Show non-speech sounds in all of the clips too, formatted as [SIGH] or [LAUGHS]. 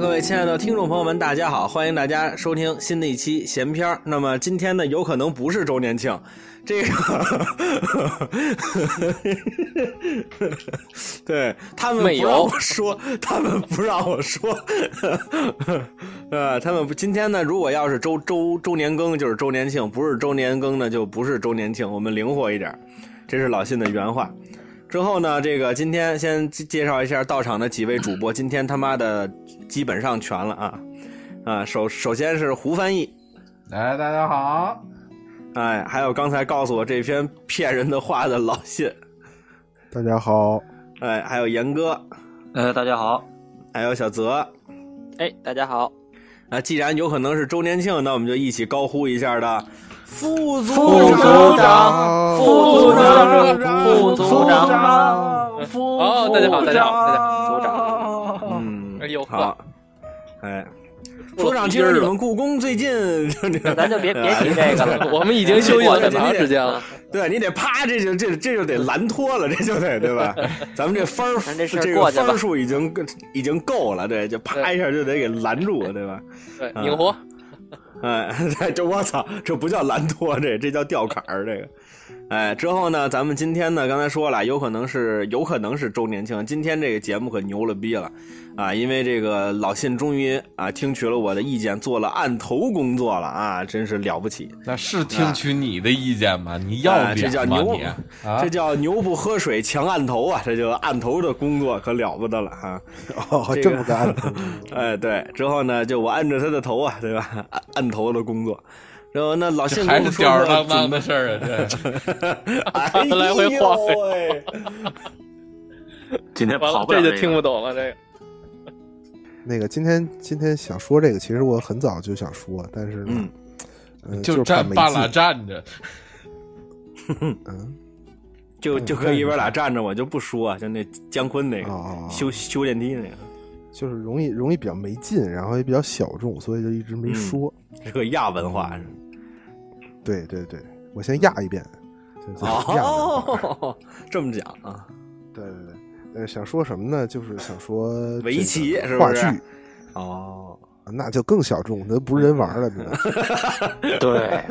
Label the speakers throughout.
Speaker 1: 各位亲爱的听众朋友们，大家好！欢迎大家收听新的一期闲篇儿那么今天呢，有可能不是周年庆，这个 [LAUGHS] 对他们
Speaker 2: 没
Speaker 1: 不让
Speaker 2: 有
Speaker 1: 我说，他们 [LAUGHS] 不让我说，呃，他们不今天呢，如果要是周周周年更就是周年庆，不是周年更呢就不是周年庆，我们灵活一点儿，这是老信的原话。之后呢，这个今天先介介绍一下到场的几位主播，今天他妈的基本上全了啊啊！首首先是胡翻译，
Speaker 3: 来，大家好，
Speaker 1: 哎，还有刚才告诉我这篇骗人的话的老信，
Speaker 4: 大家好，
Speaker 1: 哎，还有严哥，
Speaker 5: 呃，大家好，
Speaker 1: 还有小泽。
Speaker 2: 哎，大家好，
Speaker 1: 啊，既然有可能是周年庆，那我们就一起高呼一下的副组
Speaker 2: 副组长
Speaker 1: 副组长
Speaker 2: 副组
Speaker 1: 啊
Speaker 3: 长
Speaker 2: 长，副哦，大家好，大家好，大家好，组长，
Speaker 3: 长，
Speaker 1: 嗯
Speaker 2: 哎呦，呵
Speaker 1: 好，哎，副组长，听说你们故宫最近，
Speaker 5: 咱就
Speaker 1: [LAUGHS]
Speaker 5: 别别提这个了。
Speaker 2: [LAUGHS] 我们已经休息了很长时间了，
Speaker 1: 对你得啪，这就这这就得蓝脱了，这就得对吧？咱们这分儿
Speaker 5: 咱这事儿
Speaker 1: 个
Speaker 5: 过去吧
Speaker 1: 分儿数已经已经够了，对，就啪一下就得给拦住，对吧？
Speaker 2: 对，
Speaker 1: 啊
Speaker 2: 拧活，
Speaker 1: [LAUGHS] 哎，对这我操，这不叫拦拖，这这叫吊坎儿，这个。哎，之后呢，咱们今天呢，刚才说了，有可能是有可能是周年庆，今天这个节目可牛了逼了啊！因为这个老信终于啊听取了我的意见，做了案头工作了啊，真是了不起，
Speaker 3: 那是听取你的意见吗？你要
Speaker 1: 啊
Speaker 3: 脸
Speaker 1: 这叫
Speaker 3: 吗
Speaker 1: 牛
Speaker 3: 你啊
Speaker 1: 这，叫牛不喝水强按头啊，这就按头的工作可了不得了啊！
Speaker 4: [LAUGHS] 哦，
Speaker 1: 这
Speaker 4: 这
Speaker 1: 个
Speaker 4: 么个案头，
Speaker 1: [LAUGHS] 哎，对，之后呢，就我按着他的头啊，对吧？按按头的工作。然后那老信
Speaker 3: 这
Speaker 1: 跟
Speaker 3: 还
Speaker 1: 我
Speaker 3: 是
Speaker 1: 说
Speaker 3: 吊儿
Speaker 1: 说
Speaker 3: 郎
Speaker 1: 准
Speaker 3: 当的事儿啊，这
Speaker 1: 哎呦
Speaker 2: 来回晃
Speaker 1: 喂！
Speaker 5: 今天
Speaker 2: 完了
Speaker 5: 跑，不了
Speaker 2: 这就
Speaker 5: 个
Speaker 2: [LAUGHS] 听不懂了，这个
Speaker 4: 那个今天今天想说这个，其实我很早就想说，但是呢，嗯，
Speaker 3: 就是
Speaker 4: 怕
Speaker 3: 站
Speaker 4: 没
Speaker 3: 半拉
Speaker 4: 劲，
Speaker 3: 站着，
Speaker 4: 嗯，
Speaker 1: [LAUGHS] 就
Speaker 4: 嗯
Speaker 1: 就可以一边俩站着，我就不说啊，就那姜昆那个
Speaker 4: 哦，
Speaker 1: 修修电梯那个
Speaker 4: 就是容易容易比较没劲，然后也比较小众，所以就一直
Speaker 1: 嗯
Speaker 4: 没说。
Speaker 1: 是个亚文化是
Speaker 4: 对对对，我先压一遍，先再压一遍。
Speaker 1: 哦， [LAUGHS] 这么讲啊，
Speaker 4: 对对对，呃，想说什么呢？就是想说这
Speaker 1: 围
Speaker 4: 个
Speaker 1: 棋是不
Speaker 4: 话
Speaker 1: 是
Speaker 4: 剧，
Speaker 1: 哦，
Speaker 4: 啊那就更小众，那不是人玩儿了，那
Speaker 1: [LAUGHS]
Speaker 5: 对，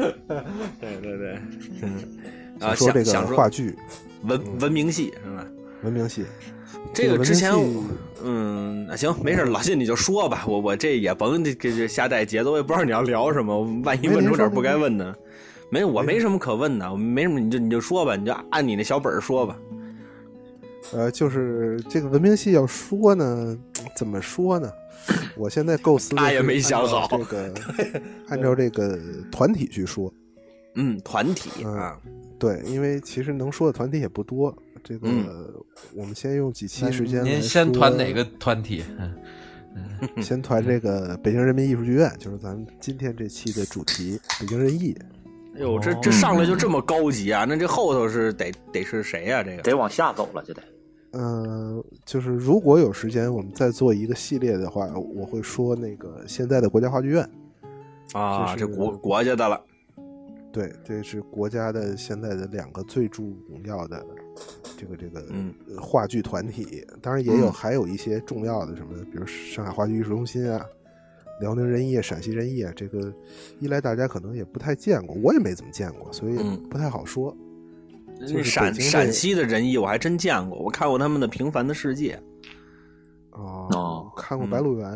Speaker 1: 对对对，嗯，啊，
Speaker 4: 想说
Speaker 1: 想
Speaker 4: 这
Speaker 1: 想
Speaker 4: 个话剧
Speaker 1: 文文明系是吧？
Speaker 4: 文明系，
Speaker 1: 这个
Speaker 4: 文
Speaker 1: 之
Speaker 4: 明
Speaker 1: 前
Speaker 4: 系
Speaker 1: 我，嗯，那行，没事，老信你就说吧，我我这也甭这这这瞎带节奏，我也不知道你要聊什么，万一
Speaker 4: 没
Speaker 1: 问
Speaker 4: 您
Speaker 1: 出
Speaker 4: 说
Speaker 1: 点
Speaker 4: 您
Speaker 1: 不该
Speaker 4: 说
Speaker 1: 问的，没，我没什么可问的，我没什么，你就你就说吧，你就按你那小本儿说吧，
Speaker 4: 呃，就是这个文明系要说呢，怎么说呢？我现在构思的
Speaker 1: 他也
Speaker 4: 是
Speaker 1: 没
Speaker 4: 按
Speaker 1: 想
Speaker 4: 照
Speaker 1: 好
Speaker 4: 这个按照这个团体去说，
Speaker 1: 嗯，团体
Speaker 4: 嗯
Speaker 1: 啊，
Speaker 4: 对，因为其实能说的团体也不多。这个、
Speaker 1: 嗯
Speaker 4: 我们先用几期时间来
Speaker 3: 您先团
Speaker 4: 说
Speaker 3: 哪个？团体？嗯
Speaker 4: 先团这个北京人民艺术剧院，就是咱们今天这期的主题——北京人艺。
Speaker 1: 哎呦，
Speaker 4: 哦
Speaker 1: 这这上来就这么高级啊？那这后头是得得是谁呀、这个
Speaker 5: 得往下走了，就得。
Speaker 4: 嗯，就是如果有时间，我们再做一个系列的话，我会说那个现在的国家话剧院。
Speaker 1: 啊，
Speaker 4: 就
Speaker 1: 这
Speaker 4: 是
Speaker 1: 国国家的了。
Speaker 4: 对，这是国家的现在的两个最重要的这个这个
Speaker 1: 嗯
Speaker 4: 呃话剧团体，当然也有
Speaker 1: 嗯
Speaker 4: 还有一些重要的什么，比如上海话剧艺术中心啊、辽宁人艺啊、陕西人艺啊，这个一来大家可能也不太见过，我也没怎么见过，所以
Speaker 1: 嗯
Speaker 4: 不太好说。就是北
Speaker 1: 陕
Speaker 4: 京这
Speaker 1: 陕西的人艺我还真见过，我看过他们的《平凡的世界》。
Speaker 4: 哦，
Speaker 5: 哦
Speaker 4: 看过
Speaker 1: 嗯
Speaker 4: 《白鹿原》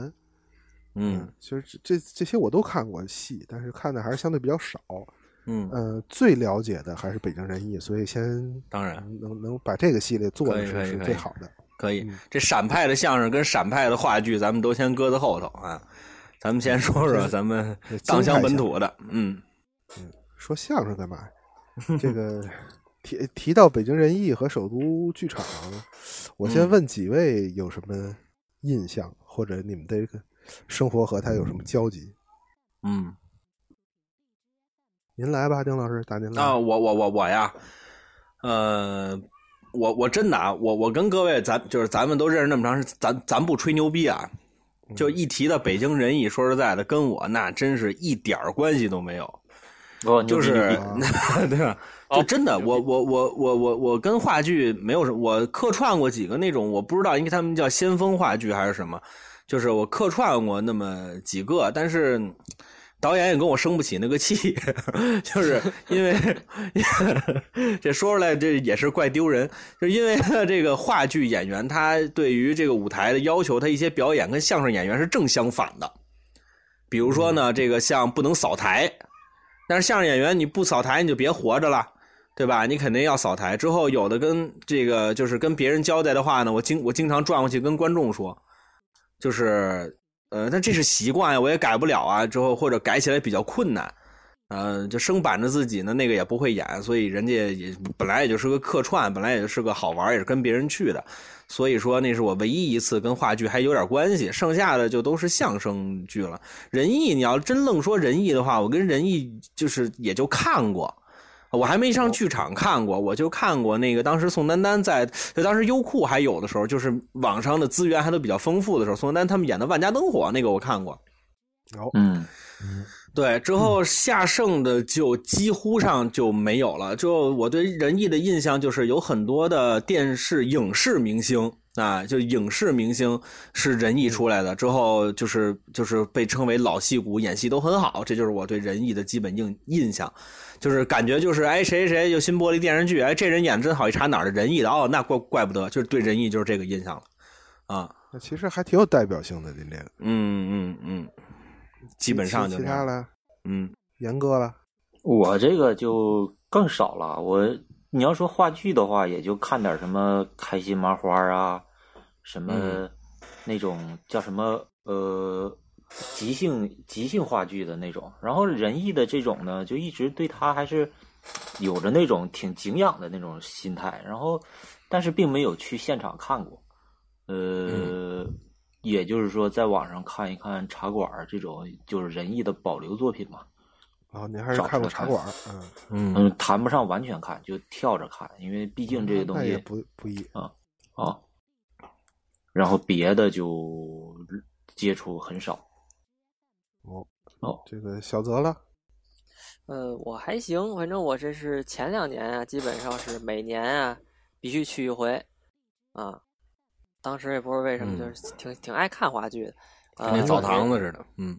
Speaker 1: 嗯，
Speaker 4: 其实这这这些我都看过戏，但是看的还是相对比较少。
Speaker 1: 嗯，
Speaker 4: 呃，最了解的还是北京人艺，所以先
Speaker 1: 当然
Speaker 4: 能能能把这个系列做
Speaker 1: 可
Speaker 4: 的
Speaker 1: 以
Speaker 4: 是
Speaker 1: 可以
Speaker 4: 是
Speaker 1: 可以
Speaker 4: 最好的。
Speaker 1: 可以
Speaker 4: 嗯。
Speaker 1: 这陕派的相声跟陕派的话剧，咱们都先搁在后头啊。咱们先说说咱们
Speaker 4: 这
Speaker 1: 荡
Speaker 4: 京派
Speaker 1: 乡本土的，嗯，
Speaker 4: 说相声干嘛
Speaker 1: [LAUGHS]
Speaker 4: 呀？这个提提到北京人艺和首都剧场，我
Speaker 1: 嗯
Speaker 4: 先问几位有什么印象，或者你们的这个生活和它有什么交集？
Speaker 1: 嗯，
Speaker 4: 您来吧，丁老师，打您来。
Speaker 1: 啊，我我我我呀，呃，我我真的啊，我我跟各位咱就是咱们都认识那么长时间，咱咱不吹牛逼啊，就一提到北京人艺，说实在的，跟我那真是一点儿关系都没有，
Speaker 5: 哦，
Speaker 1: 就是
Speaker 4: 啊
Speaker 1: [LAUGHS] 对吧？
Speaker 2: 好
Speaker 1: 就真的，
Speaker 2: 牛
Speaker 1: 我我我我我我跟话剧没有什么，我客串过几个那种，我不知道应该他们叫先锋话剧还是什么，就是我客串过那么几个，但是导演也跟我生不起那个气， [LAUGHS] 就是因为这说出来这也是怪丢人，就因为这个话剧演员他对于这个舞台的要求，他一些表演跟相声演员是正相反的。比如说呢，这个像不能扫台，但是相声演员你不扫台你就别活着了。对吧？你肯定要扫台。之后有的跟这个就是跟别人交代的话呢，我经我经常转过去跟观众说，就是呃，但这是习惯呀，我也改不了啊。之后或者改起来比较困难，呃，就生板着自己呢，那个也不会演，所以人家也本来也就是个客串，本来也就是个好玩，也是跟别人去的。所以说那是我唯一一次跟话剧还有点关系，剩下的就都是相声剧了。仁义，你要真愣说仁义的话，我跟仁义就是也就看过。我还没上剧场看过，我就看过那个当时宋丹丹在，就当时优酷还有的时候，就是网上的资源还都比较丰富的时候，宋丹丹他们演的《万家灯火》那个我看过。
Speaker 4: 有
Speaker 5: 嗯，
Speaker 1: 对，之后下剩的就几乎上就没有了。就我对仁义的印象就是有很多的电视影视明星啊，就影视明星是仁义出来的，之后就是就是被称为老戏骨，演戏都很好，这就是我对仁义的基本印印象。就是感觉就是哎谁谁有新播了一电视剧，哎这人演的真好，一查哪儿的仁义的哦，那怪怪不得，就是对仁义就是这个印象了啊，
Speaker 4: 那其实还挺有代表性的。您这个
Speaker 1: 嗯嗯嗯，基本上
Speaker 4: 其
Speaker 1: 就这
Speaker 4: 其他
Speaker 1: 样，
Speaker 4: 了，
Speaker 1: 嗯。
Speaker 4: 严哥了，
Speaker 5: 我这个就更少了。我你要说话剧的话，也就看点什么开心麻花啊，什么
Speaker 1: 嗯
Speaker 5: 那种叫什么呃即兴即兴话剧的那种。然后仁义的这种呢，就一直对他还是有着那种挺敬仰的那种心态。然后，但是并没有去现场看过。呃，也就是说，在网上看一看茶馆儿这种就是仁义的保留作品嘛。
Speaker 4: 啊，您还是
Speaker 5: 找
Speaker 4: 看过
Speaker 5: 出
Speaker 4: 茶
Speaker 5: 来看
Speaker 4: 馆儿，嗯，
Speaker 1: 嗯
Speaker 5: 嗯，谈不上完全看，就跳着看，因为毕竟这个东
Speaker 4: 嗯那
Speaker 5: 西
Speaker 4: 也不不易。
Speaker 5: 啊，然后别的就接触很少。
Speaker 4: 哦
Speaker 5: [LAUGHS] 哦，
Speaker 4: 这个小泽了，
Speaker 6: 呃，我还行，反正我这是前两年啊，基本上是每年啊必须去一回，啊，当时也不知道为什么，就
Speaker 1: 嗯
Speaker 6: 是挺挺爱看话剧的，呃，
Speaker 1: 跟那澡堂子似的，
Speaker 6: [LAUGHS]
Speaker 1: 嗯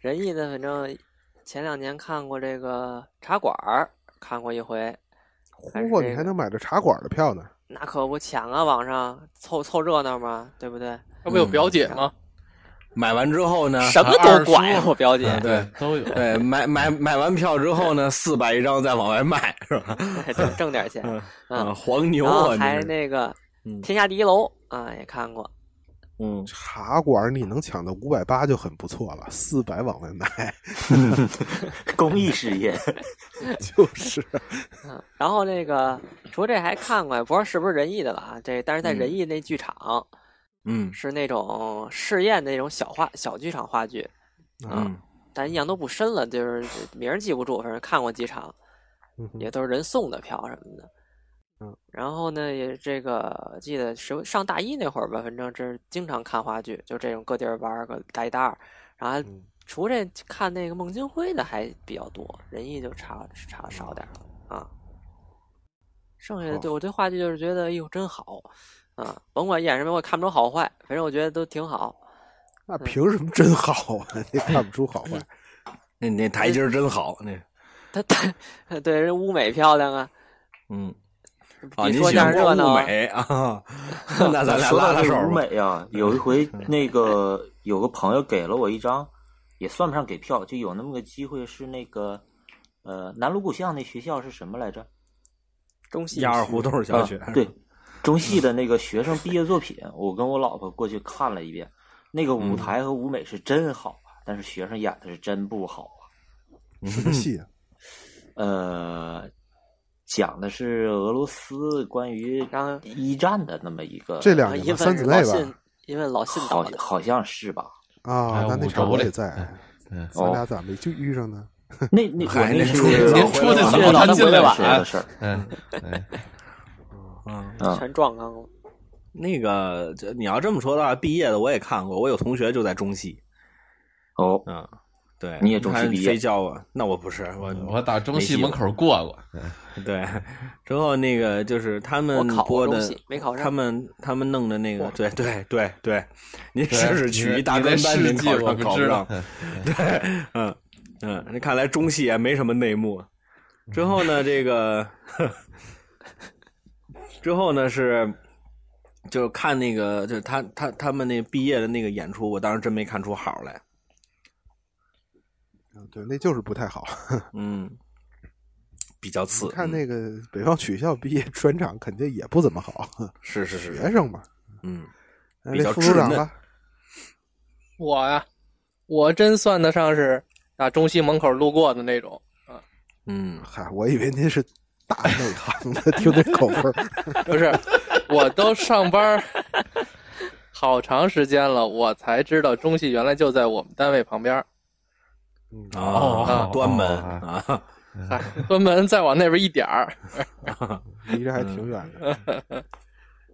Speaker 6: 仁义呢，反正前两年看过这个茶馆儿，看过一回，还是
Speaker 4: 嚯，你
Speaker 6: 这
Speaker 4: 还
Speaker 6: 个
Speaker 4: 能买着茶馆儿的票呢？
Speaker 6: 那可不抢啊，网上凑凑热闹嘛，对不对？
Speaker 2: 那不有
Speaker 1: 嗯
Speaker 2: 表姐吗？
Speaker 1: 买完之后呢，
Speaker 6: 什么
Speaker 3: 二
Speaker 6: 都
Speaker 3: 叔
Speaker 1: [LAUGHS]
Speaker 6: 管我表姐，
Speaker 3: 啊对，都有。
Speaker 1: 对，买买买完票之后呢，四百一张再往外卖是
Speaker 6: [LAUGHS]
Speaker 1: 吧？
Speaker 6: 挣挣点
Speaker 1: [LAUGHS]
Speaker 6: 钱，嗯
Speaker 1: 啊，黄牛
Speaker 6: 然后
Speaker 1: 啊，
Speaker 6: 还
Speaker 1: 你这
Speaker 6: 那个
Speaker 1: 嗯
Speaker 6: 《天下第一楼》啊，也看过，
Speaker 1: 嗯，
Speaker 4: 茶馆儿你能抢到五百八就很不错了，四百往外买
Speaker 5: 公益事业，
Speaker 4: [LAUGHS] 就是。
Speaker 6: 嗯，然后那个除了这还看过，不知道是不是仁义的了啊？这但是在仁义那剧场
Speaker 1: 嗯
Speaker 6: 是那种试验的那种小话小剧场话剧，
Speaker 5: 啊
Speaker 1: 嗯
Speaker 6: 但印象都不深了，就是呃名儿记不住，反正看过几场，
Speaker 4: 嗯哼
Speaker 6: 也都是人送的票什么的。
Speaker 4: 嗯，
Speaker 6: 然后呢，也这个记得是上大一那会儿吧，反正这经常看话剧，就这种各地儿玩儿个大一大二，然后还
Speaker 4: 嗯
Speaker 6: 除这看那个孟京辉的还比较多，仁义就差差
Speaker 4: 嗯
Speaker 6: 少点儿了啊。剩下的
Speaker 4: 好
Speaker 6: 对我对话剧就是觉得，哎呦真好啊！甭管演什么，我也看不出好坏，反正我觉得都挺好。
Speaker 4: 那凭什么真好啊？你看不出好坏，
Speaker 1: 啊
Speaker 6: [LAUGHS]
Speaker 1: 那那台阶儿真好，那
Speaker 6: 他他 [LAUGHS] 对人舞美漂亮啊，
Speaker 1: 嗯
Speaker 3: 哦
Speaker 1: 啊，
Speaker 6: 比
Speaker 1: 您
Speaker 6: 说
Speaker 1: 喜
Speaker 6: 相
Speaker 1: 欢
Speaker 6: 声热
Speaker 1: 逛
Speaker 6: 闹
Speaker 1: 物
Speaker 6: 啊。
Speaker 1: 美啊？那
Speaker 5: [LAUGHS]
Speaker 1: 咱俩
Speaker 5: 说
Speaker 1: 拉
Speaker 5: 到
Speaker 1: 拉
Speaker 5: 这
Speaker 1: 手
Speaker 5: 个舞
Speaker 1: 吧。嗯
Speaker 5: 美啊，有一回那个有个朋友给了我一张，也算不上给票，就有那么个机会是那个呃南锣鼓巷那学校是什么来着？
Speaker 6: 中戏
Speaker 1: 亚二胡同小学
Speaker 5: 啊、对，中戏的那个学生毕业作品，我跟我老婆过去看了一遍，那个舞台和舞美是真好啊，但是学生演的是真不好啊。
Speaker 4: 什么戏啊？
Speaker 5: 呃，讲的是俄罗斯关于
Speaker 6: 然后
Speaker 5: 一战的那么一个，
Speaker 4: 这两
Speaker 6: 啊，
Speaker 4: 年
Speaker 6: 因
Speaker 4: 吧
Speaker 6: 为
Speaker 4: 三姊
Speaker 6: 是老
Speaker 4: 妹
Speaker 6: 信
Speaker 4: 吧？，
Speaker 6: 因为老信
Speaker 5: 好
Speaker 6: 导的，
Speaker 5: 好像是吧？
Speaker 4: 啊
Speaker 3: 哎，
Speaker 4: 那那
Speaker 3: 五
Speaker 4: 场
Speaker 3: 轴
Speaker 4: 我
Speaker 3: 嘞
Speaker 4: 也在，
Speaker 3: 嗯
Speaker 4: 咱俩咋没就遇上呢？
Speaker 5: 那那我
Speaker 1: 嗨
Speaker 5: 那
Speaker 1: 那
Speaker 5: 是
Speaker 1: 出去
Speaker 5: 我
Speaker 1: 您
Speaker 5: 回
Speaker 1: 出
Speaker 5: 来
Speaker 6: 去早
Speaker 5: 晚上
Speaker 6: 他
Speaker 5: 回
Speaker 6: 进
Speaker 5: 来
Speaker 6: 来
Speaker 5: 晚
Speaker 2: 晚
Speaker 5: 的事儿
Speaker 3: 嗯，哎
Speaker 1: 嗯，
Speaker 5: 啊。
Speaker 6: 全撞缸了。
Speaker 1: 那个这你要这么说的话，毕业的我也看过，我有同学就在中戏
Speaker 5: 哦，
Speaker 1: 啊。对，
Speaker 5: 你也中戏
Speaker 1: 他
Speaker 5: 毕业
Speaker 1: 非叫我，那我不是我
Speaker 3: 我打中戏
Speaker 1: 没戏
Speaker 3: 门口过过，
Speaker 1: 对，之后那个就是他
Speaker 6: 我
Speaker 1: 们
Speaker 6: 考
Speaker 1: 播
Speaker 6: 过中
Speaker 1: 的，
Speaker 6: 戏，没考上。
Speaker 1: 他们他们弄的那个
Speaker 6: 我，
Speaker 1: 对对对对，您
Speaker 3: 对
Speaker 1: 试试去
Speaker 3: 你
Speaker 1: 一大
Speaker 3: 你在
Speaker 1: 专班，
Speaker 3: 世
Speaker 1: 您
Speaker 3: 纪
Speaker 1: 考
Speaker 3: 我
Speaker 1: 上
Speaker 3: 不
Speaker 1: 考不
Speaker 3: 知道
Speaker 1: 上， [LAUGHS] 对，嗯嗯，那看来中戏也没什么内幕。啊之后呢，这个 [LAUGHS] 之后呢是。就是看那个，就是他他他们那毕业的那个演出，我当时真没看出好来。
Speaker 4: 嗯对，那就是不太好。 [LAUGHS]
Speaker 1: 嗯，比较次。
Speaker 4: 你看
Speaker 1: 嗯
Speaker 4: 那个北方曲校毕业专场，肯定也不怎么好， [LAUGHS]
Speaker 1: 是是是，
Speaker 4: 学生嘛。哎
Speaker 1: 嗯，
Speaker 4: 那
Speaker 1: 比
Speaker 4: 这
Speaker 1: 较
Speaker 4: 副组长
Speaker 1: 稚嫩
Speaker 4: 吧，
Speaker 2: 我呀、我真算得上是打中戏门口路过的那种。
Speaker 1: 嗯，
Speaker 4: 嗨，我以为您是大内行的， [LAUGHS] 听这口味
Speaker 1: [LAUGHS]
Speaker 4: 儿，
Speaker 2: 不是，我都上班儿好长时间了，我才知道中戏原来就在我们单位旁边儿，
Speaker 4: 嗯
Speaker 1: 啊
Speaker 3: 哦，
Speaker 1: 关门
Speaker 3: 哦
Speaker 1: 啊，
Speaker 2: 嗨，关门再往那边一点儿。
Speaker 4: 离着还挺远的。
Speaker 2: [LAUGHS]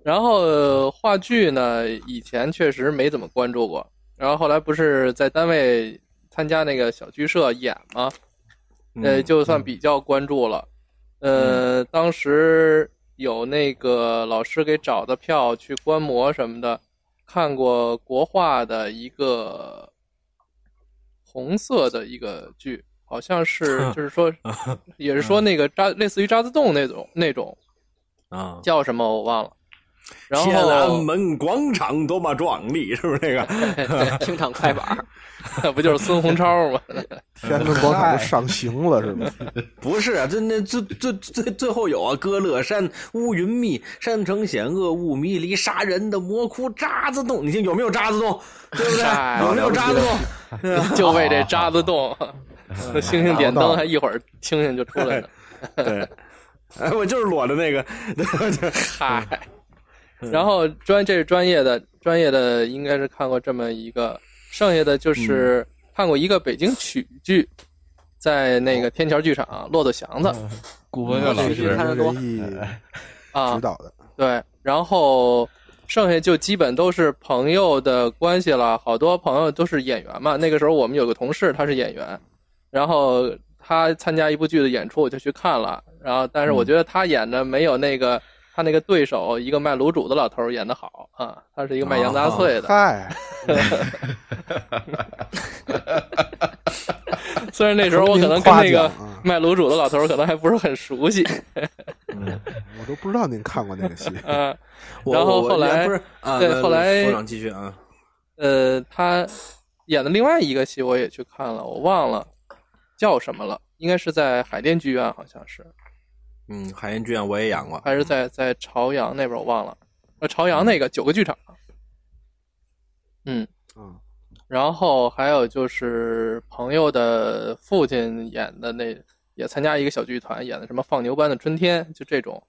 Speaker 2: 然后呃话剧呢，以前确实没怎么关注过，然后后来不是在单位参加那个小剧社演吗？呃，
Speaker 1: 嗯
Speaker 2: 就算比较关注了。呃，当时有那个老师给找的票去观摩什么的，看过国画的一个红色的一个剧，好像是
Speaker 1: [LAUGHS]
Speaker 2: 就是说，也是
Speaker 1: 嗯
Speaker 2: 说那个渣类似于渣滓洞那种那种
Speaker 1: 啊。
Speaker 2: 叫什么我忘了。
Speaker 4: 哦
Speaker 2: 然后
Speaker 1: 天安门广场多么壮丽，是不是那个？
Speaker 6: 听场快板儿，
Speaker 2: 不就是孙红超吗？
Speaker 4: 天安门广场都上刑了是吗？
Speaker 1: 不是啊，这那最最最最后有啊，歌乐山乌云密，山城险恶雾迷离，杀人的魔窟渣滓洞，你听有没有渣滓
Speaker 3: [LAUGHS]
Speaker 1: 洞？对不
Speaker 2: 哎
Speaker 1: 对？有没有渣滓洞？
Speaker 2: [LAUGHS] 就为这渣滓洞，
Speaker 1: 嗯
Speaker 2: 那星星点灯还一会儿星星就出来了。
Speaker 1: [LAUGHS] 对，哎，我就是裸的那个，嗯
Speaker 2: 嗨，然后专这是专业的，专业的应该是看过这么一个，剩下的就是
Speaker 1: 嗯
Speaker 2: 看过一个北京曲剧，在那
Speaker 1: 哦
Speaker 2: 个天桥剧场骆驼祥子
Speaker 1: 嗯
Speaker 2: 嗯
Speaker 3: 顾文乐老
Speaker 6: 我去
Speaker 3: 师
Speaker 6: 看得多
Speaker 4: 任毅
Speaker 2: 啊
Speaker 4: 指，导的，
Speaker 2: 对，然后剩下就基本都是朋友的关系了，好多朋友都是演员嘛。那个时候我们有个同事他是演员，然后他参加一部剧的演出，我就去看了。然后，但是
Speaker 4: 嗯
Speaker 2: 我觉得他演的没有那个、他那个对手一个卖卤煮的老头儿演的好啊，他是一个卖羊杂碎
Speaker 4: 哦啊
Speaker 2: 的。
Speaker 4: 嗨，
Speaker 2: [LAUGHS] 虽然那时候我可能跟那个
Speaker 4: 啊
Speaker 2: 卖卤煮的老头儿可能还不是很熟悉，
Speaker 4: [LAUGHS]
Speaker 2: [LAUGHS]
Speaker 4: 我都不知道您看过那个戏。
Speaker 2: 嗯、
Speaker 1: [LAUGHS] 我
Speaker 2: 然后
Speaker 1: 我
Speaker 2: 后来
Speaker 1: 不是啊，
Speaker 2: 对
Speaker 1: 那
Speaker 2: 后来
Speaker 1: 副长继续啊，
Speaker 2: 呃，他演的另外一个戏我也去看了，我忘了叫什么了，应该是在海淀剧院，好像是，
Speaker 1: 嗯，海燕剧院我也演过，
Speaker 2: 还是在在朝阳那边，我忘了。呃，朝阳那个九个剧场，啊嗯，
Speaker 4: 嗯，
Speaker 2: 然后还有就是朋友的父亲演的那也参加一个小剧团，演的什么《放牛班的春天》，就这种，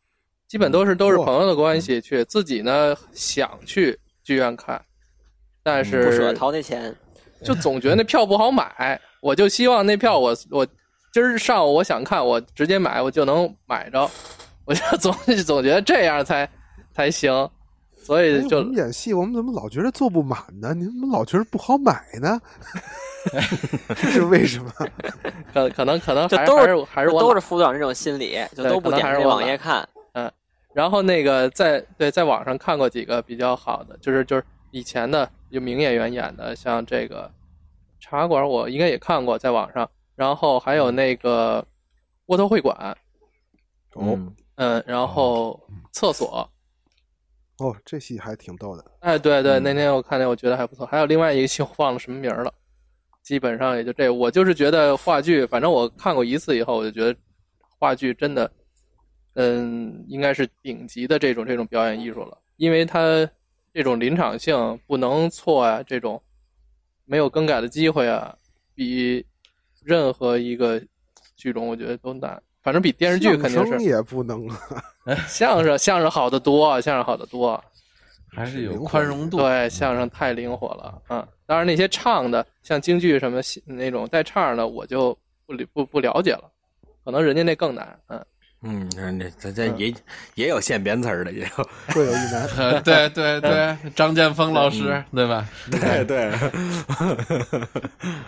Speaker 2: 基本都是都是
Speaker 4: 哇
Speaker 2: 朋友的关系去，自己呢想去剧院看，但是
Speaker 6: 不舍掏那钱，
Speaker 2: 就总觉得那票不好买，我就希望那票我我今儿上午我想看，我直接买我就能买着，我就总 [LAUGHS] 总觉得这样才才行，所
Speaker 4: 哎
Speaker 2: 以
Speaker 4: 我
Speaker 2: 就
Speaker 4: 们演戏，我们怎么老觉得坐不满呢？你怎么老觉得不好买
Speaker 1: [LAUGHS]
Speaker 4: 呢？ [LAUGHS] 这是为什么？哦
Speaker 2: 可可能可能
Speaker 6: 就
Speaker 2: 还
Speaker 6: 都是
Speaker 2: 还是还是我
Speaker 6: 都
Speaker 2: 懒
Speaker 6: 是副组长这种心理，就
Speaker 2: 对
Speaker 6: 都不
Speaker 2: 可能
Speaker 6: 点
Speaker 2: 还是
Speaker 6: 开
Speaker 2: 我
Speaker 6: 网
Speaker 2: 懒
Speaker 6: 页看。
Speaker 2: 然后那个在对在网上看过几个比较好的，就是就是以前的有名演员演的，像这个茶馆我应该也看过，在网上，然后还
Speaker 6: 嗯
Speaker 2: 有那个窝头会馆，
Speaker 4: 哦
Speaker 1: 嗯
Speaker 2: 嗯，然后厕所，
Speaker 4: 哦，这戏还挺逗的。
Speaker 2: 哎，对对，
Speaker 1: 嗯
Speaker 2: 那天我看见，我觉得还不错。还有另外一个戏，我忘了什么名儿了。基本上也就这，我就是觉得话剧，反正我看过一次以后，我就觉得话剧真的，嗯，应该是顶级的这种这种表演艺术了，因为它这种临场性不能错啊，这种没有更改的机会啊，比任何一个剧种我觉得都难。反正比电视剧肯定
Speaker 4: 相声
Speaker 2: 是
Speaker 4: 也不能 [LAUGHS] 啊，
Speaker 3: [LAUGHS]
Speaker 2: 相声，相声好得多啊，相声好得多啊。
Speaker 3: 还是有宽容度。
Speaker 2: 对，相声太灵活了啊！当然那些唱的，像京剧什么戏那种带唱的，我就不理不不了解了，可能人家那更难。嗯，
Speaker 1: 嗯，那咱咱也也有现编词儿的，也有，
Speaker 4: 会有一难。
Speaker 3: 呃 [LAUGHS] 对对对，张建峰老师对吧？
Speaker 1: 嗯 [LAUGHS] 对对，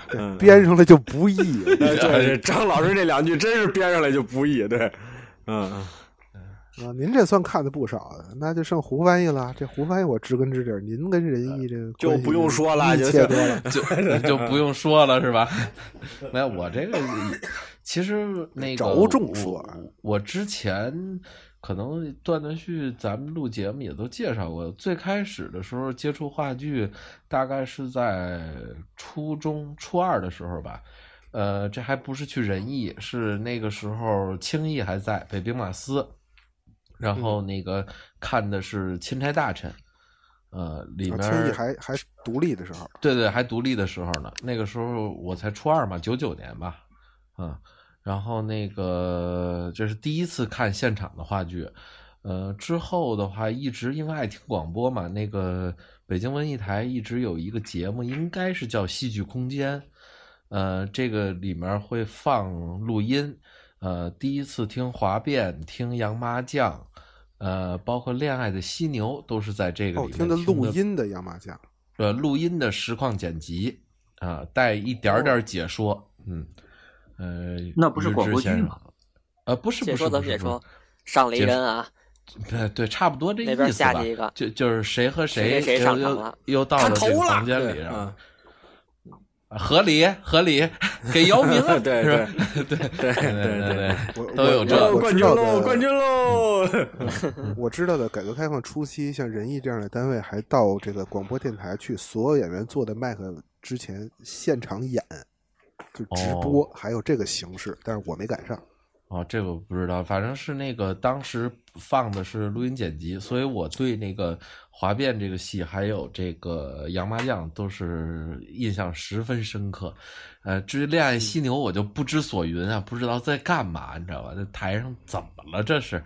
Speaker 4: [LAUGHS] 对，
Speaker 1: 嗯
Speaker 4: 编上来就不易。
Speaker 1: [LAUGHS] 呃哎对，张老师这两句真是编上来就不易，对，嗯嗯。
Speaker 4: 啊，您这算看的不少的，那就剩胡翻译了。这胡翻译我知根知底儿，您跟仁义这个
Speaker 1: 呃就
Speaker 4: 关系
Speaker 1: 不用说了
Speaker 4: 密
Speaker 1: 就
Speaker 4: 切多了。
Speaker 3: [LAUGHS] 就就
Speaker 1: [LAUGHS]
Speaker 3: 不用说了是吧？没有，我
Speaker 4: [LAUGHS]
Speaker 3: 这个其实那个
Speaker 4: 着重说
Speaker 3: 我，我之前可能断断续，咱们录节目也都介绍过。最开始的时候接触话剧，大概是在初中初二的时候吧。呃，这还不是去仁义，是那个时候青艺还在北兵马司，然
Speaker 4: 嗯
Speaker 3: 后那个看的是《钦差大臣》，呃，里
Speaker 4: 啊
Speaker 3: 面
Speaker 4: 轻易还还独立的时候，
Speaker 3: 对对，还独立的时候呢，那个时候我才初二嘛，九九年吧，嗯，然后那个这是第一次看现场的话剧，呃，之后的话一直因为爱听广播嘛，那个北京文艺台一直有一个节目，应该是叫《戏剧空间》，呃，这个里面会放录音，呃，第一次听滑变，听洋麻将。呃，包括恋爱的犀牛都是在这个
Speaker 4: 哦，
Speaker 3: 里
Speaker 4: 听
Speaker 3: 面
Speaker 4: 的录音的洋麻将，
Speaker 3: 呃录音的实况剪辑啊、带一点儿点儿解说，嗯，呃，
Speaker 5: 那不是
Speaker 3: 于
Speaker 5: 广
Speaker 3: 志
Speaker 5: 播剧
Speaker 3: 先生
Speaker 5: 吗？
Speaker 3: 呃，不是，
Speaker 6: 解
Speaker 3: 不是
Speaker 6: 说怎
Speaker 3: 不
Speaker 6: 么
Speaker 3: 是
Speaker 6: 解
Speaker 3: 不是
Speaker 6: 说？上了一
Speaker 3: 解
Speaker 6: 人啊，
Speaker 3: 对对，差不多这意
Speaker 6: 那
Speaker 3: 思
Speaker 6: 边
Speaker 3: 吧。
Speaker 6: 下去一个
Speaker 3: 就就是谁和
Speaker 6: 谁谁
Speaker 3: 又
Speaker 6: 上场
Speaker 3: 又
Speaker 6: 了
Speaker 3: 又到
Speaker 1: 看
Speaker 3: 了这
Speaker 1: 头
Speaker 3: 个
Speaker 1: 了
Speaker 3: 房间里，
Speaker 1: 对
Speaker 3: 然后合理合理， [LAUGHS] 给姚明
Speaker 1: [LAUGHS]
Speaker 3: 啊，
Speaker 1: 对
Speaker 3: 是吧 [LAUGHS] 对
Speaker 1: 对对
Speaker 3: 对
Speaker 1: 对对，
Speaker 4: 我
Speaker 3: 都有这
Speaker 4: 我
Speaker 1: 哦
Speaker 4: 我
Speaker 1: 冠
Speaker 4: 知
Speaker 1: 军
Speaker 4: 道
Speaker 1: 喽，
Speaker 4: 的嗯
Speaker 1: 冠军喽！
Speaker 4: 我知道的，改革开放初期，像仁义这样的单位，还到这个广播电台去，所有演员坐在麦克之前现场演，就直播，
Speaker 1: 哦
Speaker 4: 还有这个形式，但是我没赶上。
Speaker 3: 哦，这个我不知道，反正是那个当时放的是录音剪辑，所以我对那个华变这个戏还有这个洋麻将都是印象十分深刻。呃，至于恋爱犀牛，我就不知所云啊，不知道在干嘛，你知道吧？这台上怎么了这是？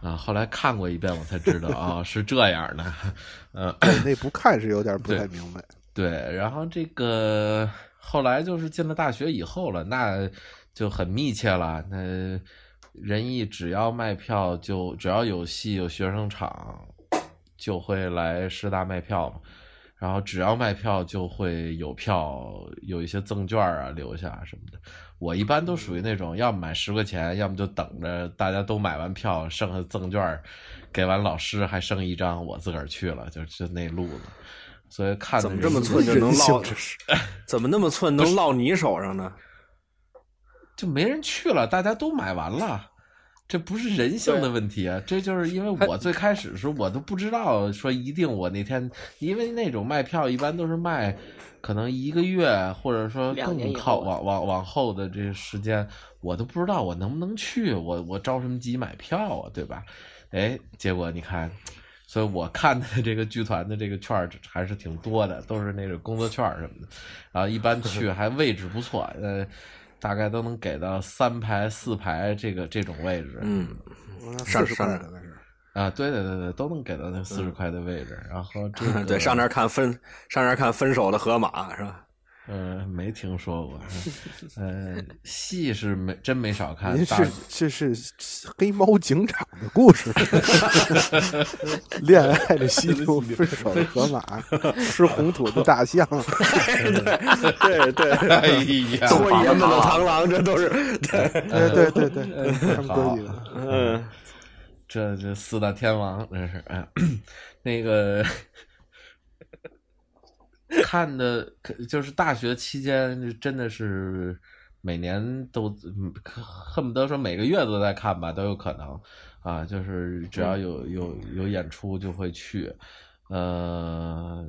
Speaker 3: 啊，后来看过一遍我才知道啊、是这样的。 [LAUGHS] 呃，
Speaker 4: 对那不看是有点不太明白。
Speaker 3: 对，然后这个后来就是进了大学以后了，那就很密切了。那仁义只要卖票就，只要有戏有学生场，就会来师大卖票嘛。然后只要卖票就会有票，有一些赠券啊留下啊什么的。我一般都属于那种，要么买十块钱，要么就等着大家都买完票，剩下赠券儿给完老师还剩一张，我自个儿去了，就就那路子。所以看
Speaker 1: 怎么
Speaker 3: 的
Speaker 1: 这么
Speaker 3: 人
Speaker 1: 寸就能
Speaker 4: 人性
Speaker 1: 落？ [LAUGHS] 怎么那么寸能落你手上呢？
Speaker 3: 就没人去了，大家都买完了。这不是人性的问题啊！这就是因为我最开始的时候，我都不知道说一定我那天，因为那种卖票一般都是卖，可能一个月或者说
Speaker 6: 两年以
Speaker 3: 更靠
Speaker 6: 后
Speaker 3: 往往往后的这时间，我都不知道我能不能去，我我着什么急买票啊，对吧？哎，结果你看，所以我看的这个剧团的这个券儿还是挺多的，都是那种工作券儿什么的，然后一般去还位置不错，呃，大概都能给到三排四排这个这种位置，
Speaker 1: 嗯，
Speaker 4: 四
Speaker 1: 上
Speaker 4: 十块
Speaker 1: 上
Speaker 4: 的那是，
Speaker 3: 啊，对对对对，都能给到那四十块的位置，然后这个
Speaker 1: 嗯 [LAUGHS] 对，上那儿看分，上那儿看分手的河马是吧？
Speaker 3: 呃没听说
Speaker 4: [LAUGHS]
Speaker 3: 过，呃，戏是没真没少看，
Speaker 4: 您
Speaker 3: 大
Speaker 4: 是是是黑猫警长的故
Speaker 1: [LAUGHS]
Speaker 4: 事，恋爱的犀牛，分手的河马，吃红土的大象，
Speaker 1: [LAUGHS] 对对，
Speaker 3: 哎呀，
Speaker 1: 搓爷们的螳螂，这都是对，
Speaker 4: [LAUGHS]
Speaker 3: 嗯
Speaker 4: 对对对对，他们都有。
Speaker 1: 嗯，
Speaker 3: 这这四大天王，这是哎呀，那个看的，可就是大学期间，真的是每年都嗯可恨不得说每个月都在看吧，都有可能啊。就是
Speaker 4: 嗯
Speaker 3: 只要有有有演出就会去，呃，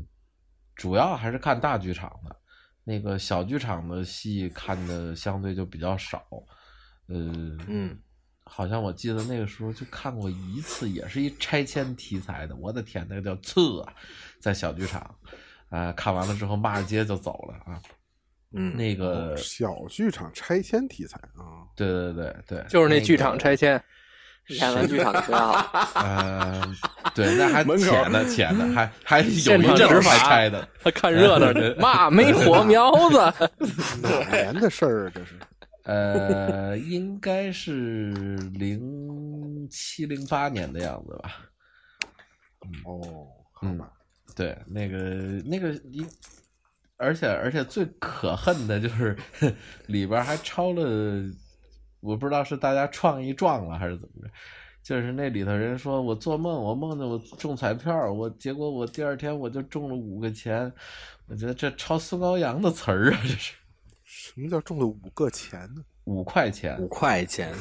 Speaker 3: 主要还是看大剧场的，那个小剧场的戏看的相对就比较少，呃，
Speaker 1: 嗯，
Speaker 3: 好像我记得那个时候就看过一次，也是一拆迁题材的。我的天，那个叫次啊，在小剧场，啊、看完了之后骂着街就走了啊。
Speaker 1: 嗯
Speaker 3: 那个，
Speaker 4: 哦小剧场拆迁题材啊，
Speaker 3: 对对对对，
Speaker 2: 就是那
Speaker 3: 个
Speaker 2: 剧场拆迁，
Speaker 6: 演完剧场就要
Speaker 3: [LAUGHS] 呃，对，那还
Speaker 1: 门口
Speaker 3: 浅的浅的，还还有一
Speaker 2: 现场
Speaker 3: 阵
Speaker 2: 执
Speaker 3: 儿
Speaker 2: 法
Speaker 3: 还拆的。 [LAUGHS]
Speaker 2: 看热闹的，骂没火苗子，
Speaker 4: 哪年的事儿啊？这是
Speaker 3: 呃，应该是零七零八年的样子吧。
Speaker 4: 哦，好
Speaker 3: 嗯
Speaker 4: 吧，，
Speaker 3: 对，那个那个一，而且而且最可恨的就是里边还抄了，我不知道是大家创意撞了还是怎么着，就是那里头人说我做梦，我梦见我中彩票，我结果我第二天我就中了五个钱，我觉得这抄孙高阳的词儿啊，这是
Speaker 4: 什么叫中了五个钱呢？
Speaker 3: 五块钱，
Speaker 1: 五块钱，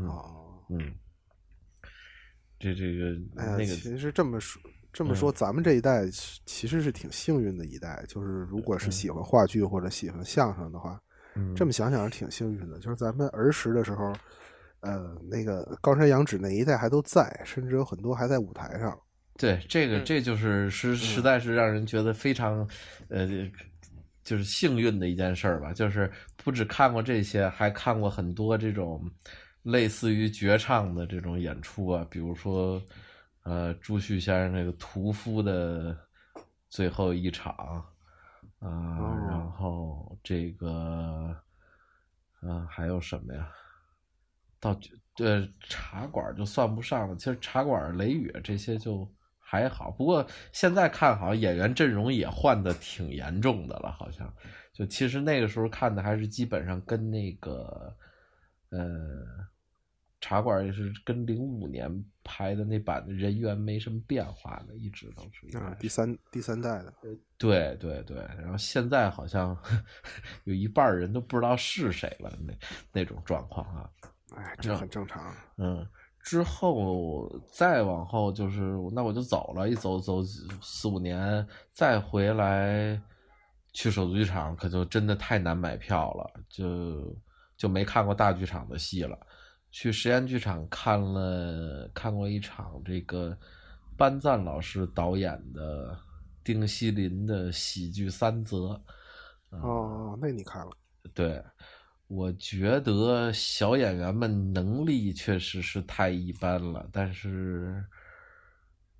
Speaker 4: 哦，
Speaker 3: 嗯，这这个
Speaker 1: 呃
Speaker 4: 哎呀，
Speaker 3: 那个
Speaker 4: 其实这么说。这么
Speaker 1: 嗯
Speaker 4: 说，咱们这一代是其实是挺幸运的一代，就是如果
Speaker 1: 嗯
Speaker 4: 是喜欢话剧或者喜欢相声的话，
Speaker 3: 嗯
Speaker 4: 这么想想是挺幸运的。就是咱们儿时的时候，呃，那个高山仰止那一代还都在，甚至有很多还在舞台上。
Speaker 3: 对，这个
Speaker 2: 嗯
Speaker 3: 这就是实实在是让人觉得非常，呃，就是幸运的一件事儿吧。就是不只看过这些，还看过很多这种类似于绝唱的这种演出啊，比如说，呃，朱旭先生那个屠夫的最后一场啊、
Speaker 4: 哦
Speaker 3: 然后这个，啊、还有什么呀？到酒对茶馆就算不上了，其实茶馆、雷雨啊这些就还好。不过现在看，好像演员阵容也换的挺严重的了，好像就其实那个时候看的还是基本上跟那个呃茶馆也是跟零五年拍的那版的人员没什么变化的，一直都是应该
Speaker 4: 啊，
Speaker 3: 哎是
Speaker 4: 第三第三代的，
Speaker 3: 对对对，然后现在好像 [LAUGHS] 有一半儿人都不知道是谁了，那那种状况啊。
Speaker 4: 哎，这很正常。
Speaker 3: 嗯，之后再往后就是，那我就走了，一走走几四五年，再回来去首都剧场，可就真的太难买票了，就就没看过大剧场的戏了。去实验剧场看了看过一场这个班赞老师导演的丁锡林的喜剧《三则》啊
Speaker 4: 哦，那你看了，
Speaker 3: 对，我觉得小演员们能力确实是太一般了，但是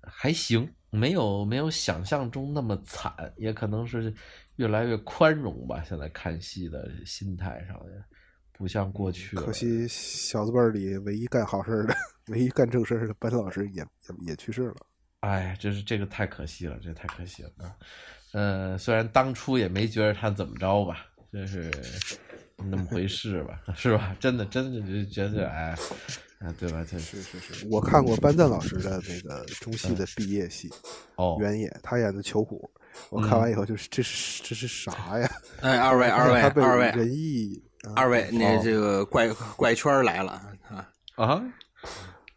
Speaker 3: 还行，没有没有想象中那么惨，也可能是越来越宽容吧。现在看戏的心态上也不像过去了。
Speaker 4: 可惜小字辈儿里唯一干好事儿的、 [LAUGHS] 唯一干正事儿的班老师也也也去世了。
Speaker 3: 哎，真是这个太可惜了，这太可惜了啊。呃，虽然当初也没觉得他怎么着吧，就是那么回事吧， [LAUGHS] 是吧？真的，真的就觉得哎，啊，对吧？这
Speaker 4: 是是是，我看过班赞老师的那个中戏的毕业戏
Speaker 3: 哦嗯
Speaker 4: 《原野》，他演的囚虎，我看完以后就是这是这是啥呀？
Speaker 1: 哎，二位二
Speaker 4: [LAUGHS]
Speaker 1: 位
Speaker 4: 他被
Speaker 1: 二位
Speaker 4: 仁义啊
Speaker 1: 二位，那
Speaker 3: 哦
Speaker 1: 这个怪怪圈儿来了啊，
Speaker 3: 啊，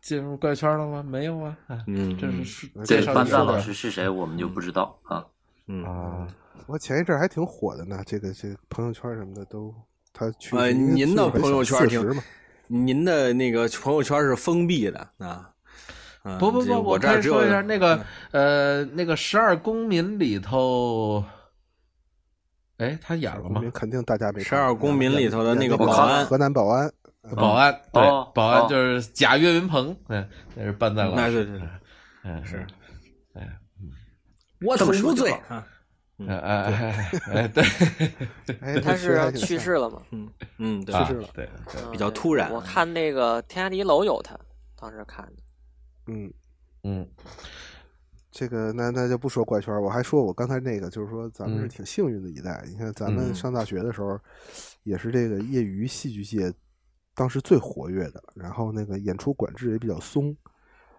Speaker 3: 进入怪圈了吗？没有啊，啊
Speaker 1: 嗯
Speaker 3: 这是说
Speaker 4: 嗯
Speaker 3: 介
Speaker 5: 对，
Speaker 3: 绍
Speaker 5: 班
Speaker 3: 你
Speaker 5: 赞
Speaker 3: 的
Speaker 5: 老师是谁，我们就不知道啊。
Speaker 1: 嗯
Speaker 3: 啊，
Speaker 4: 我前一阵儿还挺火的呢，这个这个朋友圈什么的都他去
Speaker 1: 呃
Speaker 4: 因为
Speaker 1: 您的
Speaker 4: 岁数很
Speaker 1: 朋友
Speaker 4: 小
Speaker 1: 圈
Speaker 4: 40
Speaker 1: 挺
Speaker 4: 嘛，
Speaker 1: 您的那个朋友圈是封闭的啊。嗯
Speaker 3: 不不
Speaker 1: 这
Speaker 3: 不，
Speaker 1: 我这
Speaker 3: 可
Speaker 1: 儿
Speaker 3: 以
Speaker 1: 只
Speaker 3: 说
Speaker 1: 有嗯
Speaker 3: 一下那个呃那个十二公民里头，哎，他演了
Speaker 4: 公
Speaker 3: 吗
Speaker 4: 民？肯定大家没
Speaker 1: 十二公民里头的那个嗯
Speaker 5: 保安
Speaker 4: 河南保安，嗯
Speaker 3: 保安对
Speaker 5: 哦，
Speaker 3: 保安
Speaker 5: 哦
Speaker 3: 就是贾岳云鹏，嗯，那是班赞老
Speaker 1: 那
Speaker 3: 师，
Speaker 1: 对对对
Speaker 3: 嗯，
Speaker 1: 是
Speaker 5: 我
Speaker 1: 我
Speaker 5: 么说
Speaker 1: 无
Speaker 5: 就
Speaker 1: 罪
Speaker 5: 好
Speaker 1: 啊。
Speaker 3: 嗯，哎哎哎哎，对，
Speaker 4: [LAUGHS] 哎，
Speaker 6: 他
Speaker 4: 这学得还
Speaker 6: 是
Speaker 4: 挺
Speaker 6: 去
Speaker 4: 像
Speaker 6: 世了嘛？
Speaker 1: 嗯，对
Speaker 3: 啊，
Speaker 4: 世了
Speaker 3: 对对，
Speaker 6: 嗯
Speaker 1: 比较
Speaker 6: 对
Speaker 1: 突然
Speaker 6: 我看那个《天涯第一楼》有他，当时看的。
Speaker 4: 嗯，
Speaker 3: 嗯
Speaker 4: 这个那那就不说怪圈儿，我还说我刚才那个，就是说咱们是
Speaker 3: 嗯
Speaker 4: 挺幸运的一代。你看咱们
Speaker 3: 嗯
Speaker 4: 上大学的时候，也是这个业余戏剧界当时最活跃的，然后那个演出管制也比较松，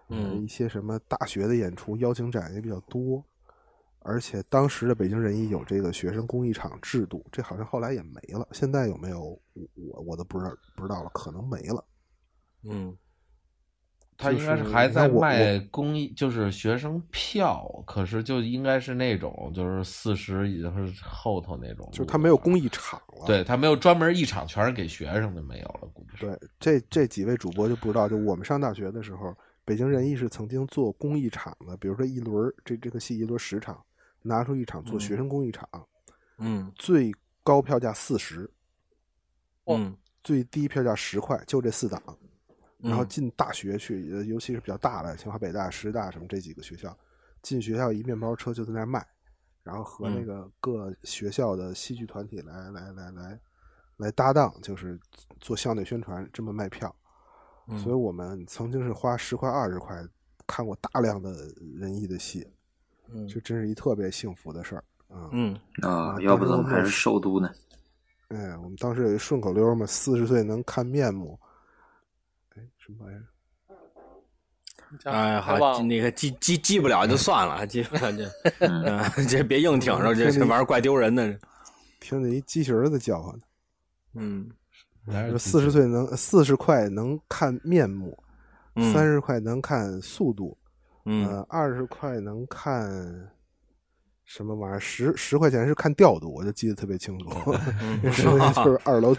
Speaker 4: 呃
Speaker 1: 嗯
Speaker 4: 一些什么大学的演出邀请展也比较多，而且当时的北京人艺有这个学生公益场制度，这好像后来也没了，现在有没有我我我都不知道不知道了，可能没了。
Speaker 1: 嗯，
Speaker 3: 他
Speaker 4: 就
Speaker 3: 应该
Speaker 4: 是
Speaker 3: 是还
Speaker 4: 你
Speaker 3: 在
Speaker 4: 看我
Speaker 3: 卖公益，就是学生票，可是就应该是那种，就是四十已经是后头那种，
Speaker 4: 就是他没有公益，场了，
Speaker 3: 对他没有专门一场全是给学生的，没有了，估计是。
Speaker 4: 对，这这几位主播就不知道，就我们上大学的时候，北京人艺是曾经做公益场的，比如说一轮儿这这个戏一轮儿十场，拿出一场做学生公益场，
Speaker 1: 嗯
Speaker 4: 最高票价四十，
Speaker 1: 嗯
Speaker 4: 最低票价十块，就这四档。然后
Speaker 1: 嗯
Speaker 4: 进大学去，呃尤其是比较大的，清华、北大、师大什么这几个学校，进学校一面包车就在那儿卖，然后和那
Speaker 1: 嗯
Speaker 4: 个各学校的戏剧团体来来来来来搭档，就是做校内宣传，这么卖票。
Speaker 1: 嗯
Speaker 4: 所以我们曾经是花十块二十块看过大量的仁义的戏，
Speaker 1: 嗯
Speaker 4: 这真是一特别幸福的事儿啊！
Speaker 1: 嗯，
Speaker 4: 啊
Speaker 7: 啊，要不
Speaker 4: 当
Speaker 7: 怎么
Speaker 4: 时
Speaker 7: 还
Speaker 4: 我
Speaker 7: 是首都呢？
Speaker 4: 哎，我们当时有一顺口溜嘛，四十岁能看面目。哎，什么玩意儿？
Speaker 1: 哎，好
Speaker 2: 还忘，了
Speaker 1: 那个记记记不了就算了，记不
Speaker 3: [LAUGHS]
Speaker 1: 了就，
Speaker 7: 嗯，
Speaker 1: 嗯，这别硬挺着，这这玩意儿怪丢人的。
Speaker 4: 听见一机器人儿在叫唤，
Speaker 1: 嗯
Speaker 3: 还是
Speaker 4: 说四十岁能四十块能看面目，
Speaker 1: 嗯
Speaker 4: 三十块能看速度，
Speaker 1: 嗯
Speaker 4: 呃，二十块能看什么玩意儿？十十块钱是看调度，我就记得特别清楚。 [LAUGHS]
Speaker 7: [LAUGHS]
Speaker 4: 十块钱就是二楼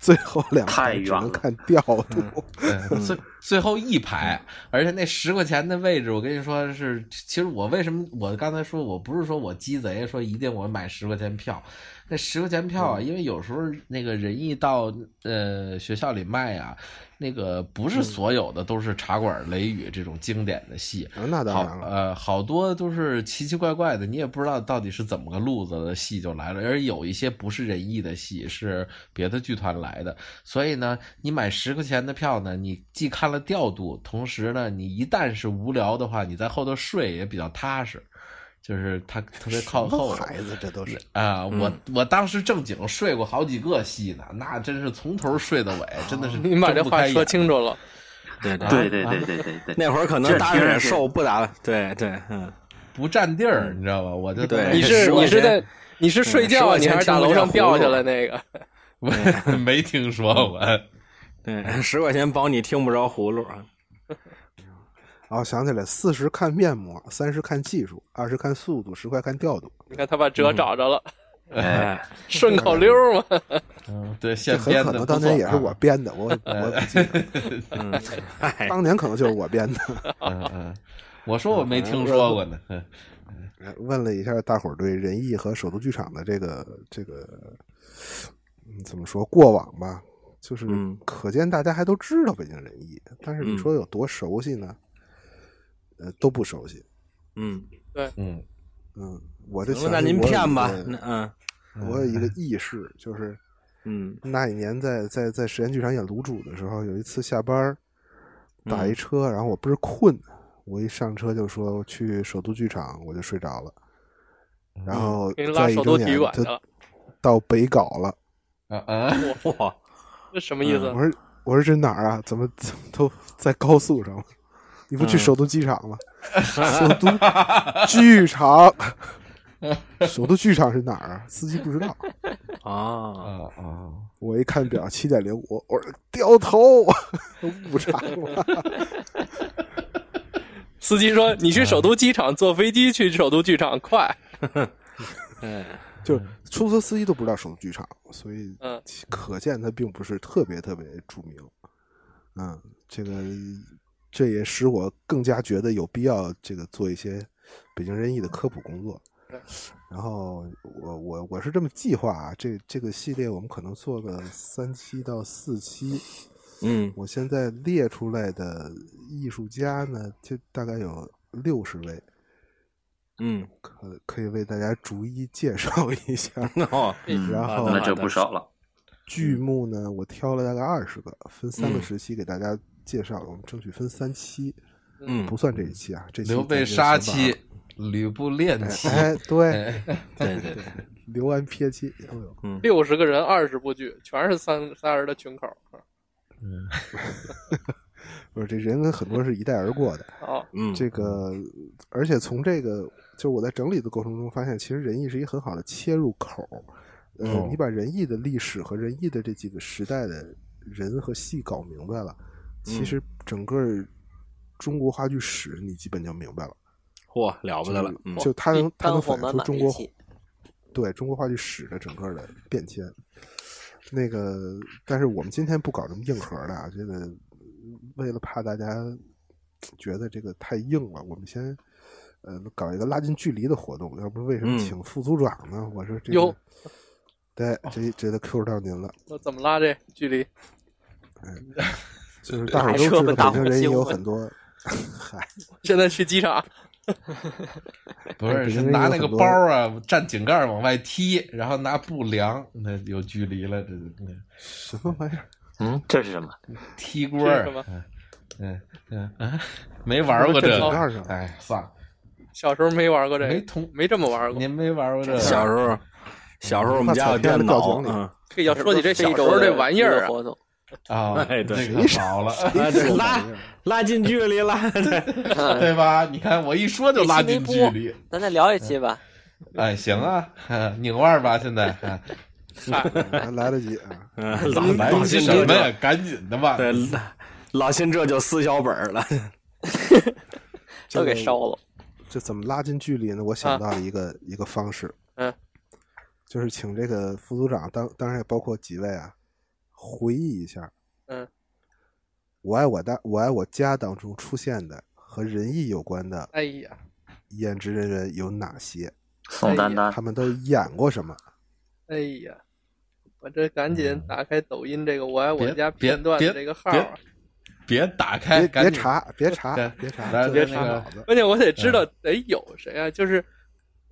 Speaker 4: 最后两
Speaker 7: 嗯
Speaker 4: 排
Speaker 7: 太
Speaker 4: 只
Speaker 7: 远
Speaker 4: 能
Speaker 7: 了嗯
Speaker 4: 看调度。
Speaker 3: 对，嗯
Speaker 4: [LAUGHS]
Speaker 3: 最最后一排，而且那十块钱的位置，我跟你说是，其实我为什么我刚才说我不是说我鸡贼，说一定我买十块钱票，那十块钱票啊，因为有时候那个仁义到呃学校里卖啊，那个不是所有的都是茶馆、雷雨这种经典的戏，
Speaker 4: 啊那当
Speaker 3: 好
Speaker 4: 然，了，
Speaker 3: 呃，好多都是奇奇怪怪的，你也不知道到底是怎么个路子的戏就来了，而有一些不是仁义的戏是别的剧团来的，所以呢，你买十块钱的票呢，你既看了调度，同时呢，你一旦是无聊的话，你在后头睡也比较踏实，就是它特别靠
Speaker 4: 什么
Speaker 3: 后。
Speaker 4: 孩子这都是。
Speaker 3: 啊、我我当时正经睡过好几个戏呢，那真是从头睡到尾，真的是
Speaker 2: 你把这
Speaker 3: 睁不
Speaker 2: 话
Speaker 3: 开
Speaker 2: 说
Speaker 3: 眼啊
Speaker 2: 清楚了，
Speaker 1: 对
Speaker 7: 嗯
Speaker 1: 对
Speaker 7: 对对对对对对，
Speaker 1: 那会儿可能
Speaker 7: 这
Speaker 1: 搭着
Speaker 7: 听
Speaker 1: 也
Speaker 7: 着
Speaker 1: 瘦，不搭对对，嗯，
Speaker 3: 不占地
Speaker 4: 嗯
Speaker 3: 儿，你知道吧？我就
Speaker 1: 对
Speaker 2: 你
Speaker 1: 十
Speaker 2: 是
Speaker 1: 块
Speaker 2: 你
Speaker 3: 哎
Speaker 2: 是
Speaker 1: 钱
Speaker 2: 在你是睡觉
Speaker 1: 嗯
Speaker 2: 啊，
Speaker 1: 十块
Speaker 2: 你
Speaker 1: 钱
Speaker 2: 还是打
Speaker 1: 听
Speaker 2: 楼
Speaker 1: 着
Speaker 2: 上
Speaker 1: 像
Speaker 2: 掉
Speaker 1: 葫芦
Speaker 2: 下来那个？
Speaker 3: 我没听说过。
Speaker 1: 嗯对，十块钱保你听不着葫芦啊。
Speaker 4: 然后想起来，四十看面目，三十看技术，二十看速度，十块看调度。
Speaker 2: 你看他把辙找着了，
Speaker 7: 哎，
Speaker 1: 哎，
Speaker 2: [LAUGHS] 顺口溜嘛。
Speaker 3: [LAUGHS] 嗯，对，
Speaker 4: 这
Speaker 3: 现
Speaker 4: 很
Speaker 3: 编
Speaker 4: 可
Speaker 3: 的
Speaker 4: 能
Speaker 3: 不
Speaker 4: 当年
Speaker 3: 错
Speaker 4: 也是我
Speaker 3: 啊， [LAUGHS]
Speaker 4: 编的，我我不记得，
Speaker 1: 嗯，哎，
Speaker 4: 当年可能就是我编的。
Speaker 3: 嗯
Speaker 2: [LAUGHS]
Speaker 3: 嗯，我说我没听说过呢，嗯
Speaker 4: [LAUGHS] 哎问了一下大伙儿对仁义和首都剧场的这个这个，嗯，怎么说过往吧，就是
Speaker 1: 嗯
Speaker 4: 可见大家还都知道北京仁义，但是你
Speaker 1: 嗯
Speaker 4: 说有多熟悉呢？呃，都不熟悉。
Speaker 1: 嗯，
Speaker 3: 嗯
Speaker 4: 嗯，我这
Speaker 1: 行了那您骗吧，那嗯
Speaker 4: 我有一个意识，就是
Speaker 1: 嗯
Speaker 4: 那一年在在在实验剧场演卤煮的时候，有一次下班儿打一
Speaker 1: 嗯
Speaker 4: 车，然后我倍儿困，我一上车就说去首都剧场，我就睡着了。然后
Speaker 2: 给你拉
Speaker 4: 再一
Speaker 2: 首都
Speaker 4: 睁
Speaker 2: 体育
Speaker 4: 眼
Speaker 2: 馆去
Speaker 4: 就
Speaker 2: 了
Speaker 4: 到北稿了。
Speaker 3: [LAUGHS]
Speaker 4: 嗯
Speaker 3: 啊
Speaker 2: [LAUGHS]
Speaker 3: 啊，嗯
Speaker 1: 哇，
Speaker 2: 这什么意思？
Speaker 4: 我说我说这哪儿啊？怎么怎么都在高速上了？你不去
Speaker 1: 嗯
Speaker 4: 首都机场吗？首都剧场， [LAUGHS] 首都剧场是哪儿啊？司机不知道。
Speaker 3: 啊
Speaker 1: 啊，
Speaker 3: 啊，
Speaker 4: 我一看表，七点零五，我说掉头，误差了。
Speaker 2: 司机说：“你去首都机场坐飞机去首都剧场，快
Speaker 4: 就是出租车司机都不知道首都剧场，所以
Speaker 2: 嗯
Speaker 4: 可见它并不是特别特别著名。嗯，这个这也使我更加觉得有必要这个做一些北京人艺的科普工作。然后我我我是这么计划啊，这这个系列我们可能做个三期到四期。
Speaker 1: 嗯
Speaker 4: 我现在列出来的艺术家呢，就大概有六十位，
Speaker 1: 嗯，
Speaker 4: 可可以为大家逐一介绍一下。
Speaker 1: 哦，
Speaker 7: 嗯
Speaker 4: 然后
Speaker 7: 那这不少了，
Speaker 4: 剧目呢，我挑了大概二十个，分三个时期给大家介绍。我们争取分三期，
Speaker 1: 嗯
Speaker 4: 不，算这一期啊，这期
Speaker 3: 刘备
Speaker 4: 咱就
Speaker 3: 杀
Speaker 4: 先
Speaker 3: 妻，吕布恋妻，
Speaker 4: 完了。哎，对， [LAUGHS]
Speaker 3: 哎
Speaker 1: 对对对，
Speaker 4: 刘安撇妻，哎呦，
Speaker 3: 嗯
Speaker 2: 六十个人，二十部剧，全是三仨人的群口。嗯
Speaker 3: [LAUGHS]
Speaker 4: 不是这人跟很多是一带而过的。
Speaker 2: 哦，
Speaker 1: 嗯，
Speaker 4: 这个，而且从这个，就是我在整理的过程中发现，其实仁义是一个很好的切入口。呃，
Speaker 3: 哦
Speaker 4: 你把仁义的历史和仁义的这几个时代的人和戏搞明白了，其
Speaker 1: 嗯
Speaker 4: 实整个中国话剧史你基本就明白了。
Speaker 1: 嚯，了不得了，嗯
Speaker 4: 就他能他
Speaker 6: 干
Speaker 4: 能反
Speaker 6: 货
Speaker 4: 映
Speaker 6: 满
Speaker 4: 出
Speaker 6: 满
Speaker 4: 中
Speaker 6: 一
Speaker 4: 国
Speaker 6: 期，
Speaker 4: 对中国话剧史的整个的变迁。那个，但是我们今天不搞这么硬核的啊，这个为了怕大家觉得这个太硬了，我们先呃搞一个拉近距离的活动，要不为什么
Speaker 1: 嗯
Speaker 4: 请副组长呢？我说这
Speaker 2: 哟
Speaker 4: 个，对，这这得 Q 到您了，
Speaker 2: 我怎么拉这距离？
Speaker 4: 就是大伙儿
Speaker 6: 还
Speaker 4: 都知
Speaker 6: 说
Speaker 4: 道
Speaker 6: 不打
Speaker 4: 北京
Speaker 6: 火
Speaker 4: 人也
Speaker 6: 星
Speaker 4: 有
Speaker 6: 吗
Speaker 4: 很多，嗨，
Speaker 2: 现在去机场，
Speaker 3: 不
Speaker 4: 哎北
Speaker 3: 是
Speaker 4: 京
Speaker 3: 是
Speaker 4: 人
Speaker 3: 拿
Speaker 4: 有
Speaker 3: 那
Speaker 4: 很
Speaker 3: 个
Speaker 4: 多
Speaker 3: 包啊，站井盖儿往外踢，然后拿布量，那有距离了，这那
Speaker 4: 什么玩意儿？
Speaker 5: 嗯，这是什么？
Speaker 3: 踢
Speaker 2: 这
Speaker 3: 锅
Speaker 2: 是
Speaker 3: 儿
Speaker 2: 什么，
Speaker 3: 嗯嗯嗯，没玩过
Speaker 4: 这
Speaker 3: 这
Speaker 4: 井盖
Speaker 3: 个
Speaker 4: 上，
Speaker 3: 哎，算了，
Speaker 2: 小时候没玩过这
Speaker 3: 没
Speaker 2: 个，
Speaker 3: 同
Speaker 2: 没这么玩过。
Speaker 3: 您没玩过这个，
Speaker 1: 小时候，小时候我们家有电
Speaker 4: 嗯那草
Speaker 1: 脑
Speaker 4: 原，的啊
Speaker 1: 嗯，
Speaker 2: 这要说起这小时候这玩意儿啊，
Speaker 6: 活动，
Speaker 3: 啊，
Speaker 1: [LAUGHS] 哎对
Speaker 3: 那个少了， [LAUGHS]
Speaker 1: 啊
Speaker 4: 这
Speaker 1: 这
Speaker 4: 种
Speaker 1: 拉
Speaker 4: 玩意儿
Speaker 1: 拉近距离拉，
Speaker 3: [LAUGHS]
Speaker 6: 嗯
Speaker 3: 对吧？你看我一说就拉近距离，
Speaker 6: 咱再聊一期吧。
Speaker 3: 哎，行啊， [LAUGHS] 拧腕儿吧，现
Speaker 2: [LAUGHS]
Speaker 3: 在，
Speaker 2: 啊
Speaker 3: 哎
Speaker 4: 还来得及啊！
Speaker 1: 嗯，老
Speaker 3: 老来
Speaker 1: 老
Speaker 3: 一些
Speaker 1: 信
Speaker 3: 什
Speaker 1: 这
Speaker 3: 么
Speaker 1: 就
Speaker 3: 呀？赶紧的吧，
Speaker 1: 对，老信这就撕小本儿了，
Speaker 6: 都给烧了。
Speaker 4: 这怎么拉近距离呢？我想到了一个、一个方式，
Speaker 2: 啊嗯，
Speaker 4: 就是请这个副组长，当当然也包括几位啊，回忆一下，
Speaker 2: 嗯，
Speaker 4: 我爱我的我爱我家当中出现的和仁义有关的
Speaker 2: 哎呀，
Speaker 4: 演职人员有哪些？
Speaker 5: 宋丹丹
Speaker 4: 他们都演过什么？
Speaker 2: 哎呀，我这赶紧打开抖音这个“我爱我
Speaker 3: 嗯别
Speaker 2: 家”
Speaker 3: 别
Speaker 2: 片段
Speaker 3: 别
Speaker 2: 的这个号啊，
Speaker 3: 别打开，
Speaker 4: 别
Speaker 3: 赶
Speaker 4: 别
Speaker 3: 紧，
Speaker 4: 查，别查
Speaker 3: 赶，
Speaker 4: 别查，
Speaker 3: 来
Speaker 4: 这
Speaker 3: 别
Speaker 4: 个
Speaker 3: 查
Speaker 4: 脑子。
Speaker 2: 关键我得知道
Speaker 3: 嗯
Speaker 2: 得有谁啊，就是。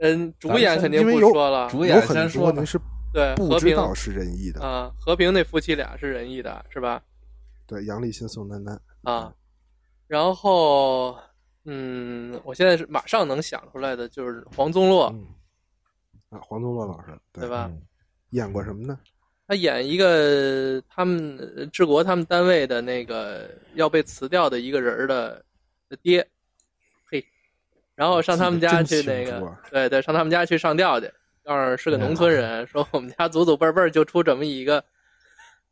Speaker 2: 嗯，主演肯定
Speaker 4: 因为
Speaker 2: 不
Speaker 4: 有
Speaker 2: 说了，
Speaker 3: 主
Speaker 4: 有
Speaker 3: 演
Speaker 4: 很
Speaker 3: 先
Speaker 4: 多
Speaker 3: 说吧
Speaker 4: 您，是
Speaker 2: 对，
Speaker 4: 不
Speaker 2: 和
Speaker 4: 知
Speaker 2: 平
Speaker 4: 道是仁义的，
Speaker 2: 啊，和平那夫妻俩是仁义的，是吧？
Speaker 4: 对，杨立新、宋丹丹，
Speaker 3: 嗯
Speaker 2: 啊，然后嗯，我现在是马上能想出来的就是黄宗洛，
Speaker 4: 嗯，啊，黄宗洛老师，对
Speaker 2: 对吧？
Speaker 3: 嗯
Speaker 4: 演过什
Speaker 5: [LAUGHS]
Speaker 4: 么呢？
Speaker 2: 他演一个他们呃治国他们单位的那个要被辞掉的一个人儿的的爹，嘿，然后上他们家去那
Speaker 4: 记得真清
Speaker 2: 个，
Speaker 4: 楚啊
Speaker 2: 对对，上他们家去上吊去，告诉是个农村人，说我们家祖祖辈辈儿就出这么一个，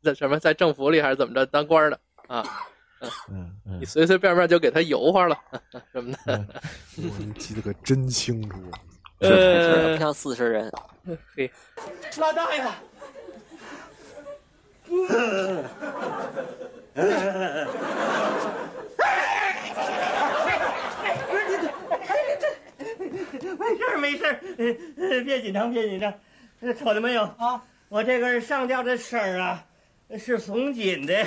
Speaker 2: 在什么在政府里还是怎么着当官儿的啊，
Speaker 3: 嗯
Speaker 2: 你
Speaker 3: 嗯，
Speaker 2: 随随便便就给他油花了 [LAUGHS] 什么的，
Speaker 4: 我你记得可真清楚啊！
Speaker 2: 呃
Speaker 3: 嗯
Speaker 6: 不，像四十人，
Speaker 2: 嘿，
Speaker 8: 老大爷，哎没事儿没事儿，呃别紧张别紧张，呃瞅见没有啊？我这个上吊这绳儿啊，是耸紧的，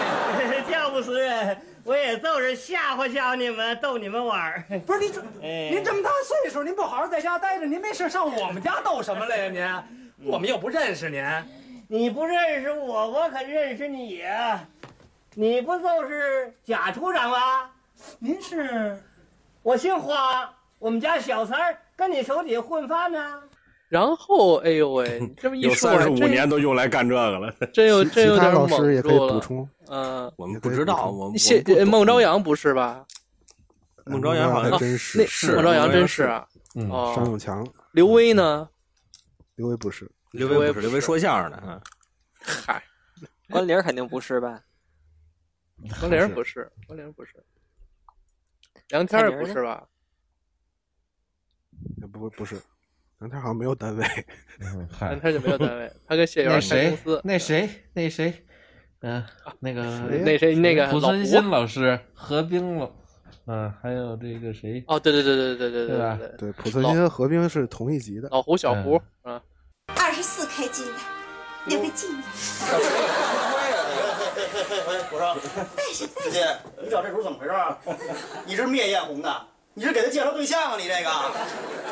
Speaker 8: [LAUGHS] 吊不死人。我也就是吓唬吓唬你们，逗你们玩儿。
Speaker 9: 不是您这
Speaker 8: 哎
Speaker 9: 您这么大岁数，您不好好在家待着，您没事上我们家逗什么来呀？您，我们又不认识您。
Speaker 8: 嗯你不认识我，我可认识你呀！你不就是贾处长吗？
Speaker 9: 您是
Speaker 8: 我姓花，我们家小三儿跟你手底下混饭呢。
Speaker 2: 然后哎呦喂，你这么一
Speaker 1: 有
Speaker 2: 说，
Speaker 1: 三十五
Speaker 2: 真
Speaker 1: 年都用来干这个了，
Speaker 2: 真有
Speaker 4: 其
Speaker 2: 真有
Speaker 4: 其他
Speaker 2: 点
Speaker 4: 老
Speaker 2: 蒙
Speaker 4: 师也可以
Speaker 2: 住
Speaker 4: 补
Speaker 2: 了，
Speaker 4: 充，
Speaker 2: 嗯。
Speaker 1: 我们不知道，我们
Speaker 2: 谢
Speaker 1: 我
Speaker 2: 呃
Speaker 1: 们不懂
Speaker 2: 孟朝阳不是吧？
Speaker 1: 孟朝阳好
Speaker 4: 还
Speaker 1: 像
Speaker 4: 真
Speaker 2: 那
Speaker 4: 是
Speaker 1: 是
Speaker 2: 孟朝阳真是啊。
Speaker 3: 嗯
Speaker 4: 张
Speaker 2: 哦，
Speaker 4: 永强、
Speaker 2: 刘威呢？
Speaker 4: 刘维不是，
Speaker 1: 刘维不是刘维说相声的，嗯
Speaker 2: 嗨，
Speaker 6: 关玲儿肯定不是吧？
Speaker 2: 何玲不是，何玲不是，梁天儿不是吧？
Speaker 4: 呃不不是，梁天好像没有单位， [LAUGHS]
Speaker 3: 嗯嗨
Speaker 2: 梁天儿就没有单位，他跟谢元
Speaker 3: 那
Speaker 2: 儿开
Speaker 3: 谁
Speaker 2: 公司，。啊
Speaker 3: 那谁，那谁，嗯、那
Speaker 4: 谁呀
Speaker 3: 个
Speaker 2: 那谁那个
Speaker 3: 濮
Speaker 2: 老
Speaker 3: 存昕
Speaker 2: 胡。
Speaker 3: 老师、何冰老，嗯、还有这个谁，
Speaker 2: 哦，对对对对对对
Speaker 3: 对吧
Speaker 2: 对，
Speaker 4: 对，濮存昕和何冰是同一级的，
Speaker 2: 老胡小胡啊，
Speaker 10: 二十四开机的，留个纪念。
Speaker 9: 我说，姐姐，你找这主怎么回事啊？你是灭艳红的，你是给他介绍对象啊？你这个，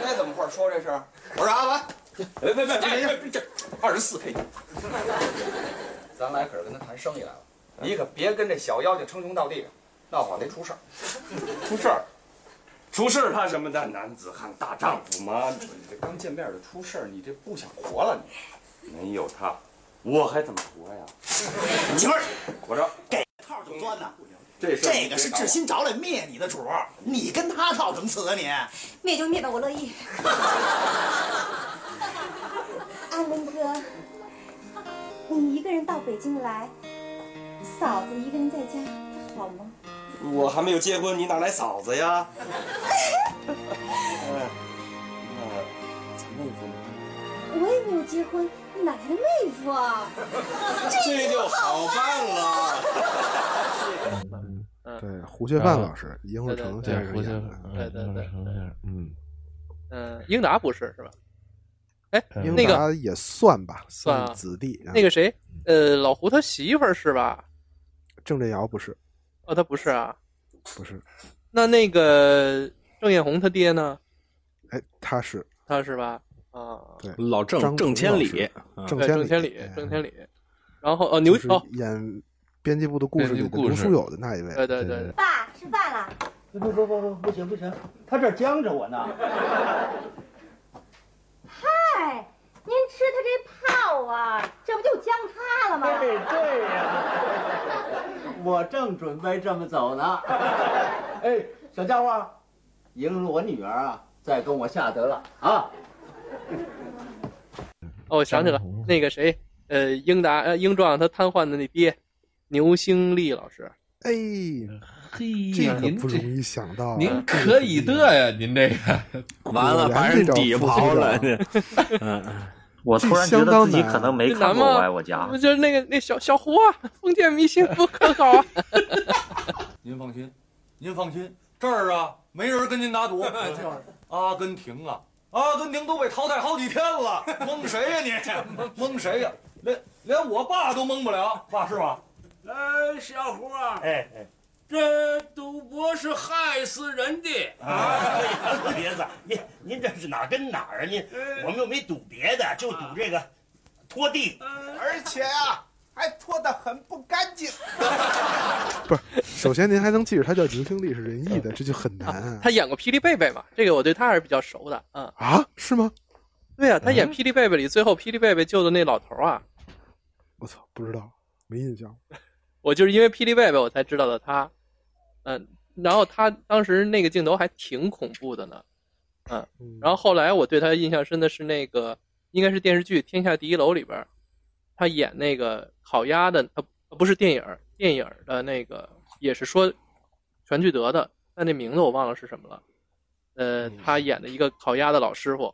Speaker 9: 这怎么话说这是？我说阿文，别别别别别，这二十四 K，咱来可是跟他谈生意来了，你可别跟这小妖精称兄道弟，闹好得出事儿，出事儿。出事儿怕什么的？男子汉大丈夫嘛！你这刚见面就出事儿，你这不想活了你？没有他，我还怎么
Speaker 11: [LAUGHS]
Speaker 9: 活呀？媳妇儿，我说
Speaker 11: 套就钻呐，
Speaker 9: 这事儿
Speaker 11: 这个是至心找来灭你的主儿，你跟他套什么词啊你？
Speaker 10: 灭就灭吧，我乐意。阿伦哥，你一个人到北京来，嫂子一个人在家，她好吗？
Speaker 9: 我还没有结婚，你哪来嫂
Speaker 11: [LAUGHS]
Speaker 9: 子呀？嗯那妹夫呢
Speaker 10: 我也没有结婚，你哪来的妹夫 [LAUGHS] 啊？
Speaker 9: 这就好办了。
Speaker 4: 对，胡学范老师、尹虎城
Speaker 3: 嗯对
Speaker 4: 先，生
Speaker 3: 胡
Speaker 4: 演
Speaker 3: 秀，
Speaker 4: 的，
Speaker 3: 嗯
Speaker 2: 嗯对对对
Speaker 3: 胡秀成嗯，
Speaker 2: 嗯，英达不是是吧？哎，
Speaker 3: 嗯
Speaker 4: 英
Speaker 2: 那个
Speaker 4: 达也算吧，
Speaker 2: 算啊
Speaker 4: 子弟。
Speaker 2: 那个谁，呃，老胡他媳妇儿是吧？
Speaker 4: 郑振尧不是，
Speaker 2: 哦，他不是啊。
Speaker 4: 不是，
Speaker 2: 那那个郑艳红他爹呢？
Speaker 4: 哎，他是
Speaker 2: 他是吧？啊，
Speaker 4: 对
Speaker 1: 老郑
Speaker 4: 张
Speaker 1: 郑千里啊
Speaker 4: 老师嗯
Speaker 2: 对
Speaker 4: 郑
Speaker 2: 郑
Speaker 4: 千
Speaker 2: 千里，郑千里。然后哦，牛
Speaker 4: 就是
Speaker 2: 哦，呃
Speaker 4: 演编辑部的故事里的
Speaker 2: 编辑部
Speaker 4: 读
Speaker 2: 故事
Speaker 4: 书友的那一位，
Speaker 2: 对对对，
Speaker 12: 爸，吃饭了。
Speaker 8: 不不不不不行不行，他这僵着我呢。
Speaker 12: 嗨，您吃他这泡啊，这不就姜他了吗？
Speaker 8: 对对 [LAUGHS] 呀、我正准备这么走呢。 [LAUGHS] 哎，小家伙，迎我女儿啊，再跟我下得了啊。
Speaker 2: 哦，我想起了
Speaker 4: 嗯
Speaker 2: 那个谁，呃，英达呃英壮他瘫痪的那爹，牛兴利老师。
Speaker 4: 哎，
Speaker 3: 嘿，
Speaker 4: 这个
Speaker 3: 您
Speaker 4: 不容易想到啊，
Speaker 3: 您可以的呀，您这个
Speaker 1: [LAUGHS] 完了，
Speaker 4: 果然
Speaker 1: 把人
Speaker 4: 这
Speaker 1: 底
Speaker 4: 找副
Speaker 1: 刨
Speaker 4: 队
Speaker 1: 了。
Speaker 4: 长
Speaker 1: [LAUGHS] 嗯，
Speaker 13: 我
Speaker 4: 这
Speaker 13: 突然觉
Speaker 4: 相
Speaker 13: 得
Speaker 4: 当
Speaker 13: 自己
Speaker 4: 难
Speaker 13: 可能没
Speaker 2: 这
Speaker 13: 看
Speaker 2: 难
Speaker 13: 过《我
Speaker 2: 吗
Speaker 13: 爱我家
Speaker 2: 不》，就是那个那小小胡啊，封建迷信不可好
Speaker 4: [LAUGHS]
Speaker 2: 啊。
Speaker 14: 您放心，您放心，这儿啊没人跟您打赌。就是阿根廷啊，阿根廷都被淘汰好几天了，蒙谁呀、你？蒙谁呀、连连我爸都蒙不了，爸是吧？
Speaker 15: 呃，小胡啊，
Speaker 14: 哎哎，
Speaker 15: 这赌博是害死人的
Speaker 14: 啊
Speaker 15: 别子，您您这是哪跟哪儿啊？您
Speaker 16: 我们又没赌别的，就赌这个拖地。
Speaker 15: 哎
Speaker 8: 而且啊，还拖得很不干
Speaker 15: [LAUGHS]
Speaker 8: 净。
Speaker 4: 不是，首先您还能记住他叫牛兴利
Speaker 3: [LAUGHS]
Speaker 4: 是仁义的，这就很难
Speaker 2: 啊他演过《霹雳贝贝》嘛，这个我对他还是比较熟的。嗯，
Speaker 4: 啊？是吗？
Speaker 2: 对啊，他演《霹雳贝贝》里最后霹雳贝贝救的那老头啊，
Speaker 4: 我操，不知道，没印象。
Speaker 2: 我就是因为《霹雳贝贝》我才知道的他。嗯，然后他当时那个镜头还挺恐怖的呢。嗯，然后后来我对他印象深的是那个应该是电视剧《天下第一楼》里边儿，他演那个烤鸭的，呃，不是电影儿，电影儿的那个也是说全聚德的，但那名字我忘了是什么了。呃，他演的一个烤鸭的老师傅，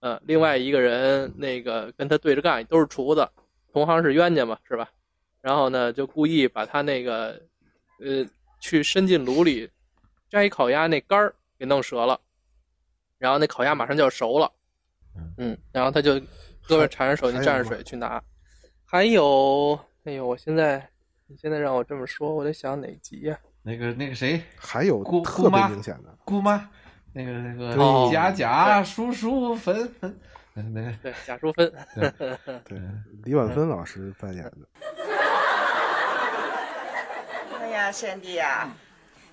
Speaker 2: 呃，另外一个人那个跟他对着干，都是厨子，同行是冤家嘛，是吧？然后呢，就故意把他那个呃去伸进炉里摘烤鸭那杆儿给弄折了，然后那烤鸭马上就要熟了，嗯，然后他就胳膊缠着手，
Speaker 4: 还
Speaker 2: 你蘸
Speaker 4: 有吗
Speaker 2: 着水去拿。还有，哎呦，我现在你现在让我这么说，我得想哪集呀、
Speaker 3: 那个那个谁，
Speaker 4: 还有
Speaker 3: 姑
Speaker 4: 特
Speaker 3: 姑
Speaker 4: 别
Speaker 3: 妈
Speaker 4: 明显的，
Speaker 3: 姑妈，那个那个
Speaker 2: 哦
Speaker 4: 对
Speaker 3: 贾贾叔叔坟坟，
Speaker 4: [LAUGHS]
Speaker 3: 那个
Speaker 2: 对贾淑芬，
Speaker 4: 对，李婉芬老师扮演的，
Speaker 17: 哎呀，贤弟呀、
Speaker 8: 嗯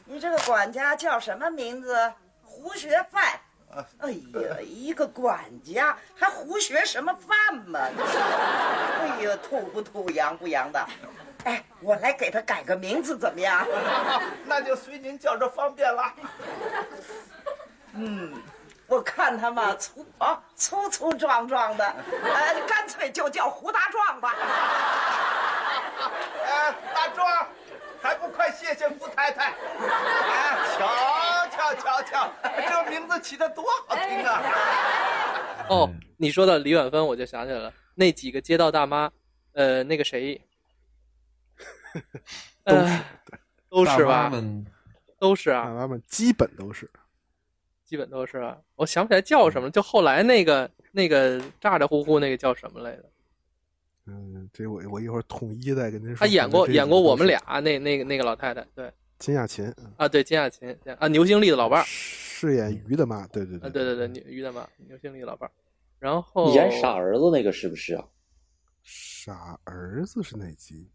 Speaker 17: 你这个管家叫什么名字？胡学范。
Speaker 8: 啊
Speaker 17: 哎呀，一个管家还胡学什么范嘛？哎呀，吐不吐，洋不洋的？哎，我来给他改个名字怎么样？
Speaker 8: [LAUGHS] 那就随您叫着方便了。
Speaker 17: 嗯，我看他嘛粗啊粗粗壮壮
Speaker 8: [LAUGHS]
Speaker 17: 的，呃，干脆就叫胡大
Speaker 11: [LAUGHS]
Speaker 17: 壮吧。
Speaker 8: 哎，大壮，还不快谢谢姑太太！哎，瞧瞧瞧瞧，这名字起的多好听啊！
Speaker 2: 哦，
Speaker 4: 嗯
Speaker 2: 你说到李远芬，我就想起来了，那几个街道大妈，呃，那个谁，呃，都是
Speaker 3: 大妈
Speaker 2: 吧，
Speaker 3: 们
Speaker 2: 都是啊，
Speaker 4: 大妈们基本都是。
Speaker 2: 基本都是啊。我想不起来叫什么，就后来那个那个咋咋呼呼那个叫什么来着？
Speaker 4: 嗯，这我我一会儿统一再跟您说。
Speaker 2: 她演过
Speaker 4: 这几个
Speaker 2: 演过我们
Speaker 4: 都是嗯
Speaker 2: 俩，那那个那个老太太，对
Speaker 4: 金雅琴
Speaker 2: 啊，对金雅琴啊，牛经丽的老伴儿
Speaker 4: 饰演鱼的妈，对对
Speaker 2: 啊，
Speaker 4: 对，
Speaker 2: 对对对，牛于大妈，牛经丽的老伴儿。然后
Speaker 5: 演傻儿子那个是不是啊？
Speaker 4: 傻儿子是哪集？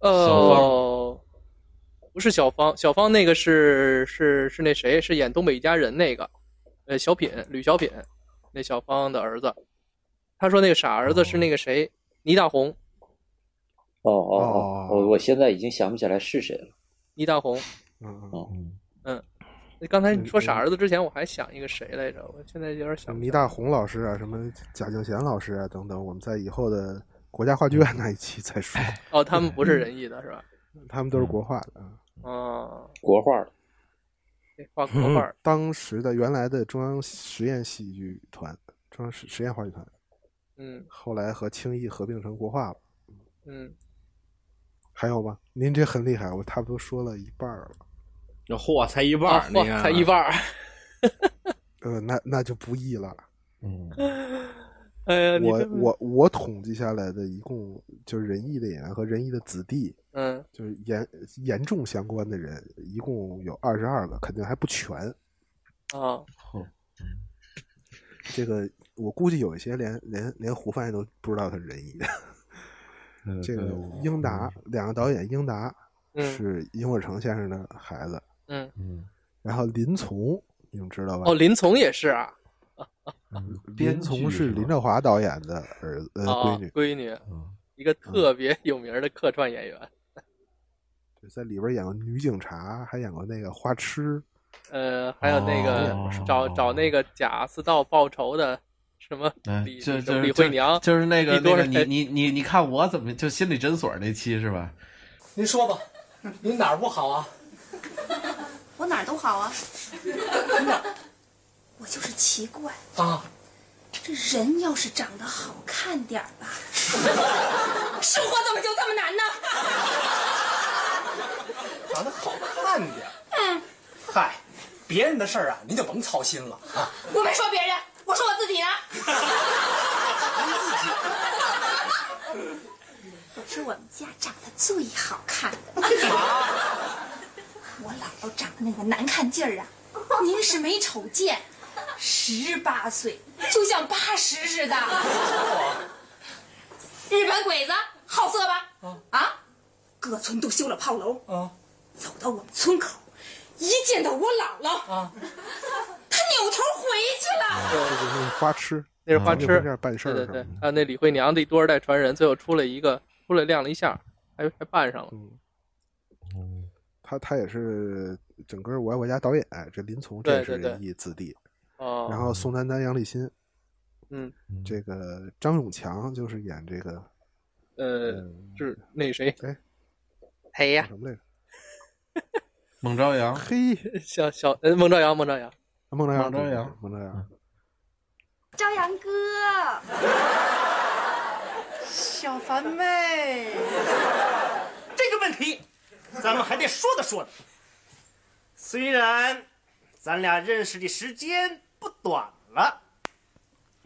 Speaker 2: 哦，不是小芳，小芳那个是是是那谁，是演《东北一家人》那个，呃，小品吕小品，那小芳的儿子。他说那个傻儿子是那个谁，倪大红，
Speaker 5: 哦哦哦，我我现在已经想不起来是谁了。
Speaker 2: 倪大红。
Speaker 5: 哦，
Speaker 2: 嗯，那刚才你说傻儿子之前，我还想一个谁来着？我现在有点想不起
Speaker 4: 倪大红老师啊，什么贾敬贤老师啊等等，我们在以后的国家话剧院
Speaker 5: 嗯
Speaker 4: 那一期再说。嗯
Speaker 2: 来。哦，他们不是仁义的是吧？
Speaker 4: 他们都是国画的，啊
Speaker 2: 哦，
Speaker 5: 国画的。
Speaker 2: 那画国画儿。
Speaker 4: 嗯当时的原来的中央实验戏剧团，中央实实验话剧团，
Speaker 2: 嗯
Speaker 4: 后来和青艺合并成国画了。
Speaker 2: 嗯，
Speaker 4: 还有吗？您这很厉害，我差不多说了一半儿了。
Speaker 1: 嚯，才一半儿，你看啊
Speaker 2: 才一半儿。
Speaker 4: 呃，那那就不易了。
Speaker 2: 哎呀，你
Speaker 4: 我
Speaker 2: 这
Speaker 4: 我我统计下来的，一共就是仁义的演员和仁义的子弟，
Speaker 2: 嗯
Speaker 4: 就是严严重相关的人，一共有二十二个，肯定还不全。
Speaker 2: 啊，
Speaker 4: 这个我估计有一些连连连胡范都不知道他是仁义的。
Speaker 2: 呃
Speaker 4: 嗯这个英达两个导演，英达
Speaker 2: 嗯
Speaker 4: 是英伟成先生的孩子，
Speaker 2: 嗯
Speaker 3: 嗯，
Speaker 4: 然后林从你们知道吧？
Speaker 2: 哦，林从也是啊，
Speaker 4: 林从是林兆华导演的儿子呃
Speaker 2: 啊
Speaker 4: 闺女，，
Speaker 2: 闺女，
Speaker 3: 嗯
Speaker 2: 一个特别有名的客串演员，
Speaker 4: 在里边演过女警察，还演过那个花痴，哦
Speaker 2: 呃，还有那个
Speaker 3: 哦
Speaker 2: 找找那个贾似道报仇的什么
Speaker 3: 哎
Speaker 2: 李
Speaker 3: 就就
Speaker 2: 李
Speaker 3: 是
Speaker 2: 慧娘，
Speaker 3: 就是就是那个
Speaker 2: 李
Speaker 3: 那
Speaker 2: 多
Speaker 3: 个
Speaker 2: 人
Speaker 3: 你你你你看我怎么就心理诊所那期是吧？
Speaker 11: 您说吧，您哪儿不好
Speaker 10: [LAUGHS]
Speaker 11: 啊？
Speaker 10: 我哪儿都好啊，真的，我就是奇怪，
Speaker 11: 啊，
Speaker 10: 这人要是长得好看点儿吧，生活怎么就这么难呢？
Speaker 11: 长得好看点。嗯，嗨，别人的事儿啊，您就甭操心了啊。
Speaker 10: 我没说别人，我说我自己呢。我 [LAUGHS] 是我们家长得最好看的。我姥姥长得那个难看劲儿啊，您是没瞅见，十八岁就像八十似的。日本鬼子好色吧？啊，各村都修了炮楼。走到我们村口，一见到我姥姥，他扭头回去了。
Speaker 4: 就是那个花痴，啊
Speaker 2: 那是
Speaker 3: 嗯
Speaker 2: 花痴
Speaker 4: 那边办事儿
Speaker 2: 对
Speaker 4: 什么
Speaker 2: 对对
Speaker 4: 的，
Speaker 2: 还有那李慧娘这多少代传人，最后出了一个出来亮了一下，还还办上了，
Speaker 3: 嗯
Speaker 4: 他他也是整个《我爱我家》导演，哎这林从这
Speaker 2: 对
Speaker 4: 也是
Speaker 2: 对对
Speaker 4: 仁义子弟，
Speaker 2: 哦，
Speaker 4: 然后宋丹丹、杨立新，
Speaker 2: 嗯，
Speaker 4: 这个张永强就是演这个
Speaker 2: 呃，
Speaker 3: 嗯
Speaker 2: 就是那谁，哎呀，
Speaker 4: 什么
Speaker 2: [LAUGHS]
Speaker 4: 来着？
Speaker 3: 孟朝阳，
Speaker 4: 嘿，
Speaker 2: 小小呃，孟朝阳，孟朝阳，
Speaker 4: 孟朝阳，
Speaker 2: 孟朝阳
Speaker 4: 对，
Speaker 2: 嗯
Speaker 4: 孟朝阳，
Speaker 10: 朝阳哥，
Speaker 18: 小凡妹，
Speaker 8: 这个问题，咱们还得说道说道。虽然咱俩认识的时间不短了，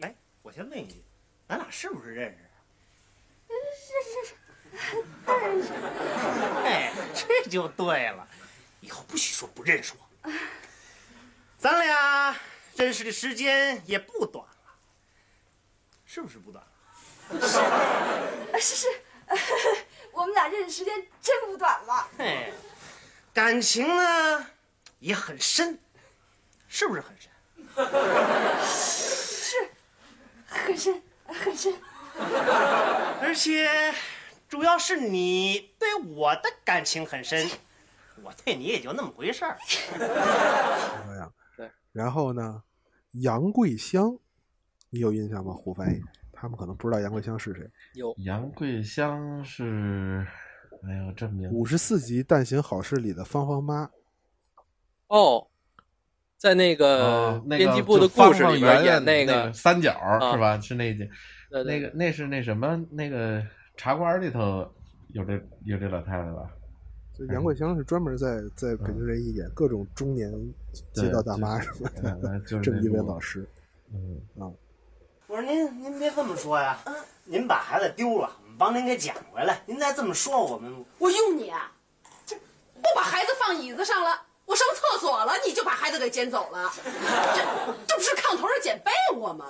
Speaker 8: 哎，我先问一句，咱俩是不是认识？
Speaker 10: 是是是，当然是。 [LAUGHS]
Speaker 8: 哎，这就对了，以后不许说不认识我。咱俩认识的时间也不短了，是不是不短？
Speaker 10: 是是 [LAUGHS] 是，我们俩认识时间真不短了。
Speaker 8: 哎，感情呢也很深，是不是很深？
Speaker 10: 是，很深很深。
Speaker 8: [LAUGHS] 而且主要是你对我的感情很深，我对你也就那么回
Speaker 19: [LAUGHS]
Speaker 8: 事儿。
Speaker 4: 然后呢，杨桂香，你有印象吗？胡翻译，他们可能不知道杨桂香是谁。
Speaker 2: 有
Speaker 3: 杨桂香是，哎呦这名
Speaker 4: 五十四集《但行好事》里的芳芳妈，
Speaker 2: 哦，在那个
Speaker 3: 哦那个
Speaker 2: 编辑部的
Speaker 3: 就方
Speaker 2: 故事
Speaker 3: 方
Speaker 2: 里
Speaker 3: 圆
Speaker 2: 边演
Speaker 3: 圆那
Speaker 2: [LAUGHS] 个
Speaker 3: 三角
Speaker 2: 啊
Speaker 3: 是吧？是那集，
Speaker 2: 对对
Speaker 3: 那个那是那什么那个茶馆里头有这有这老太太吧？
Speaker 4: 就
Speaker 3: 哎
Speaker 4: 杨桂香是专门在在北京人艺演各种中年街道大妈
Speaker 3: 嗯
Speaker 4: 什
Speaker 3: 对就是
Speaker 4: 么的
Speaker 3: 嗯，就是
Speaker 4: 这么一
Speaker 3: 那
Speaker 4: 位
Speaker 3: 种
Speaker 4: 老师。嗯啊，
Speaker 8: 我说您您别这么说呀，
Speaker 18: 嗯
Speaker 8: 您把孩子丢了，我们帮您给捡回来。您再这么说我们，
Speaker 18: 我用你啊！这我把孩子放椅子上了，我上厕所了，你就把孩子给捡走了，这这不是炕头上捡被窝吗？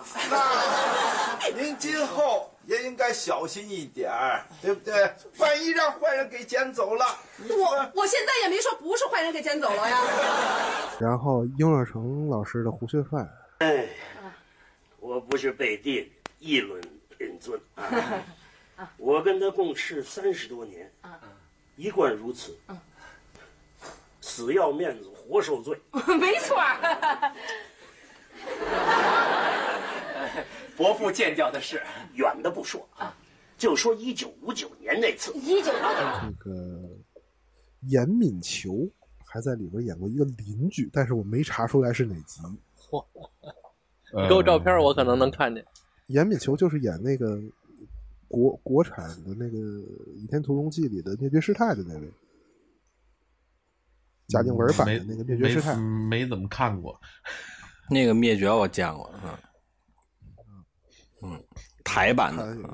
Speaker 19: 您今后也应该小心一点儿，对不对？万一让坏人给捡走了，
Speaker 18: 我我现在也没说不是坏人给捡走了呀。
Speaker 4: 然后英若成老师的胡学范，
Speaker 20: 哎，我不是背地里议论本尊啊，我跟他共事三十多年，一贯如此。死要面子，活受罪。
Speaker 18: 没错儿，
Speaker 8: 哎
Speaker 20: 伯父见教的事，远的不说啊，就说一九五九年那次。
Speaker 18: 一九
Speaker 4: 这个严敏球还在里边演过一个邻居，但是我没查出来是哪集。
Speaker 3: 呃
Speaker 2: 你给我照片儿，我可能能看见。
Speaker 4: 严敏球就是演那个国国产的那个《倚天屠龙记》里的灭绝师太的那位，贾静雯版的那个灭绝师太。
Speaker 3: 嗯没嗯没怎么看过。
Speaker 1: [LAUGHS] 那个灭绝我见过，嗯，嗯，台版的，嗯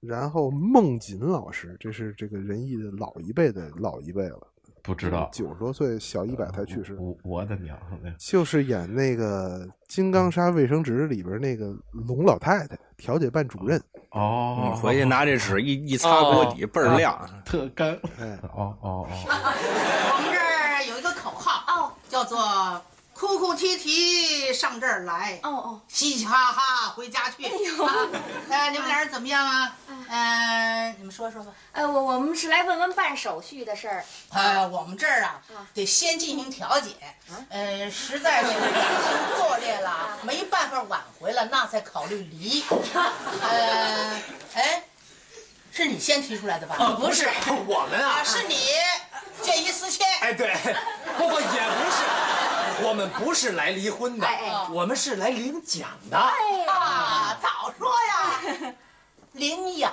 Speaker 4: 然后孟瑾老师，这是这个仁义的老一辈的老一辈了，
Speaker 3: 不知道呃
Speaker 4: 九十多岁，小一百才去世。
Speaker 3: 我我的嗯娘！
Speaker 4: 就是演那个《金刚砂卫生纸》里边那个龙老太太，调解办主任。
Speaker 3: 哦
Speaker 1: 你回去拿这纸一一
Speaker 2: 哦
Speaker 1: 擦锅底，倍
Speaker 2: 啊
Speaker 1: 儿亮。啊
Speaker 3: 特干。
Speaker 4: 哎，
Speaker 3: 哦哦哦，
Speaker 17: 我们这儿有一个口号，哦，叫做“哭哭啼啼上这儿来”，哦哦，嘻嘻哈哈回家
Speaker 10: 哎
Speaker 17: 去。啊呃，你们俩人怎么样啊？呃，你们说说吧。
Speaker 21: 呃，我我们是来问问办手续的事儿。
Speaker 17: 呃，我们这儿啊，得先进行调解，呃，实在是感情 [LAUGHS] 破裂了，没办法挽回了，那才考虑离。 [LAUGHS] 呃，哎，是你先提出来的吧？
Speaker 8: 哦不是我们啊
Speaker 17: 啊是你见异思迁。
Speaker 8: 哎，对，不过也不是，我们不是来离婚的，我们是来领奖的。
Speaker 17: 啊，早说呀， [LAUGHS] 领养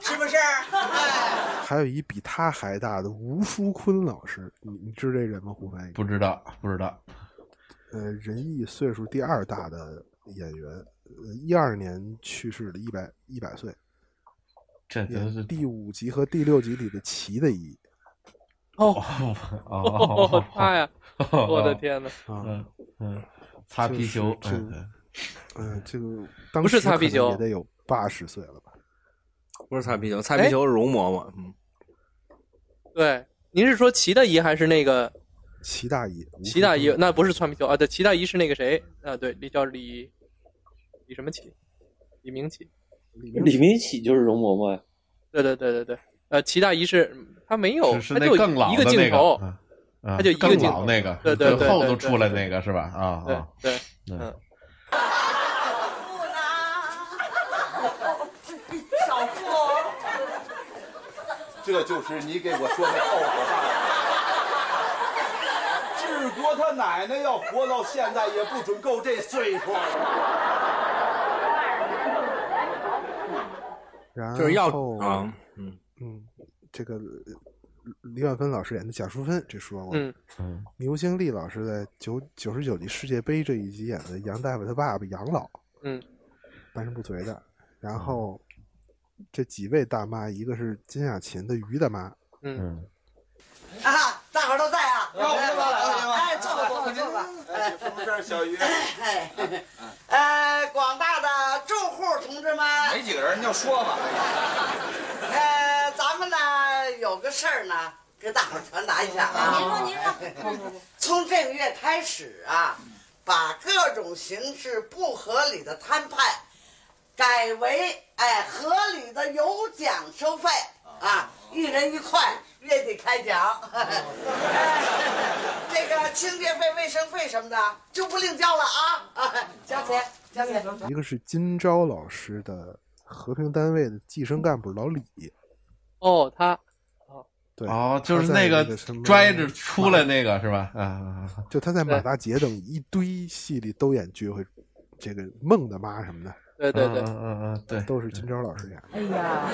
Speaker 17: 是不是？哎，
Speaker 4: 还有一比他还大的吴淑坤老师，你你知这人吗？胡翻译？
Speaker 3: 不知道，不知道。
Speaker 4: 呃，仁义岁数第二大的演员，呃，一二年去世的，一百一百岁。
Speaker 3: 这
Speaker 4: 演
Speaker 3: 都是
Speaker 4: 第五集和第六集里的齐的一。
Speaker 2: 哦 [LAUGHS]
Speaker 3: 哦，
Speaker 2: 他
Speaker 3: [LAUGHS]
Speaker 2: 呀，我的天哪！
Speaker 3: 嗯嗯，擦皮球，
Speaker 4: 啊就是这
Speaker 3: 嗯
Speaker 4: 嗯，这个当
Speaker 2: 不是
Speaker 4: 时
Speaker 2: 擦皮
Speaker 4: 可能
Speaker 2: 球
Speaker 4: 也得有八十岁了吧？
Speaker 1: 不是擦皮球，擦
Speaker 2: 哎
Speaker 1: 皮球是容嬷嬷。嗯，
Speaker 2: 对，您是说齐大姨还是那个
Speaker 4: 齐大姨？
Speaker 2: 齐大姨那不是窜皮球啊，对，齐大姨是那个谁啊？对，那叫李李什么齐？李明启。
Speaker 22: 李明启就是容嬷嬷呀，
Speaker 2: 对对对对对，呃，齐大姨是她没有，
Speaker 3: 是
Speaker 2: 她
Speaker 3: 那
Speaker 2: 就
Speaker 3: 更老
Speaker 2: 一个
Speaker 3: 的
Speaker 2: 镜
Speaker 3: 那个
Speaker 2: 头，
Speaker 3: 嗯
Speaker 2: 她
Speaker 3: 啊
Speaker 2: 就一个
Speaker 3: 更
Speaker 2: 镜
Speaker 3: 老
Speaker 2: 头
Speaker 3: 那个，
Speaker 2: 对对对，
Speaker 3: 最后
Speaker 2: 对
Speaker 3: 都
Speaker 2: 对
Speaker 3: 出来
Speaker 2: 对
Speaker 3: 那个是吧？啊
Speaker 2: 对
Speaker 3: 啊，
Speaker 2: 对，
Speaker 3: 嗯，
Speaker 23: 嗯
Speaker 17: 少妇。
Speaker 19: 这就是你给我说的后话。治国他奶奶要活到现在也不准够这岁数。
Speaker 4: 然后
Speaker 1: 就是要啊，
Speaker 4: 嗯嗯，这个呃李婉芬老师演的贾淑芬，这说过。
Speaker 2: 嗯
Speaker 3: 嗯，
Speaker 4: 牛星丽老师在九九十九届世界杯这一集演的杨大伟他爸爸杨老，
Speaker 2: 嗯，
Speaker 4: 半身不遂的。然后这几位大妈，一个是金雅琴的于大妈，
Speaker 2: 嗯，
Speaker 17: 啊，大伙儿都在啊！
Speaker 19: 那我们就来了
Speaker 17: 哎，坐吧，坐吧，坐吧。
Speaker 19: 哎，么事儿，小鱼？
Speaker 17: 哎，呃，广大的住户同志们，
Speaker 19: [LAUGHS] 没几个人，你就说吧。
Speaker 17: 呃，咱们呢有个事儿呢，给大伙儿传达一下啊。
Speaker 19: 您说您
Speaker 17: 说。从这个月开始啊，把各种形式不合理的摊派，改为哎合理的有奖收费啊，一人一块，月底开奖。哎这个清洁费、卫生费什么的就不另交了啊，啊 [LAUGHS] 交钱，交钱。
Speaker 3: 嗯
Speaker 4: 一个是金钊老师的和平单位的计生干部老李。
Speaker 2: 哦，他
Speaker 4: 对，
Speaker 3: 哦，就
Speaker 4: 他
Speaker 3: 是
Speaker 4: 在那
Speaker 3: 个
Speaker 4: 什么
Speaker 3: 拽着出来那个是吧？啊啊，啊啊
Speaker 4: 就他在马大姐等一堆戏里都演绝回这个梦的妈什么的。
Speaker 2: 对
Speaker 3: 对对嗯嗯嗯，对，
Speaker 4: 都是金钊老师演的。
Speaker 23: 哎呀，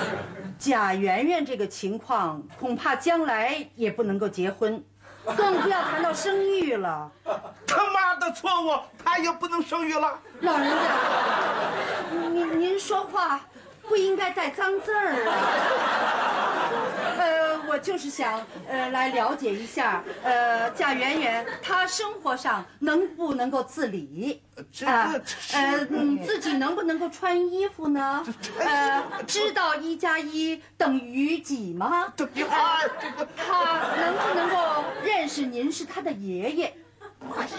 Speaker 23: 贾圆圆这个情况，恐怕将来也不能够结婚，更不要谈到生育
Speaker 19: [LAUGHS]
Speaker 23: 了。
Speaker 19: 他妈的错误，他也不能生育了。嗯
Speaker 23: 老人家，您您说话不应该带脏字儿啊。呃，我就是想呃来了解一下，呃，贾圆圆她生活上能不能够自理？啊，呃，嗯自己能不能够穿衣服呢？呃，知道一加一等于几吗？
Speaker 19: 二，
Speaker 23: 她能不能够认识您是她的爷爷？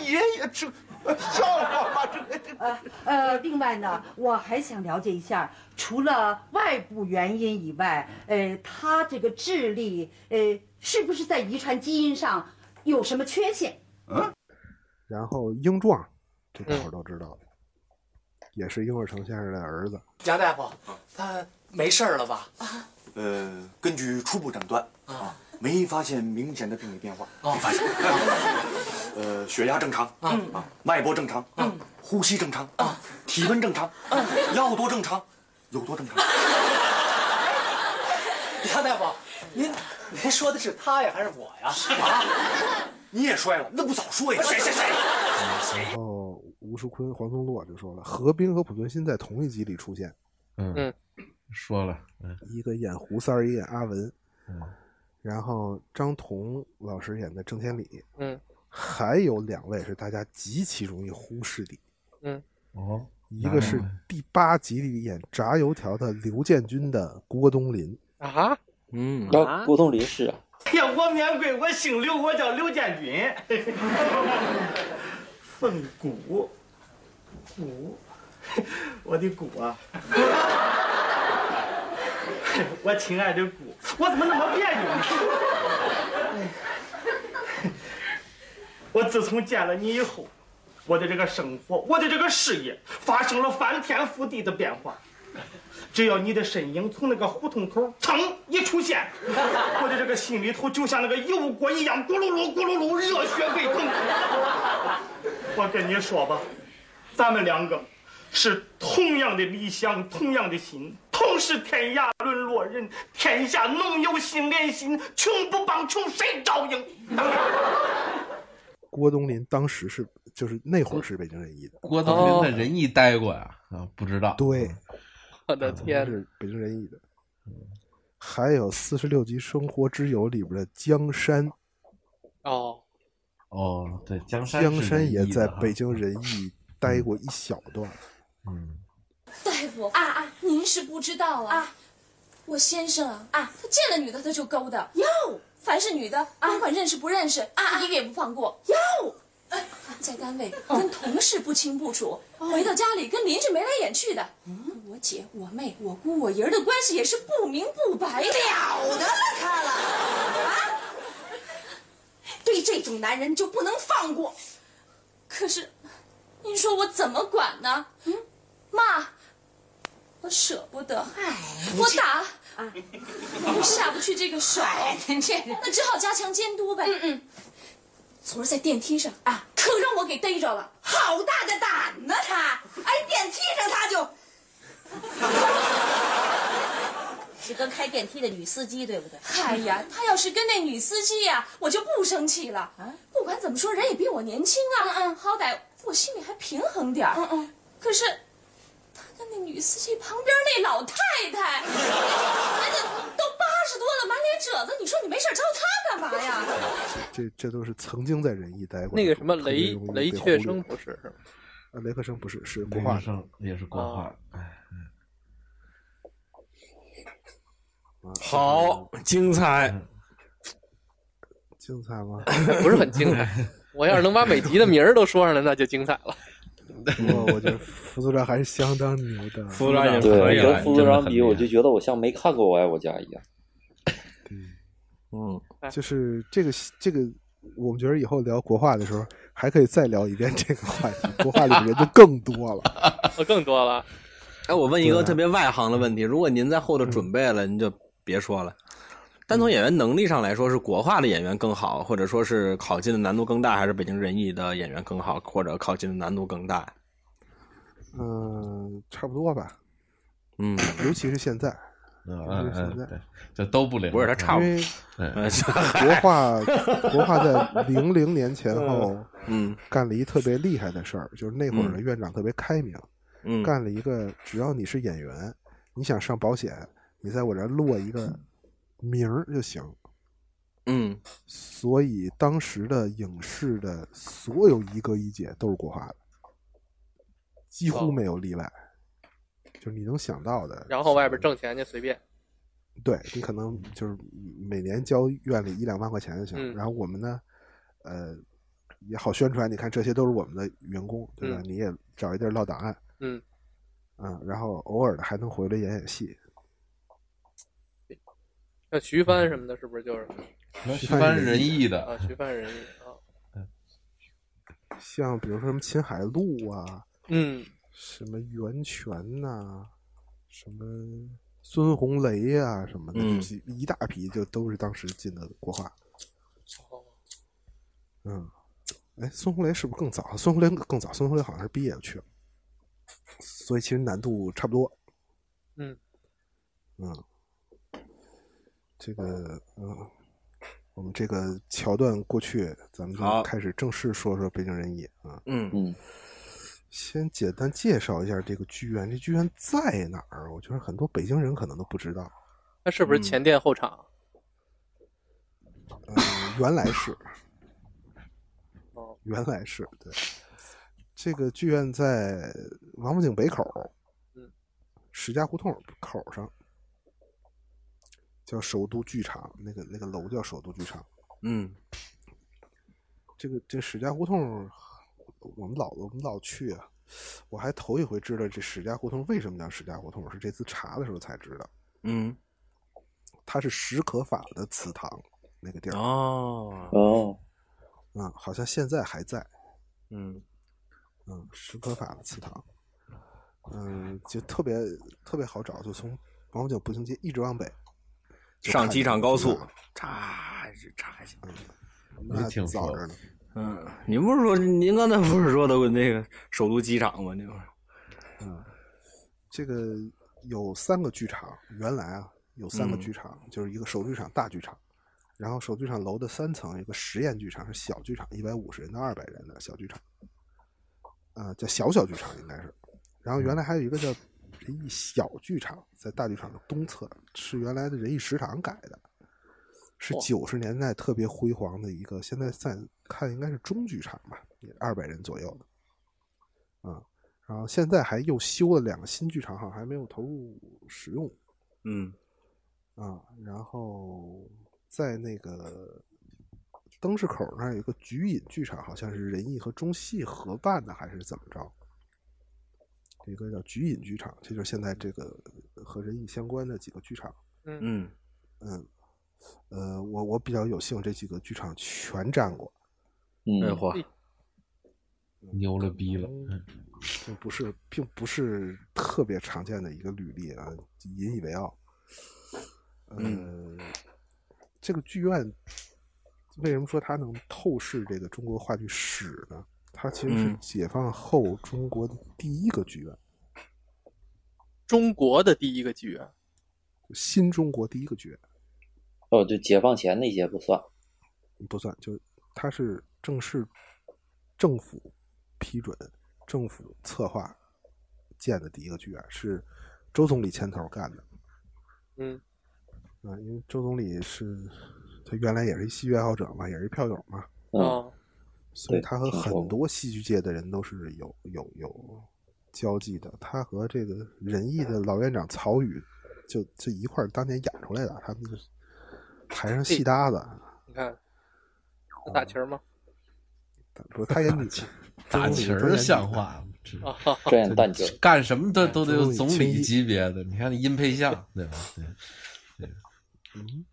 Speaker 19: 爷爷这笑话吧，这个这
Speaker 23: 呃呃，另外呢，我还想了解一下，除了外部原因以外，呃，他这个智力，呃，是不是在遗传基因上有什么缺陷？
Speaker 4: 然后英壮，这大伙儿都知道，也是英尔城先生的儿子。
Speaker 8: 贾大夫，他没事儿了吧？
Speaker 24: 呃，根据初步诊断啊，没发现明显的病理变化，
Speaker 8: 哦
Speaker 24: [LAUGHS]
Speaker 8: 哎
Speaker 24: 没发现。呃，血压正常，
Speaker 8: 嗯
Speaker 24: 啊，脉搏正常，嗯，呼吸正常，啊，体温正常，嗯，要多正常，有多正
Speaker 8: [LAUGHS]
Speaker 24: 常。
Speaker 8: 贾大夫，您您说的是他呀，还是我呀？
Speaker 24: 啊你也摔了，那不早说呀？谁谁谁？
Speaker 4: 然后吴淑坤、黄宗洛就说了，何冰和濮存昕在同一集里出现，
Speaker 3: 嗯，说了，嗯
Speaker 4: 一个演胡三儿，一个演阿文。
Speaker 3: 嗯，
Speaker 4: 然后张彤老师演的郑天理，
Speaker 2: 嗯，
Speaker 4: 还有两位是大家极其容易忽视的，
Speaker 2: 嗯，
Speaker 3: 哦，
Speaker 4: 一个是第八集里演炸油条的刘建军的郭冬临，
Speaker 2: 啊，
Speaker 1: 嗯，
Speaker 22: 那郭冬临是啊，
Speaker 8: [LAUGHS] 哎呀，我免贵，我姓刘，我叫刘建军。凤骨，骨， [LAUGHS] 我的骨啊！ [LAUGHS] 我亲爱的骨，我怎么那么别扭呢？我自从见了你以后，我的这个生活，我的这个事业发生了翻天覆地的变化。只要你的身影从那个胡同口噌一出现， [LAUGHS] 我的这个心里头就像那个油锅一样咕噜噜咕噜噜热血沸腾。我跟你说吧，咱们两个是同样的理想，同样的心，同是天涯沦落人，天下农有心连心，穷不帮穷谁照应？
Speaker 4: 郭冬临当时是就是那会儿是北京人艺的，
Speaker 3: 郭冬
Speaker 2: 哦
Speaker 3: 临在仁义待过啊呀？啊，不知道。
Speaker 4: 对，
Speaker 2: 我的天
Speaker 4: 是北京人艺的，还有四十六集《生活之友》里边的江山，
Speaker 2: 哦，
Speaker 3: 哦，对，江山
Speaker 4: 江
Speaker 3: 是仁
Speaker 4: 山也
Speaker 3: 义
Speaker 4: 在
Speaker 3: 的哈嗯
Speaker 4: 北京人艺待过一小段，
Speaker 10: 大夫啊啊，您是不知道啊，啊我先生啊啊，他见了女的他就勾搭哟，凡是女的，甭管认识不认识啊，一个也不放过哟。哎 [LAUGHS] 在单位跟同事不清不楚，回到家里跟邻居眉来眼去的。我姐、我妹、我姑、我爷儿的关系也是不明不白的。了得了他了啊！对这种男人就不能放过。可是，您说我怎么管呢？嗯，妈，我舍不得，我打，我下不去这哎个手，那只好加强监督呗。嗯嗯。昨儿在电梯上啊，可让我给逮着了，好大的胆呢他！哎，电梯上他 [LAUGHS] 就，
Speaker 21: 是跟开电梯的女司机对不对？
Speaker 10: 哎呀，他要是跟那女司机呀、我就不生气了。不管怎么说，人也比我年轻啊，嗯嗯，好歹我心里还平衡点儿。嗯嗯。可是，他跟那女司机旁边那老太太，人家都八十多了，满脸褶子，你说你没事招他干嘛呀？
Speaker 4: 这这都是曾经在仁义待过的。
Speaker 2: 那个什么
Speaker 4: 特别
Speaker 2: 雷
Speaker 4: 容易
Speaker 2: 雷
Speaker 4: 被忽
Speaker 2: 雀
Speaker 4: 略
Speaker 2: 生不是是吗？
Speaker 4: 啊，雷克生不是是
Speaker 3: 国
Speaker 4: 国
Speaker 3: 画
Speaker 4: 画
Speaker 3: 上也是国
Speaker 1: 啊
Speaker 3: 画，哎嗯
Speaker 4: 啊
Speaker 1: 好精彩，
Speaker 4: 精彩吗？
Speaker 2: [LAUGHS] 不是很精彩。我要是能把每集的名儿都说上来，那就精彩了。
Speaker 4: 我我觉得副组长还是相当牛的。
Speaker 1: 副组长也可
Speaker 22: 对，
Speaker 1: 以了
Speaker 22: 跟副
Speaker 1: 你
Speaker 22: 组
Speaker 1: 真的
Speaker 22: 长
Speaker 1: 很
Speaker 22: 比，
Speaker 1: 厉害
Speaker 22: 我就觉得我像没看过《我爱我家》一样。
Speaker 1: 嗯，
Speaker 4: 就是这个这个，我们觉得以后聊国画的时候，还可以再聊一遍这个话题。国画里的人就更多了。
Speaker 2: 我哦更多了。
Speaker 1: 哎，我问一个特别外行的问题，如果您在后头准备了，您就别说了。单
Speaker 4: 嗯
Speaker 1: 从演员能力上来说，是国画的演员更好，或者说是考进的难度更大，还是北京人艺的演员更好，或者考进的难度更大？
Speaker 4: 嗯，差不多吧。
Speaker 1: 嗯，
Speaker 4: 尤其是现在，
Speaker 3: 嗯
Speaker 4: 尤其是
Speaker 3: 嗯
Speaker 4: 现
Speaker 3: 嗯，
Speaker 4: 在，
Speaker 3: 对，就都不灵。啊
Speaker 1: 不是他差不
Speaker 4: 因为
Speaker 1: [LAUGHS] 嗯，
Speaker 4: [LAUGHS] 国画国画在零零年前后，
Speaker 1: 嗯，
Speaker 4: 干了一特别厉害的事儿，就是那会儿的
Speaker 1: 嗯
Speaker 4: 院长特别开明，
Speaker 1: 嗯
Speaker 4: 干了一个只要你是演员，你想上保险，你在我这儿落一个名儿就行。
Speaker 1: 嗯，
Speaker 4: 所以当时的影视的所有一哥一姐都是国画的，几
Speaker 1: 哦
Speaker 4: 乎没有例外，就是你能想到的。
Speaker 2: 然后外边挣钱去随便。
Speaker 4: 对你可能就是每年交院里一两万块钱就行。
Speaker 2: 嗯
Speaker 4: 然后我们呢，呃，也好宣传。你看，这些都是我们的员工，对吧？
Speaker 2: 嗯
Speaker 4: 你也找一地儿落档案，
Speaker 2: 嗯，
Speaker 4: 嗯，然后偶尔的还能回来演演戏。
Speaker 2: 像徐帆什么的，是不是就是？
Speaker 4: 徐帆是仁义
Speaker 3: 的
Speaker 2: 啊，徐帆仁义啊，
Speaker 4: 像比如说什么秦海璐啊，
Speaker 2: 嗯，
Speaker 4: 什么袁泉呐、什么孙红雷呀、什么的，
Speaker 1: 嗯
Speaker 4: 就是一大批就都是当时进的国画。嗯，哎，孙红雷是不是更早？孙红雷更早，孙红雷好像是毕业就去了，所以其实难度差不多。
Speaker 2: 嗯
Speaker 4: 嗯，这个嗯，我们这个桥段过去，咱们
Speaker 1: 好
Speaker 4: 就开始正式说说北京人艺啊。
Speaker 1: 嗯
Speaker 22: 嗯，
Speaker 4: 先简单介绍一下这个剧院，这剧院在哪儿？我觉得很多北京人可能都不知道。
Speaker 2: 那是不是前店后厂？
Speaker 4: 呃，原来是，
Speaker 2: 啊
Speaker 4: 原来是对。这个剧院在王府井北口，
Speaker 2: 嗯，
Speaker 4: 石家胡同口上，叫首都剧场，那个那个楼叫首都剧场。
Speaker 1: 嗯，
Speaker 4: 这个这史家胡同，我们老我们老去啊，我还头一回知道这史家胡同为什么叫史家胡同，是这次查的时候才知道。
Speaker 1: 嗯，
Speaker 4: 它是史可法的祠堂那个地儿。
Speaker 1: 哦
Speaker 22: 哦，
Speaker 4: 啊，好像现在还在。
Speaker 1: 嗯
Speaker 4: 嗯，史可法的祠堂，嗯，就特别特别好找，就从王府井步行街一直往北，就
Speaker 1: 上
Speaker 4: 看
Speaker 1: 机
Speaker 4: 见
Speaker 1: 场
Speaker 4: 了
Speaker 1: 高
Speaker 4: 这个
Speaker 1: 速，查查一下。
Speaker 4: 那挺啊早着呢。
Speaker 1: 嗯，您不是说您刚才不是说的那个首都机场吗？那会儿
Speaker 4: 这个有三个剧场，原来啊有三个
Speaker 1: 嗯
Speaker 4: 剧场，就是一个首剧场、大剧场，然后首剧场楼的三层有一个实验剧场是小剧场，一百五十人到二百人的小剧场，呃，叫小小剧场应该是。然后原来还有一个叫仁义小剧场，在大剧场的东侧，是原来的仁义食堂改的，是
Speaker 5: 嚯
Speaker 4: 九十年代特别辉煌的一个，现在在看应该是中剧场吧，也二百人左右的。啊，然后现在还又修了两个新剧场，好像还没有投入使用
Speaker 1: 嗯
Speaker 4: 啊。然后在那个灯市口那儿有一个菊饮剧场，好像是仁义和中戏合办的，还是怎么着？有一个叫菊饮剧场，这就是现在这个和仁义相关的几个剧场。
Speaker 1: 嗯
Speaker 4: 嗯，呃，我我比较有幸，这几个剧场全站过。
Speaker 3: 嗯，
Speaker 1: 嚯，
Speaker 3: [LAUGHS] 牛了嗯逼
Speaker 4: 嗯
Speaker 3: 了！
Speaker 4: 并不是，并不是特别常见的一个履历啊，引以为傲。嗯，这个剧院为什么说它能透视这个中国话剧史呢？它其实是
Speaker 2: 嗯
Speaker 4: 解放后中国的第一个剧院，
Speaker 2: 中国的第一个剧院，
Speaker 4: 新中国第一个剧院
Speaker 22: 哦，就解放前那些不算。
Speaker 4: 不算，就是它是正式政府批准、政府策划建的第一个剧院，是周总理牵头干的。
Speaker 2: 嗯
Speaker 4: 啊，因为周总理是他原来也是一戏剧爱好者嘛，也是一票友嘛，
Speaker 2: 哦，
Speaker 4: 所以
Speaker 2: 对
Speaker 4: 他和
Speaker 2: 听说
Speaker 4: 很多戏剧界的人都是有有有交际的。他和这个仁义的老院长曹禺，就就一块儿当年演出来的，他们就是台上戏搭子，
Speaker 2: 你看，那打旗儿吗？
Speaker 4: 不是他演你
Speaker 3: 打旗儿像话吗？
Speaker 2: 啊，
Speaker 3: 这干什
Speaker 4: 哎
Speaker 3: 么都都得有总理级别的。你看那音配像，对吧？对，
Speaker 4: 嗯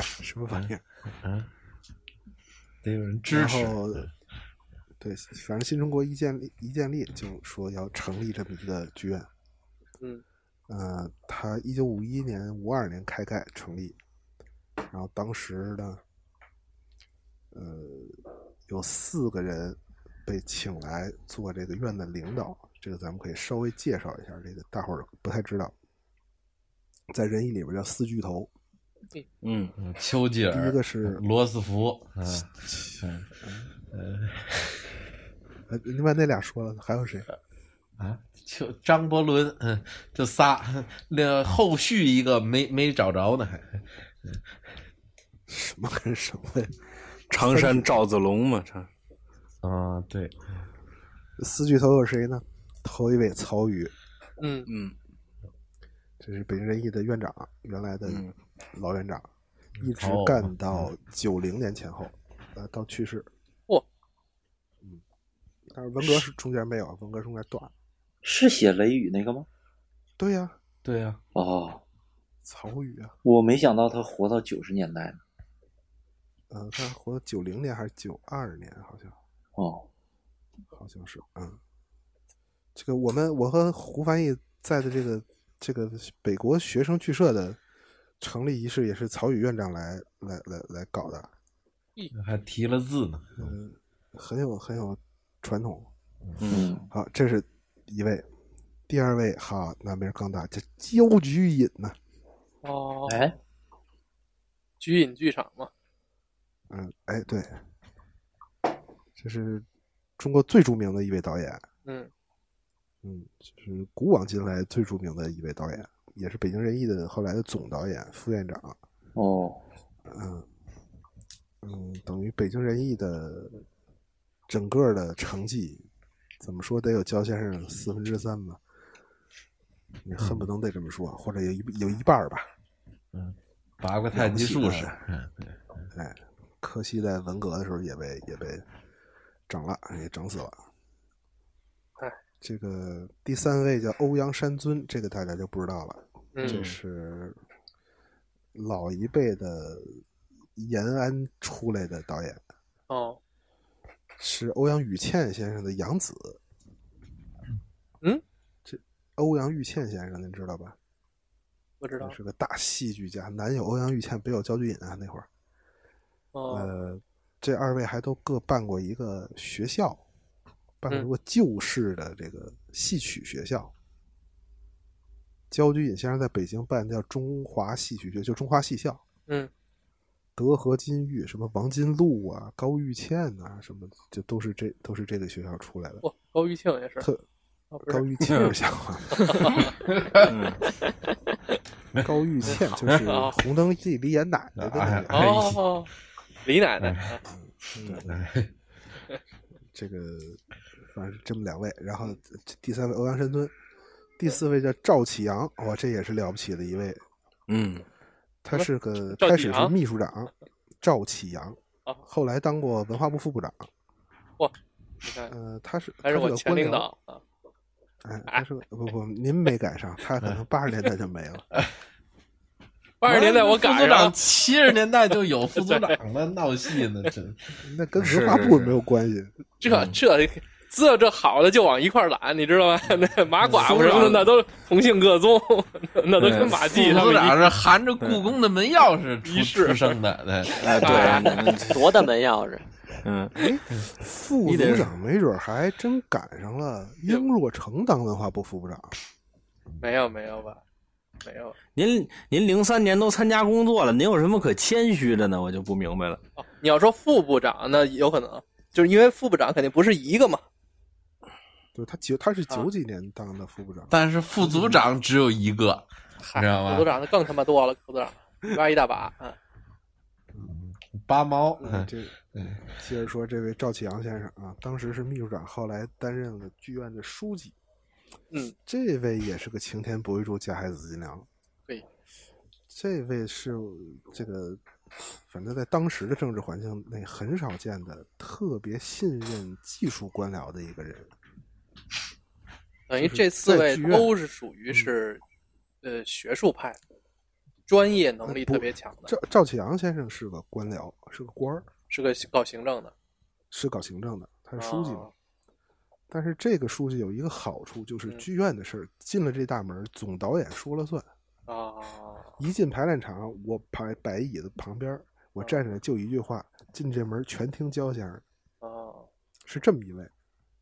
Speaker 4: 什么玩意儿？
Speaker 3: 嗯，得有人支持
Speaker 4: 然。后对，反正新中国一建立一建立就说要成立这么一个剧院，
Speaker 2: 嗯，
Speaker 4: 呃，它一九五一年、五二年开盖成立，然后当时呢，呃，有四个人被请来做这个院的领导，这个咱们可以稍微介绍一下，这个大伙儿不太知道，在仁义里边叫四巨头，
Speaker 1: 嗯，
Speaker 3: 丘吉尔，
Speaker 4: 第一个是
Speaker 3: 罗斯福，嗯嗯
Speaker 4: 呃，另外那俩说了，还有谁？
Speaker 3: 呃啊，丘张伯伦，嗯，这仨，那后续一个没没找着呢，还
Speaker 4: 什么跟什么呀？
Speaker 1: 常山赵子龙嘛，常
Speaker 3: 啊，对，
Speaker 4: 四巨头有谁呢？头一位曹禺，
Speaker 2: 嗯
Speaker 1: 嗯，
Speaker 4: 这是北京人艺的院长，原来的老院长，
Speaker 3: 嗯
Speaker 4: 一直
Speaker 1: 哦
Speaker 4: 干到九零年前后，呃，到去世。
Speaker 2: 嚯！
Speaker 4: 嗯，但是文革是中间没有，文革中间断。
Speaker 22: 是写《雷雨》那个吗？
Speaker 4: 对呀、
Speaker 3: 对呀、
Speaker 22: 哦，
Speaker 4: 曹禺啊，
Speaker 22: 我没想到他活到九十年代呢。
Speaker 4: 呃，他活到九零年还是九二年，好像
Speaker 22: 哦，
Speaker 4: 好像是，嗯。这个我们我和胡翻译在的这个这个北国学生剧社的成立仪式也是曹禺院长来来来来搞的。
Speaker 3: 还提了字呢，
Speaker 4: 嗯，很有很有传统。
Speaker 22: 嗯，
Speaker 4: 好，这是一位，第二位，好，那名儿更大，这焦菊隐呢、
Speaker 2: 哦，
Speaker 22: 哎，
Speaker 2: 菊影剧场嘛，
Speaker 4: 嗯，哎，对，这是中国最著名的一位导演，
Speaker 2: 嗯
Speaker 4: 嗯，就是古往今来最著名的一位导演，也是北京人艺的后来的总导演、副院长。
Speaker 22: 哦，
Speaker 4: 嗯，嗯，等于北京人艺的整个的成绩，怎么说得有焦先生四分之三吧？你恨不能得这么说，或者有一有一半儿吧。
Speaker 3: 嗯，八个太极术士，嗯
Speaker 4: 哎，可惜在文革的时候也被也被整了，也整死了。
Speaker 2: 哎，
Speaker 4: 这个第三位叫欧阳山尊，这个大家就不知道了。
Speaker 2: 嗯
Speaker 4: 这是老一辈的延安出来的导演，
Speaker 2: 哦，
Speaker 4: 是欧阳予倩先生的养子。
Speaker 2: 嗯，
Speaker 4: 这欧阳予倩先生您知道吧？
Speaker 2: 不知道
Speaker 4: 是个大戏剧家，南有欧阳予倩，北有焦菊隐啊。那会儿，
Speaker 2: 哦，
Speaker 4: 呃，这二位还都各办过一个学校，办过
Speaker 2: 嗯
Speaker 4: 一个旧式的这个戏曲学校。焦菊隐先生在北京办叫中华戏曲学，就中华戏校。
Speaker 2: 嗯，
Speaker 4: 德和金玉，什么王金禄啊、高玉倩呐、什么的，就都是这都是这个学校出来的。
Speaker 2: 哇，高玉庆也是
Speaker 4: 特，
Speaker 2: 哦不是
Speaker 4: 高玉倩是像话吗？嗯高玉倩就是
Speaker 2: 哦
Speaker 4: 《红灯记》里演奶奶的那个。
Speaker 2: 哦，李奶奶，
Speaker 3: 哎
Speaker 4: 嗯，
Speaker 2: [LAUGHS]
Speaker 4: 这个反正是这么两位，然后这第三位欧阳山尊，第四位叫赵启阳，哇，这也是了不起的一位。
Speaker 1: 嗯，
Speaker 4: 他是个
Speaker 2: 赵启
Speaker 4: 开始是
Speaker 2: 阳哦
Speaker 4: 秘书长，赵启阳，后来当过文化部副部长。
Speaker 2: 哇，你看，
Speaker 4: 呃，他是
Speaker 2: 还是
Speaker 4: 他是
Speaker 2: 我
Speaker 4: 有
Speaker 2: 前
Speaker 4: 官
Speaker 2: 领
Speaker 4: 僚
Speaker 2: 导啊，
Speaker 4: 哎，他是不不，您没赶上，他可能八十年代就没了。
Speaker 2: [LAUGHS] 八十年代我啊赶上了，
Speaker 3: 七十年代就有副
Speaker 2: [LAUGHS]
Speaker 3: 组长了，闹戏呢，真
Speaker 4: 那跟文化部没有关系。
Speaker 2: 这这这这好的就往一块儿揽，你知道吗？ [LAUGHS] 那马寡妇什么的，那都是同姓各宗，那都跟马季他
Speaker 3: 副
Speaker 2: 们
Speaker 3: 组长是
Speaker 2: 一
Speaker 3: 含着故宫的门钥匙出出生的，对，
Speaker 1: 哎对
Speaker 5: 多大门钥匙？
Speaker 1: 嗯，
Speaker 4: 哎副
Speaker 1: 你得
Speaker 4: 组长没准还真赶上了英若诚当文化部副部长。
Speaker 2: 没有没有吧，没有。
Speaker 1: 您您零三年都参加工作了，您有什么可谦虚的呢？我就不明白了。
Speaker 2: 你要说副部长，那有可能，就是因为副部长肯定不是一个嘛。
Speaker 4: 对他九，他是九几年当的副部长，
Speaker 3: [LAUGHS] 但是副组长只有一个，你知道
Speaker 2: 副
Speaker 3: 吗
Speaker 2: 组？长那更他妈多了，副组长挖一大把。嗯
Speaker 3: 八毛，
Speaker 4: 嗯这接着说这位赵启阳先生啊，当时是秘书长，后来担任了剧院的书记。
Speaker 2: 嗯，
Speaker 4: 这位也是个晴天不会住，家海紫金梁。
Speaker 2: 对，
Speaker 4: 这位是这个，反正在当时的政治环境内很少见的，特别信任技术官僚的一个人。
Speaker 2: 等于这四位都是属于是，呃，学术派，专业能
Speaker 4: 呃
Speaker 2: 力特别强的，
Speaker 4: 哎赵赵启阳先生是个官僚，是个官儿，
Speaker 2: 是个搞行政的。
Speaker 4: 是搞行政的，他是书记嘛。
Speaker 2: 哦
Speaker 4: 但是这个书记有一个好处，就是
Speaker 2: 嗯
Speaker 4: 剧院的事儿、进了这大门，总导演说了算。
Speaker 2: 啊，
Speaker 4: 一进排练场，我排摆椅子旁边儿，我站
Speaker 2: 嗯
Speaker 4: 起来就一句话：进这门全听交响儿，
Speaker 2: 哦，
Speaker 4: 是这么一位。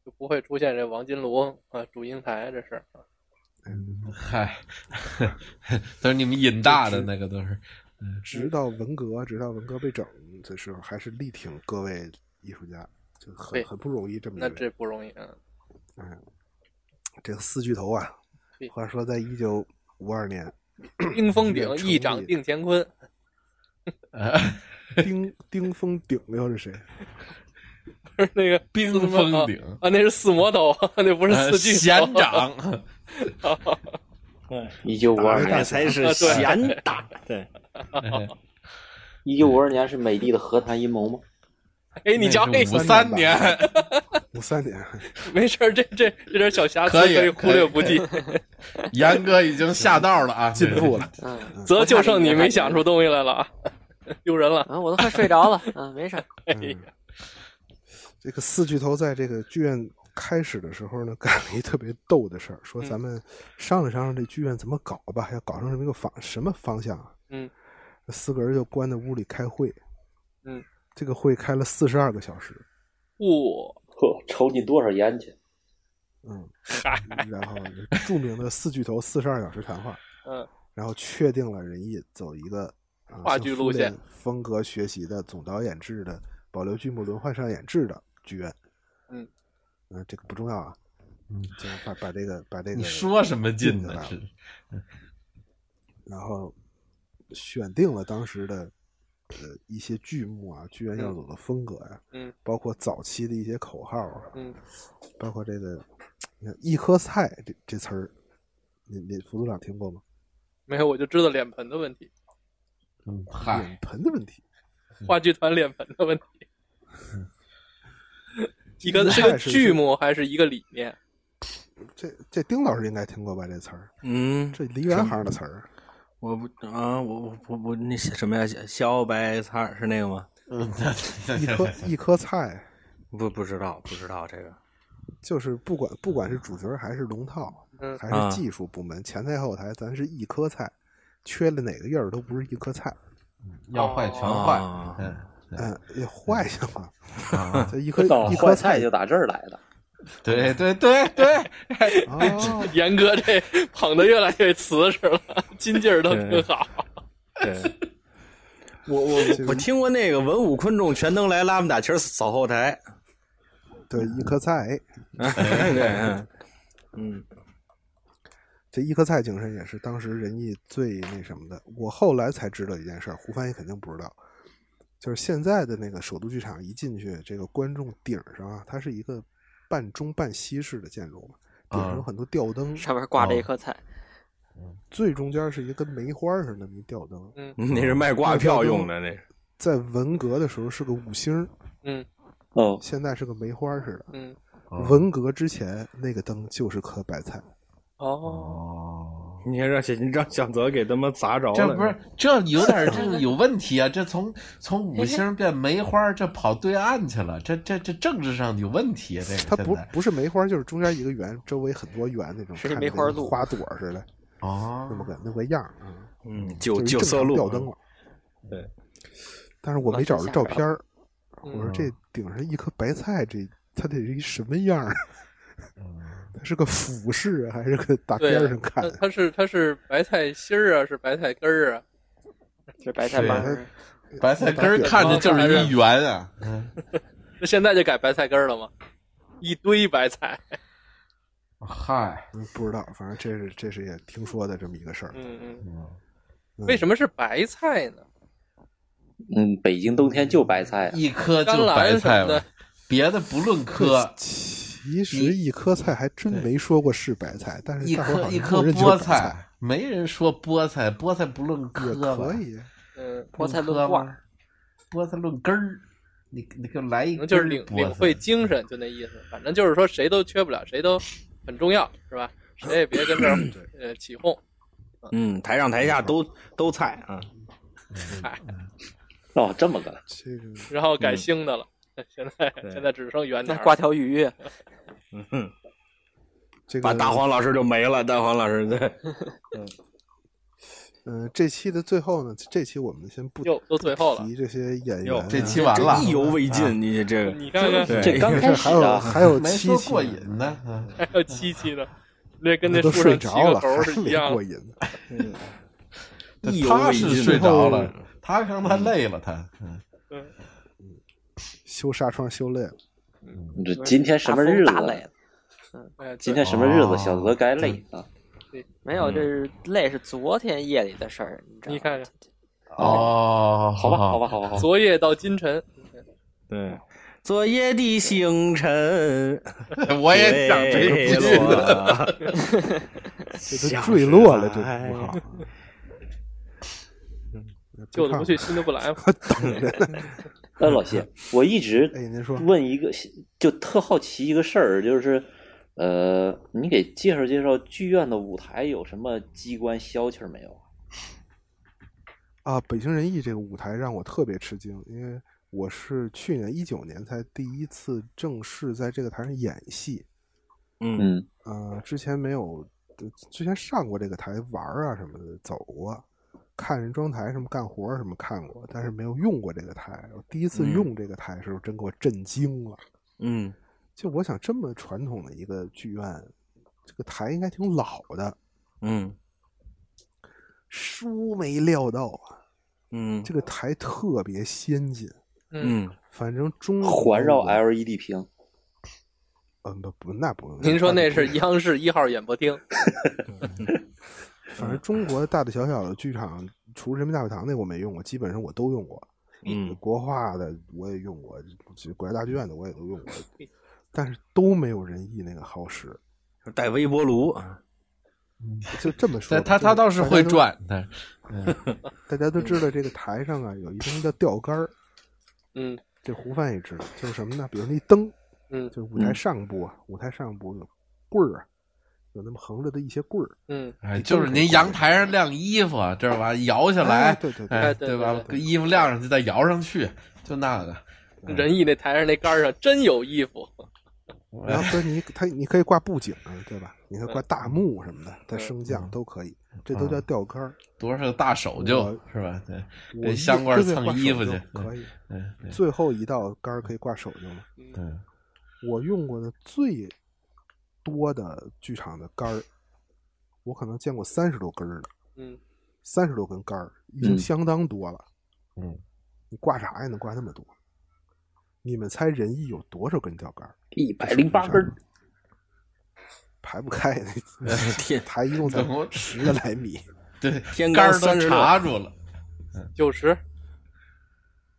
Speaker 2: 就不会出现这王金龙啊，祝英台这啊是。
Speaker 3: 嗨， [LAUGHS] 都是你们瘾大的那个都是，嗯
Speaker 4: 直到文革，直到文革被整的时候，还是力挺各位艺术家，就很
Speaker 2: 对
Speaker 4: 很不容易这么一
Speaker 2: 那
Speaker 4: 位。
Speaker 2: 这不容易，嗯，
Speaker 4: 嗯，这个四巨头啊，话说在一九五二年，
Speaker 2: 冰封顶
Speaker 4: 成立
Speaker 2: 一掌定乾坤， [LAUGHS]
Speaker 4: 丁丁峰顶又是谁？
Speaker 2: 不是那个
Speaker 3: 冰
Speaker 4: 封顶
Speaker 2: 啊，那是四魔头，那 [LAUGHS] 不是四巨头。
Speaker 3: 呃闲
Speaker 2: [LAUGHS]
Speaker 3: 掌
Speaker 22: 一九五二
Speaker 1: 那
Speaker 22: 年
Speaker 1: 才
Speaker 2: 啊
Speaker 1: 是闲
Speaker 2: [LAUGHS]
Speaker 1: 打。对，
Speaker 22: 一九五二年是美帝的和谈阴谋吗？
Speaker 2: 哎，你瞧，
Speaker 22: 那
Speaker 2: 哎，
Speaker 22: 是53年
Speaker 4: 五三年，
Speaker 2: [LAUGHS] 没事儿，这这这点小瑕疵
Speaker 3: 可以
Speaker 2: 以忽略不计。 [LAUGHS]
Speaker 5: [LAUGHS]
Speaker 3: 严哥已经下道了啊，进
Speaker 4: 步了。
Speaker 5: 嗯
Speaker 2: 则就剩你没想出东西来了啊， [LAUGHS] 丢人了
Speaker 5: 啊！我都快睡着了，
Speaker 6: 嗯
Speaker 5: 啊，没事儿。
Speaker 2: 哎呀，
Speaker 4: [LAUGHS] 这个四巨头在这个剧院开始的时候呢，干了一特别逗的事儿，
Speaker 2: 嗯
Speaker 4: 说咱们商量商量这剧院怎么搞吧，要搞成什么一个方什么方向啊？
Speaker 2: 嗯
Speaker 4: 四个人就关在屋里开会，
Speaker 2: 嗯，
Speaker 4: 这个会开了四十二个小时，
Speaker 2: 嚯，
Speaker 22: [LAUGHS] 抽你多少烟去？
Speaker 4: 嗯，然后著名的四巨头四十二小时谈话，
Speaker 2: 嗯，
Speaker 4: 然后确定了人艺走一个、啊、
Speaker 2: 话剧路线
Speaker 4: 向苏联风格学习的总导演制的保留剧目轮换上演制的剧院，
Speaker 2: 嗯，
Speaker 4: 嗯、这个不重要啊，
Speaker 3: 嗯，
Speaker 4: 就把把这个把这个
Speaker 3: 你说什么劲
Speaker 4: 呢
Speaker 3: 呢？这
Speaker 4: 然后选定了当时的呃一些剧目啊、剧院
Speaker 2: 嗯
Speaker 4: 耀祖的风格呀、
Speaker 2: 嗯
Speaker 4: 包括早期的一些口号啊，
Speaker 2: 嗯，
Speaker 4: 包括这个，你看“一颗菜”这这词儿，你你副组长听过吗？
Speaker 2: [LAUGHS] 没有，我就知道脸盆的问题，
Speaker 4: 脸盆的问题，
Speaker 2: 话剧团脸盆的问题。一个是
Speaker 4: 这
Speaker 2: 个
Speaker 4: 是
Speaker 2: 剧目还是一个理念？
Speaker 4: 这这丁老师应该听过吧？这词儿，
Speaker 1: 嗯，
Speaker 4: 这梨园行的词儿，
Speaker 1: 我不啊，我我我我那写什么呀？写小白菜儿是那个吗？
Speaker 3: 嗯，
Speaker 4: 一颗一颗菜，
Speaker 1: 不不知道，不知道这个。
Speaker 4: [LAUGHS] 就是不管不管是主角还是龙套
Speaker 1: 嗯，
Speaker 4: 还
Speaker 1: 啊
Speaker 4: 是技术部门，前台后台，咱是一颗菜，缺了哪个叶儿都不是一颗菜。
Speaker 3: 要坏全坏，
Speaker 1: 哦
Speaker 3: 嗯，
Speaker 4: 嗯，也坏性嘛，
Speaker 3: 啊
Speaker 4: 这一颗
Speaker 22: 哦
Speaker 4: 一
Speaker 22: 坏
Speaker 4: 颗
Speaker 22: 菜就打这儿来的。
Speaker 3: 对对对对，
Speaker 2: 严哥这捧的越来越瓷实了，筋劲儿都挺好。
Speaker 1: 对，我我我听过那个文武昆众全能来，拉姆打旗儿扫后台。
Speaker 4: 对，一颗菜，哎
Speaker 1: [LAUGHS] 对，嗯嗯，
Speaker 4: 这一颗菜精神也是当时仁义最那什么的。我后来才知道一件事儿，胡帆也肯定不知道，就是现在的那个首都剧场一进去，这个观众顶上啊，它是一个半中半西式的建筑嘛，顶
Speaker 3: 啊
Speaker 4: 上有很多吊灯，
Speaker 5: 上面挂着一颗菜，
Speaker 22: 哦
Speaker 4: 最中间是一个跟梅花似的那么一吊灯，
Speaker 2: 嗯
Speaker 1: 那是卖挂票用的，那是。
Speaker 4: 在文革的时候是个五星儿，
Speaker 2: 嗯，
Speaker 22: 哦，
Speaker 4: 现在是个梅花似的。
Speaker 2: 嗯，
Speaker 3: 哦
Speaker 4: 文革之前那个灯就是颗白菜，
Speaker 2: 哦，
Speaker 1: 你还让小让小泽给他们砸着了，
Speaker 3: 这不是这有点儿这个有问题啊！这从从五星变梅花，这跑对岸去了，这这这政治上有问题啊！这
Speaker 4: 它
Speaker 3: 个
Speaker 4: 不
Speaker 3: 现在
Speaker 4: 不是梅花，就是中间一个圆，周围很多圆那种，
Speaker 3: 是
Speaker 4: 看着
Speaker 3: 梅花
Speaker 4: 跟
Speaker 3: 鹿
Speaker 4: 花朵似的，
Speaker 3: 哦，
Speaker 4: 那么个那么个样儿啊。
Speaker 1: 嗯，
Speaker 4: 就是
Speaker 1: 九九
Speaker 4: 正
Speaker 1: 色
Speaker 4: 常
Speaker 1: 鹿
Speaker 4: 吊灯了，
Speaker 1: 对，
Speaker 4: 但是我没找着照片儿。
Speaker 2: 嗯
Speaker 4: 我说这顶上一颗白菜，这它得是一什么样儿？
Speaker 3: 嗯
Speaker 4: [LAUGHS] 它是个俯视啊还是个打边儿
Speaker 2: 对
Speaker 4: 上，看
Speaker 2: 它？它是它是白菜心儿啊，是白菜根儿啊，
Speaker 5: 是
Speaker 2: 白
Speaker 4: 菜瓣儿
Speaker 3: 是白菜根儿看着就是一圆啊。
Speaker 2: 那现在就改白菜根儿了吗？一堆白菜，
Speaker 3: 嗨，
Speaker 4: 不知道，反正这是这是也听说的这么一个事儿。
Speaker 2: 嗯
Speaker 3: 嗯，
Speaker 2: 为什么是白菜呢？
Speaker 22: 嗯，北京冬天就白菜，啊
Speaker 3: 一颗就白菜了，别的不论颗，
Speaker 4: 其实一颗菜还真没说过是白菜，但是
Speaker 3: 一
Speaker 4: 大伙儿
Speaker 3: 颗
Speaker 4: 好
Speaker 3: 一
Speaker 4: 像
Speaker 3: 颗
Speaker 4: 默认就是
Speaker 3: 菠
Speaker 4: 白菜。
Speaker 3: 菜，没人说菠菜，菠菜不论颗吧
Speaker 4: 可以，
Speaker 2: 嗯，
Speaker 3: 菠菜论罐儿，菠菜论根儿，你你给我来一
Speaker 2: 可
Speaker 3: 根
Speaker 2: 能嗯就是
Speaker 3: 儿
Speaker 2: 领
Speaker 3: 菠
Speaker 2: 领
Speaker 3: 菜
Speaker 2: 会精神，就那意思。反正就是说，谁都缺不了，谁都很重要，是吧？谁也别跟这儿呃起哄。
Speaker 1: 嗯，台上台下都都菜啊。
Speaker 2: 嗨，
Speaker 22: 哦，这么个，
Speaker 2: 然后
Speaker 1: 嗯
Speaker 2: 改星的了，现在现在只剩圆点儿了。
Speaker 5: 挂条鱼跃，
Speaker 1: 嗯，
Speaker 4: 这个
Speaker 1: 把大黄老师就没了，大黄老师对，
Speaker 4: 嗯，这期的最后呢，这期我们先不
Speaker 2: 哟都最后了
Speaker 4: 提这些演员
Speaker 1: 哟
Speaker 4: 啊，，
Speaker 1: 这意犹未尽，你这个，
Speaker 2: 你看看
Speaker 1: 对
Speaker 2: 这刚开始
Speaker 4: 还有
Speaker 2: 啊
Speaker 4: 还有
Speaker 2: 没
Speaker 4: 七
Speaker 2: 说
Speaker 4: 期
Speaker 2: 过
Speaker 4: 呢
Speaker 2: 瘾
Speaker 3: 呢，嗯
Speaker 2: 还有七期呢，那跟那
Speaker 4: 都
Speaker 2: 树
Speaker 4: 睡
Speaker 2: 上七
Speaker 4: 着
Speaker 2: 个
Speaker 4: 了，
Speaker 2: 头儿
Speaker 4: 还
Speaker 2: 是一
Speaker 4: 没
Speaker 2: 样
Speaker 4: 过
Speaker 2: 的。
Speaker 4: 瘾
Speaker 22: [LAUGHS]
Speaker 4: 呢。 [LAUGHS]
Speaker 1: 意犹
Speaker 3: 他
Speaker 1: 未
Speaker 3: 是
Speaker 1: 尽。
Speaker 3: 睡着了，他让他累了，他嗯
Speaker 2: 嗯，
Speaker 4: 修纱窗修累了，
Speaker 22: 你这嗯今天什么日子
Speaker 5: 大风大累？
Speaker 2: 嗯
Speaker 22: 今天什么日
Speaker 3: 哦
Speaker 22: 子？小泽该累啊！
Speaker 5: 没有，
Speaker 22: 嗯
Speaker 5: 这是累是昨天夜里的事儿，你知道
Speaker 2: 你看看，
Speaker 3: 哦，，
Speaker 22: 好吧，好吧，好吧，好吧。
Speaker 2: 昨夜到今晨，
Speaker 1: 对，昨夜的星辰
Speaker 3: [LAUGHS] 我也想这
Speaker 1: 坠
Speaker 3: 个不
Speaker 1: 落
Speaker 3: 行
Speaker 1: 了，
Speaker 4: [LAUGHS] 这都坠落了，这
Speaker 1: 哎
Speaker 4: 不好。
Speaker 2: 旧的不去，新的
Speaker 4: [LAUGHS]
Speaker 2: 不来嘛。
Speaker 22: [LAUGHS] 哎，老谢，我一直
Speaker 4: 哎说
Speaker 22: 问一个，就特好奇一个事儿，就是，呃，你给介绍介绍剧院的舞台有什么机关消气儿没有啊？
Speaker 4: 啊！北京人艺这个舞台让我特别吃惊，因为我是去年一九年才第一次正式在这个台上演戏。
Speaker 22: 嗯
Speaker 4: 呃，之前没有，呃之前上过这个台玩儿啊什么的，走过，看人装台什么干活儿什么看过，但是没有用过这个台。我第一次
Speaker 1: 嗯
Speaker 4: 用这个台的时候，真给我震惊了。
Speaker 1: 嗯
Speaker 4: 就我想，这么传统的一个剧院，这个台应该挺老的，
Speaker 1: 嗯
Speaker 4: 殊没料到啊，
Speaker 1: 嗯，
Speaker 4: 这个台特别先进。
Speaker 1: 嗯，
Speaker 4: 反正中国
Speaker 22: 环绕
Speaker 1: 啊
Speaker 4: 我
Speaker 22: LED 屏，
Speaker 4: 嗯，不不，那不，
Speaker 2: 您说那是央视一号演播
Speaker 4: [LAUGHS]
Speaker 2: 厅？
Speaker 3: 嗯
Speaker 4: 反正中国大大小小的剧场，除人民大会堂那我没用过，基本上我都用过。
Speaker 1: 嗯，
Speaker 4: 国画的我也用过，就国家大剧院的我也都用过，
Speaker 2: 嗯
Speaker 4: [LAUGHS] 但是都没有仁义那个好使。
Speaker 1: 带微波炉，
Speaker 4: 就这么说吧。
Speaker 3: 但他
Speaker 4: 就是
Speaker 3: 他倒是会转
Speaker 4: 大 [LAUGHS] 家都
Speaker 3: 但嗯
Speaker 4: 大家都知道这个台上啊有一东西叫吊杆儿，
Speaker 2: 嗯，
Speaker 4: 这胡范也知道，就是什么呢？比如那灯，
Speaker 2: 嗯，
Speaker 4: 就是舞台上部，啊，舞台上部有棍儿啊，有那么横着的一些棍儿，
Speaker 2: 嗯，
Speaker 3: 哎，就是您阳台上晾衣服，啊这玩意儿摇下来，
Speaker 4: 哎对对对
Speaker 3: 哎
Speaker 4: 对
Speaker 3: 对吧？跟衣服晾上去再摇上去，就那个。
Speaker 2: 仁义那台上那杆儿上真有衣服，
Speaker 3: 哎
Speaker 4: 然
Speaker 3: 啊
Speaker 4: 后跟你他你可以挂布景儿，对吧？你可以挂大幕什么的，在升降都可以，这都叫吊杆儿。
Speaker 3: 多少大手就是吧？对，
Speaker 4: 我
Speaker 3: 跟
Speaker 4: 一
Speaker 3: 香罐
Speaker 4: 对对挂
Speaker 3: 蹭衣服
Speaker 4: 手
Speaker 3: 去，
Speaker 4: 就可以
Speaker 3: 嗯， [LAUGHS] 对
Speaker 4: 最后一道杆儿可以挂手就嘛。
Speaker 3: 嗯，
Speaker 4: 我用过的最多的剧场的杆儿，我可能见过三十多根儿了，
Speaker 2: 嗯，
Speaker 4: 三十多根杆儿已经
Speaker 2: 嗯
Speaker 4: 相当多了。
Speaker 3: 嗯，
Speaker 4: 你挂啥呀？能挂那么多？你们猜仁义有多少根吊杆？
Speaker 22: 一百零八根儿，
Speaker 4: [LAUGHS] 排不开
Speaker 1: [LAUGHS]
Speaker 4: 那台一共才
Speaker 2: 怎么
Speaker 4: 十个来米，
Speaker 3: 对
Speaker 1: 天杆杆儿都36
Speaker 3: 查住了，
Speaker 2: 九十。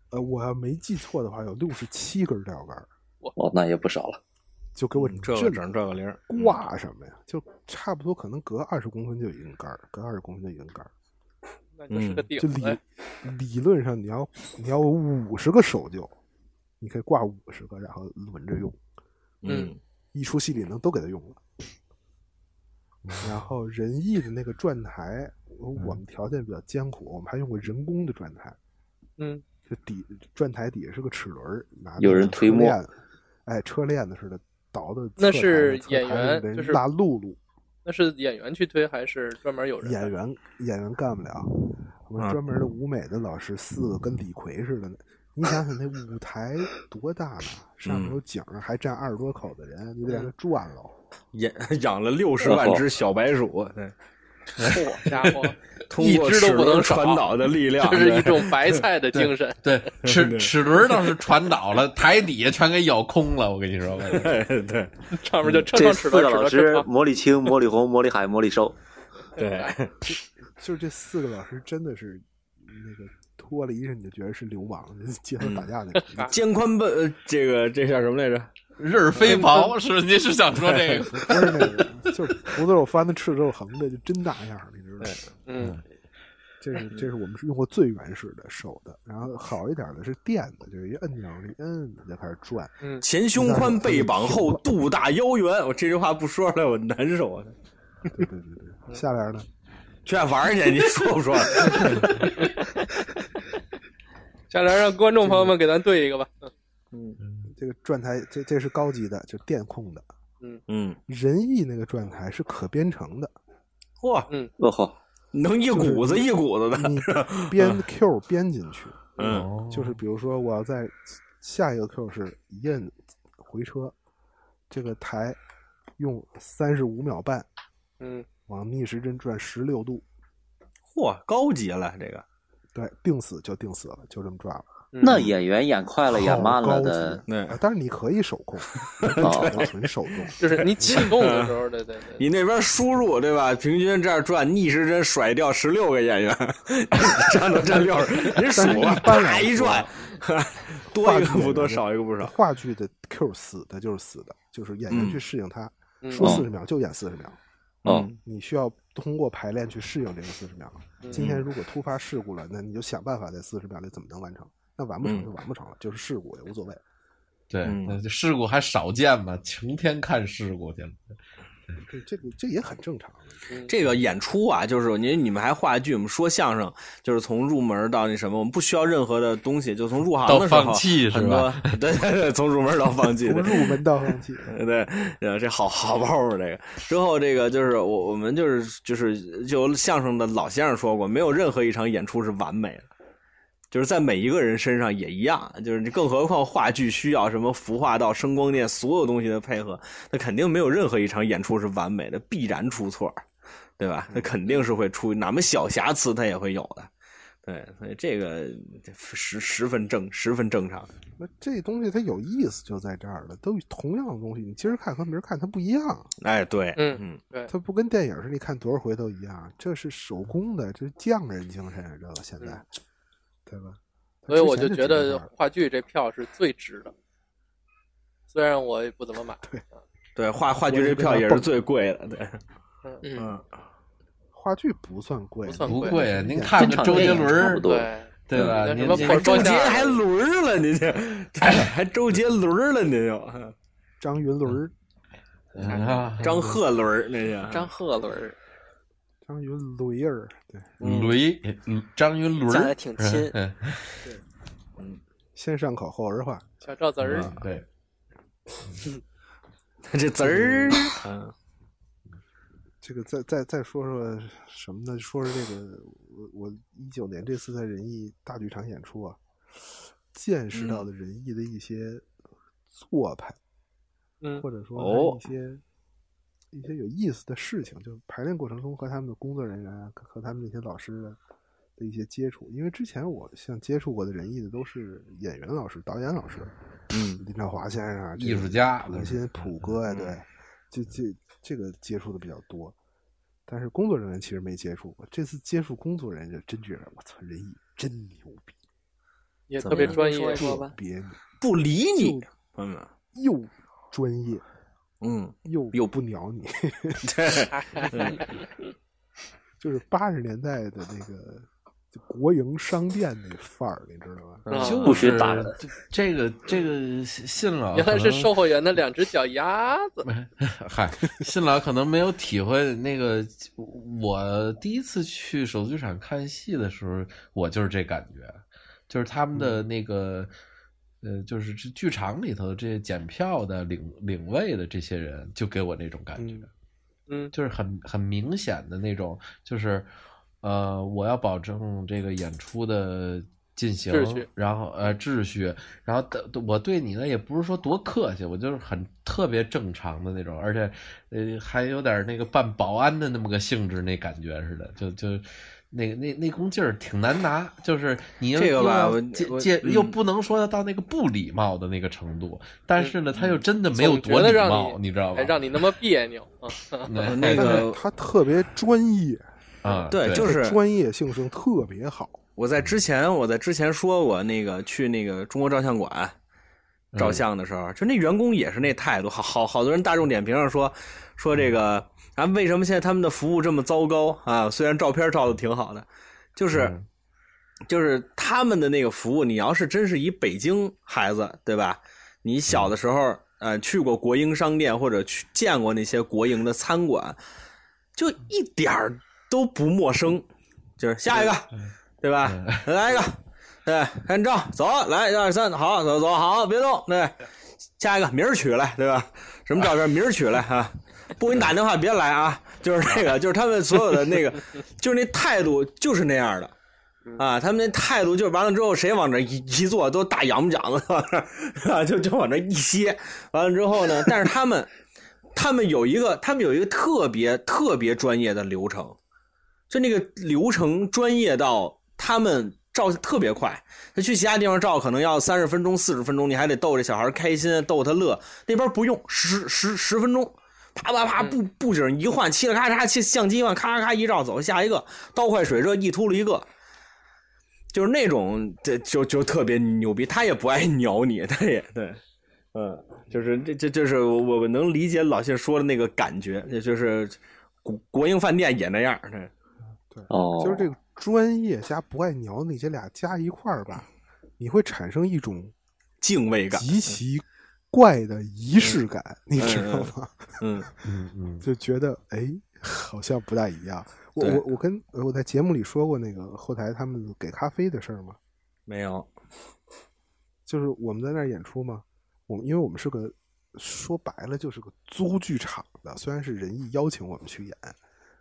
Speaker 4: 呃，我要没记错的话，有六十七根吊杆儿，
Speaker 22: 哦，那也不少了。
Speaker 4: 就给我
Speaker 2: 嗯
Speaker 1: 这个整这个零儿，
Speaker 4: 挂什么呀？就差不多可能隔二十公分就有一根杆儿，隔二十公分就有一根杆儿。
Speaker 2: 那就是个顶
Speaker 4: 嗯就理
Speaker 2: 子。 [LAUGHS]
Speaker 4: 理论上你要你要五十个手臼，你可以挂五十个，然后轮着用。
Speaker 1: 嗯，
Speaker 4: 一出戏里能都给他用了。嗯然后仁义的那个转台，我我
Speaker 22: 嗯
Speaker 4: 们条件比较艰苦，我们还用过人工的转台，
Speaker 2: 嗯，
Speaker 4: 就底转台底下是个齿轮儿，拿那
Speaker 22: 有人
Speaker 4: 个车
Speaker 22: 推磨
Speaker 4: 链，哎，车链子似的倒的。
Speaker 2: 那是
Speaker 4: 侧台
Speaker 2: 演
Speaker 4: 侧台
Speaker 2: 员，
Speaker 4: 人
Speaker 2: 就是
Speaker 4: 拉辘轳，
Speaker 2: 那是演员去推还是专门有人？
Speaker 4: 演员演员干不了，我们专门的舞美的老师四个跟李逵似的呢。你想想那舞台多大呢？上面有景儿，还站二十多口子人，你得让他转喽。
Speaker 1: 养 [LAUGHS] 养了六十万只小白
Speaker 3: 哦
Speaker 1: 鼠，对，，
Speaker 2: 嚯家伙
Speaker 1: [LAUGHS] 通过齿轮传导的力量，
Speaker 2: 这是一
Speaker 1: 对
Speaker 2: 种白菜的精
Speaker 1: [LAUGHS]
Speaker 2: 神。
Speaker 3: 对， [LAUGHS] 齿齿轮倒是传导了，台底下全给咬空了。我跟
Speaker 1: [LAUGHS]
Speaker 3: 你说，
Speaker 1: 对，
Speaker 2: [LAUGHS]
Speaker 1: 嗯
Speaker 2: 上面就抻
Speaker 22: 这
Speaker 2: 上
Speaker 22: 四
Speaker 2: 齿
Speaker 22: 个
Speaker 2: 轮，齿
Speaker 22: 老
Speaker 2: 轮抻
Speaker 22: 师
Speaker 2: 上，
Speaker 22: 魔力青、魔力红、魔力海、魔力兽，
Speaker 1: 对，
Speaker 4: 就是这四个老师真的是那个脱了衣裳你就觉得是流氓，街头打架那种。
Speaker 1: [LAUGHS] 肩宽奔，呃这个这叫什么来着？呃
Speaker 3: 日飞
Speaker 4: [LAUGHS]
Speaker 3: 袍是您是想说这
Speaker 4: 嗯
Speaker 3: 个？
Speaker 4: 不是那
Speaker 1: [LAUGHS]
Speaker 4: 个，就是胡子肉翻的，赤子肉横的，就真那样儿，你知道吗？
Speaker 2: 嗯，
Speaker 4: 这是这是我们是用过最原始的手的，然后好一点的是电的，就是一按钮儿一摁它就开始转。
Speaker 1: 嗯
Speaker 2: 嗯
Speaker 1: 前胸宽，背膀厚，肚大腰圆。我这句话不说出来，我难受啊！
Speaker 4: 对对对
Speaker 1: [LAUGHS]
Speaker 4: 对，下联呢？
Speaker 1: 去玩儿去，你
Speaker 4: [LAUGHS]
Speaker 1: 哎说不说？
Speaker 2: 下来让观众朋友们给咱对一个吧。嗯
Speaker 4: 嗯这个转台，这这是高级的，就电控的。
Speaker 2: 嗯
Speaker 1: 嗯，
Speaker 4: 仁义那个转台是可编程的，
Speaker 1: 嚯，
Speaker 2: 嗯，
Speaker 22: 哦吼，
Speaker 1: 能一股子一股子的，
Speaker 4: 你
Speaker 1: 是吧
Speaker 4: [LAUGHS] 编 Q 编进去。
Speaker 2: 哦
Speaker 1: 嗯
Speaker 4: 就是比如说我要在下一个 Q 是一摁回车，这个台用三十五秒半
Speaker 2: 嗯，
Speaker 4: 往逆时针转十六度，
Speaker 1: 嚯，高级了这个。嗯
Speaker 4: 对，定死就定死了，就这么转了。
Speaker 2: 嗯
Speaker 22: 那演员演快了、演慢了的，
Speaker 4: 啊但是你可以手
Speaker 22: [LAUGHS]
Speaker 4: 控，
Speaker 22: 哦
Speaker 4: 纯啊手动，
Speaker 2: [LAUGHS] 就是你启动的时
Speaker 1: 嗯
Speaker 2: 候，对对对，
Speaker 1: 你那边输入对吧？平均这样转，逆时针甩掉十六个演员， [LAUGHS] 这样能
Speaker 4: [LAUGHS]
Speaker 1: 占六十。您数
Speaker 4: 但是一般
Speaker 1: 吧，啪
Speaker 4: 来
Speaker 1: 一
Speaker 4: 说啊
Speaker 1: 转，多一个不多，少一个不少。
Speaker 4: 话剧的 Q 死的就是死的，就是演员去适应它，
Speaker 1: 嗯
Speaker 4: 说
Speaker 1: 嗯
Speaker 4: 四十秒就演四十秒。
Speaker 3: 嗯
Speaker 22: 哦，
Speaker 4: 你需要通过排练去适应这个四十秒。
Speaker 22: 嗯
Speaker 4: 今天如果突发事故了，那你就想办法在四十秒内怎么能完成。那完不成
Speaker 3: 嗯
Speaker 4: 就完不成了，就是事故也无所谓。
Speaker 3: 对，
Speaker 1: 嗯
Speaker 3: 那这事故还少见吗？晴天看事故去了。
Speaker 4: 这这个这也很正常。
Speaker 1: 这个演出啊，就是您你们还话剧，我们说相声，就是从入门到那什么，我们不需要任何的东西，就从入行的时候
Speaker 3: 到放弃是
Speaker 1: 很多 [LAUGHS]
Speaker 3: 吧
Speaker 1: 对对对，从入门到放弃，
Speaker 4: 从
Speaker 1: 对
Speaker 4: 入门到放弃，
Speaker 1: [LAUGHS] 对，呃，这好好包袱这个。之后这个就是我我们就是就是就相声的老先生说过，没有任何一场演出是完美的。就是在每一个人身上也一样，就是你更何况话剧需要什么服化道、声光电所有东西的配合，那肯定没有任何一场演出是完美的，必然出错，对吧？那肯定是会出哪么小瑕疵，它也会有的。对，所以这个这十十分正，十分正常。
Speaker 4: 那这东西它有意思就在这儿了，都同样的东西，你今儿看和明儿看它不一样。
Speaker 1: 哎，对，嗯
Speaker 2: 对，
Speaker 4: 它不跟电影似的，你看多少回都啊一样。这是手工的，这是匠人精神，这到现在，对吧？
Speaker 2: 所以我就觉得话剧这票是最值的。虽然我也不怎么买，啊
Speaker 1: 对话话剧这票也是最贵的，对，
Speaker 2: 嗯，
Speaker 4: 话剧不算贵，不
Speaker 2: 算
Speaker 3: 不贵啊您看看周杰伦儿对对吧
Speaker 1: 嗯那
Speaker 3: 您
Speaker 1: 什么
Speaker 3: 这
Speaker 1: 破周
Speaker 3: 周
Speaker 1: 杰
Speaker 3: 杰
Speaker 1: 还轮儿了，您这还还周杰轮儿了，您又
Speaker 4: 张云轮
Speaker 3: 啊，嗯
Speaker 1: 张鹤轮儿那是
Speaker 5: 张鹤轮儿，
Speaker 4: 张云雷儿，对，
Speaker 3: 雷嗯张云雷
Speaker 5: 长得挺亲
Speaker 3: 嗯
Speaker 4: 先上口后儿化，
Speaker 2: 小赵子儿，
Speaker 3: 对，
Speaker 1: [LAUGHS] 这子儿，
Speaker 4: 这个再再再说说什么呢？说说这个，我我一九年这次在仁义大剧场演出啊，见识到了仁义的一些做派，
Speaker 2: 嗯
Speaker 4: 或者说
Speaker 1: 哦
Speaker 4: 他一些、一些有意思的事情，就排练过程中和他们的工作人员啊，和和他们那些老师的的一些接触。因为之前我像接触过的仁义的都是演员老师、导演老师，
Speaker 1: 嗯，
Speaker 4: 林兆华先生啊，
Speaker 3: 艺术家
Speaker 4: 文心普哥呀、对，这这这个接触的比较多。但是工作人员其实没接触过，这次接触工作人员，真觉得我操，仁义真牛逼，
Speaker 2: 也
Speaker 4: 怎
Speaker 2: 特
Speaker 4: 么
Speaker 2: 别
Speaker 4: 样
Speaker 2: 专业，
Speaker 4: 特别
Speaker 1: 不理你，朋友们，
Speaker 4: 又专业，
Speaker 1: 嗯，
Speaker 4: 又
Speaker 1: 又
Speaker 4: 不鸟
Speaker 1: [LAUGHS]
Speaker 4: 你，
Speaker 1: 嗯
Speaker 4: [LAUGHS]
Speaker 1: 对，
Speaker 4: 就是八十年代的那个就国营商店那范儿，你知道吗？
Speaker 3: 嗯就是这个这个信老
Speaker 2: 原来
Speaker 3: 可
Speaker 2: 是
Speaker 3: 能
Speaker 2: 售货员的两只脚丫子，嗯
Speaker 3: [LAUGHS] 嗨，信老可能没有体会那个，我第一次去首剧场看戏的时候，我就是这感觉，就是他们的那个，呃，就是这剧场里头这检票的、领领位的这些人，就给我那种感觉，
Speaker 2: 嗯，
Speaker 3: 就是很很明显的那种，就是，呃，我要保证这个演出的。进行
Speaker 2: 秩序，
Speaker 3: 然后呃秩序，然后的我对你呢也不是说多客气，我就是很特别正常的那种，而且呃还有点那个办保安的那么个性质，那感觉似的，就就那那那股劲儿挺难拿，就是你又
Speaker 1: 这个吧
Speaker 3: 又要
Speaker 1: 我
Speaker 3: 介
Speaker 1: 我
Speaker 3: 介
Speaker 1: 嗯
Speaker 3: 又不能说到那个不礼貌的那个程度，但是呢他又真的没有
Speaker 2: 嗯总觉
Speaker 3: 多
Speaker 2: 得
Speaker 3: 礼
Speaker 2: 让
Speaker 3: 貌，你知哎道吧
Speaker 2: 还？让你那么别扭啊
Speaker 3: [LAUGHS] 那
Speaker 4: 但是他特别专业
Speaker 3: 啊
Speaker 1: 对对就是
Speaker 4: 专业性声特别好。
Speaker 1: 我在之前我在之前说过那个去那个中国照相馆照相的时候，就那员工也是那态度，好好好多人大众点评上说说这个啊，为什么现在他们的服务这么糟糕啊？虽然照片照的挺好的，就是、就是他们的那个服务，你要是真是以北京孩子对吧？你小的时候、呃去过国营商店或者去见过那些国营的餐馆，就一点儿都不陌生，就是下一个，对吧？来一个，对，看照，走，来一二三，好，走走好，别动，对，下一个明儿取来，对吧？什么照片明儿取来啊？不给你打电话别来啊！就是这个，就是他们所有的那个，就是那态度就是那样的。啊，他们那态度就是完了之后，谁往这一一坐都大仰不讲的，往这儿 [LAUGHS] 啊，就就往这一歇。完了之后呢，但是他们，他们有一个，他们有一个特别特别专业的流程，就那个流程专业到他们照特别快，他去其他地方照可能要三十分钟、四十分钟，你还得逗这小孩开心，逗他乐。那边不用十十十分钟，啪啪啪布布景一换，嘁哩咔嚓，相机一换，咔咔咔一照走，下一个刀快水热一秃噜一个。就是那种，这就就特别牛逼，他也不爱鸟你， [LAUGHS] 他也对，嗯，就是这这就是我我能理解老谢说的那个感觉，也就是国国营饭店也那样，对，
Speaker 22: 哦
Speaker 4: 就是这个专业加不爱鸟你这俩加一块儿吧，你会产生一种
Speaker 1: 敬畏感
Speaker 4: 极其怪的仪式感，你知道吗？
Speaker 1: 嗯
Speaker 3: 嗯嗯，
Speaker 4: 就觉得哎，好像不大一样。我
Speaker 1: 对
Speaker 4: 我我跟呃我在节目里说过那个后台他们给咖啡的事儿吗？
Speaker 1: 没有，
Speaker 4: 就是我们在那儿演出嘛，我们因为我们是个说白了就是个租剧场的，虽然是仁义邀请我们去演，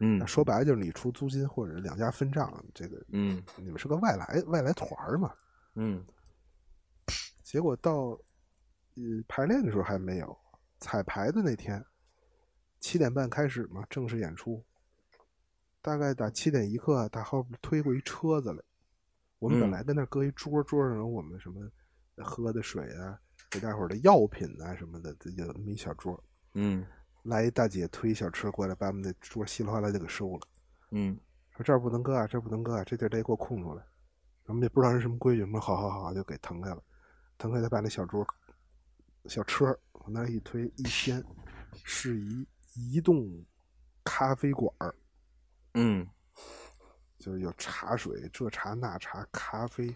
Speaker 1: 嗯
Speaker 4: 那说白了就是你出租金或者两家分账，这个
Speaker 1: 嗯
Speaker 4: 你们是个外来外来团儿嘛，
Speaker 1: 嗯
Speaker 4: 结果到呃排练的时候还没有，彩排的那天七点半开始嘛，正式演出，大概打七点一刻，啊打后边推过一车子来，我们
Speaker 1: 嗯
Speaker 4: 本来跟那儿搁一桌，桌上有我们什么喝的水啊，给大伙儿的药品啊什么的，这有那么一小桌，
Speaker 1: 嗯
Speaker 4: 来一大姐推一小车过来，把我们的桌稀里哗啦就给收了，
Speaker 1: 嗯
Speaker 4: 说这儿不能搁啊，这儿不能搁啊，这地儿得给我空出来。我们也不知道是什么规矩，我们说好好好，就给腾开了。腾开，他把那小桌、小车往那儿一推一掀，是一移动咖啡馆儿。
Speaker 1: 嗯，
Speaker 4: 就是有茶水，这茶那茶，咖啡，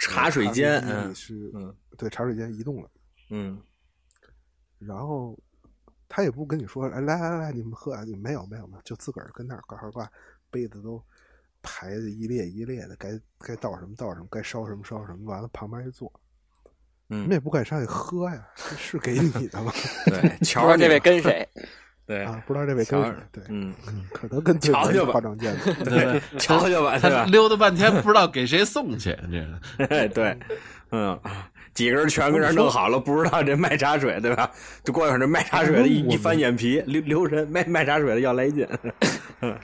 Speaker 1: 茶水间
Speaker 4: 咖啡机
Speaker 1: 嗯
Speaker 4: 是，
Speaker 1: 嗯，
Speaker 4: 对，茶水间移动了，
Speaker 1: 嗯，
Speaker 4: 然后他也不跟你说，哎，来来来，你们喝啊，你没有没有没有，就自个儿跟那儿呱呱呱，杯子都排的一列一列的，该该倒什么倒什么，该烧什么烧什么，完了旁边一坐，
Speaker 1: 嗯，？
Speaker 4: 你们也不敢上去喝呀，这是给你的吗
Speaker 1: [LAUGHS] 对，瞧瞧你吧
Speaker 4: [LAUGHS]
Speaker 1: 对
Speaker 4: 啊，不知道这位跟
Speaker 1: 瞧
Speaker 4: 谁
Speaker 1: 着，
Speaker 4: 对，
Speaker 1: [LAUGHS] 嗯，
Speaker 4: 可能跟对
Speaker 1: 瞧
Speaker 4: 门
Speaker 1: 瞧吧
Speaker 4: 化妆间
Speaker 3: [LAUGHS]
Speaker 4: 的，
Speaker 1: [LAUGHS] 对瞧瞧吧
Speaker 3: 他
Speaker 1: 对吧
Speaker 3: 溜达半天不知道给谁送去，
Speaker 1: [LAUGHS]
Speaker 3: 这
Speaker 1: 个哎对，嗯，几个人全跟这儿弄好了，不知道这卖茶水对吧？就过一会儿这卖茶水的一一翻眼皮，留留神卖卖茶水的要来劲，
Speaker 4: [LAUGHS]
Speaker 1: [LAUGHS]
Speaker 4: 嗯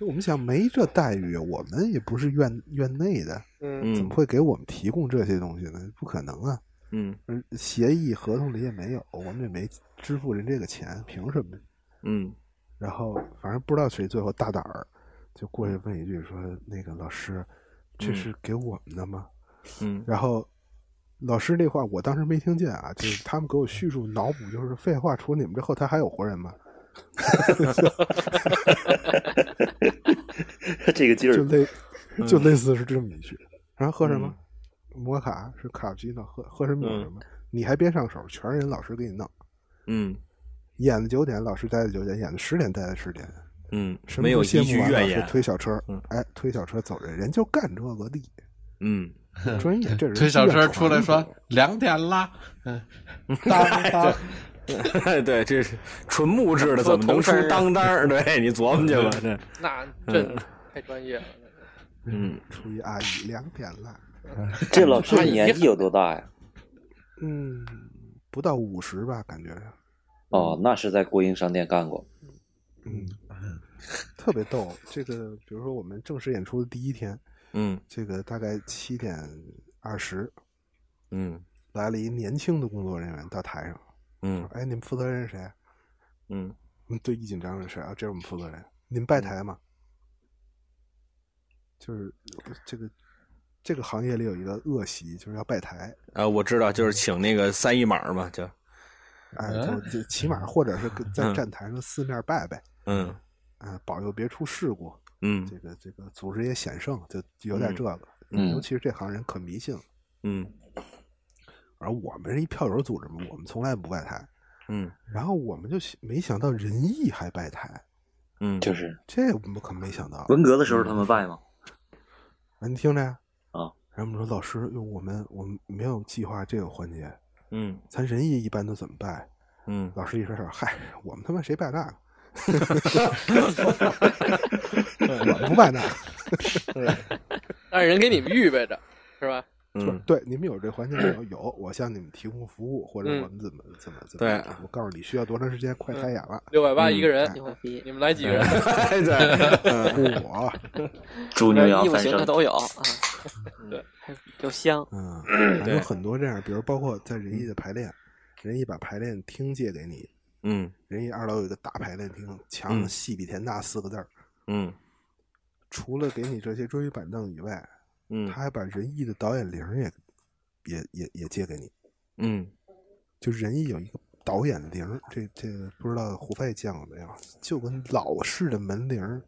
Speaker 4: 我们想没这待遇，我们也不是院院内的，
Speaker 1: 嗯
Speaker 4: 怎么会给我们提供这些东西呢？不可能啊！
Speaker 1: 嗯
Speaker 4: 而协议合同里也没有，我们也没支付人这个钱，凭什么？
Speaker 1: 嗯，
Speaker 4: 然后反正不知道谁最后大胆儿，就过去问一句说：“那个老师，这
Speaker 1: 嗯
Speaker 4: 是给我们的吗？”
Speaker 1: 嗯
Speaker 4: 然后老师那话我当时没听见啊，就是他们给我叙述脑补，就是废话，除了你们之后，他还有活人吗？
Speaker 22: 这个劲儿
Speaker 4: 就类
Speaker 22: 嗯
Speaker 4: 就类似是这么一句。然后喝什么？
Speaker 1: 嗯
Speaker 4: 摩卡是卡布奇诺，喝喝什么有什么。你还别上手，全是人老师给你弄。
Speaker 1: 嗯
Speaker 4: 演的九点，老师待的九点；演的十点，待的十点。
Speaker 1: 嗯，
Speaker 4: 什么
Speaker 1: 没有
Speaker 4: 都谢
Speaker 1: 一
Speaker 4: 幕完，
Speaker 1: 句怨
Speaker 4: 老师
Speaker 1: 言，
Speaker 4: 推小车，哎，推小车走人，人就干这个的。 [LAUGHS]
Speaker 1: 嗯，
Speaker 4: 专业，这人
Speaker 3: [LAUGHS] 推小
Speaker 4: 志愿
Speaker 3: 车
Speaker 4: 传
Speaker 3: 出来
Speaker 4: 统
Speaker 1: [LAUGHS]
Speaker 3: 说两点啦，嗯，
Speaker 1: 当对，这是纯木质
Speaker 2: [LAUGHS]
Speaker 1: 的，怎么能出当当儿？对你琢磨去吧，这 [LAUGHS]
Speaker 2: 那这太专业了。
Speaker 1: 嗯，
Speaker 4: 出一阿姨两点了。
Speaker 22: [LAUGHS] 这老师年纪有多大呀？
Speaker 4: [LAUGHS] 嗯，不到五十吧，感觉
Speaker 22: 哦，那是在国营商店干过。
Speaker 4: 特别逗。这个，比如说我们正式演出的第一天，
Speaker 1: 嗯
Speaker 4: 这个大概七点二十
Speaker 1: 嗯
Speaker 4: 来了一年轻的工作人员到台上，
Speaker 1: 嗯
Speaker 4: 哎，你们负责人是谁？
Speaker 1: 嗯
Speaker 4: 嗯，对，一紧张的事啊，这是我们负责人。你们拜台吗？就是这个这个行业里有一个恶习，就是要拜台，
Speaker 1: 啊，我知道，就是请那个三一码儿嘛，就
Speaker 4: 哎，
Speaker 1: 嗯
Speaker 4: 就就起码或者是跟在
Speaker 1: 嗯
Speaker 4: 站台上四面拜拜，
Speaker 1: 嗯
Speaker 4: 啊，保佑别出事故，
Speaker 1: 嗯
Speaker 4: 这个这个组织也险胜，就有点这个。
Speaker 1: 嗯嗯
Speaker 4: 尤其是这行人可迷信了。
Speaker 1: 嗯
Speaker 4: 而我们是一票友组织嘛，我们从来不拜台。
Speaker 1: 嗯
Speaker 4: 然后我们就想没想到仁义还拜台，
Speaker 1: 嗯，
Speaker 22: 就是
Speaker 4: 这我们可没想到。
Speaker 22: 文革的时候他们拜吗？
Speaker 4: 啊，你听着呀。
Speaker 1: 哦
Speaker 22: 啊。
Speaker 4: 然后我们说老师，哟我们我们没有计划这个环节，
Speaker 1: 嗯
Speaker 4: 咱仁义一般都怎么拜？
Speaker 1: 嗯，
Speaker 4: 老师一甩手，嗨，我们他妈谁拜那个？ [LAUGHS] 我们不拜那个。
Speaker 2: [LAUGHS] 但是人给你们预备着，是吧？
Speaker 4: 就是对，你们有这环节有有，我向你们提供服务，或者
Speaker 2: 嗯
Speaker 4: 我们怎么怎么怎么，
Speaker 1: 对
Speaker 4: 我告诉你需要多长时间，快开演了，
Speaker 2: 六百八
Speaker 4: 嗯
Speaker 2: 一个人
Speaker 4: 哎，
Speaker 2: 你们来几个人？
Speaker 6: 哎
Speaker 1: 对
Speaker 4: [LAUGHS] 对 [LAUGHS] 我
Speaker 6: 嗯
Speaker 22: 猪牛
Speaker 2: [LAUGHS]
Speaker 22: 羊
Speaker 5: 义务
Speaker 22: 三
Speaker 5: 形
Speaker 22: 牲
Speaker 5: 的都有，
Speaker 6: 啊
Speaker 2: 对，
Speaker 5: 有香，
Speaker 4: 嗯，
Speaker 6: [LAUGHS]
Speaker 4: 反正很多这样，比如包括在仁义的排练，仁义把排练厅借给你，
Speaker 1: 嗯
Speaker 4: 仁义二楼有一个大排练厅，墙上
Speaker 1: 嗯
Speaker 4: 细笔田大四个字儿，
Speaker 1: 嗯
Speaker 4: 除了给你这些桌椅板凳以外，
Speaker 1: 嗯
Speaker 4: 他还把仁义的导演铃儿也也也也借给你，
Speaker 1: 嗯
Speaker 4: 就仁义有一个导演铃儿，这这个不知道胡飞见过没有？就跟老式的门铃儿，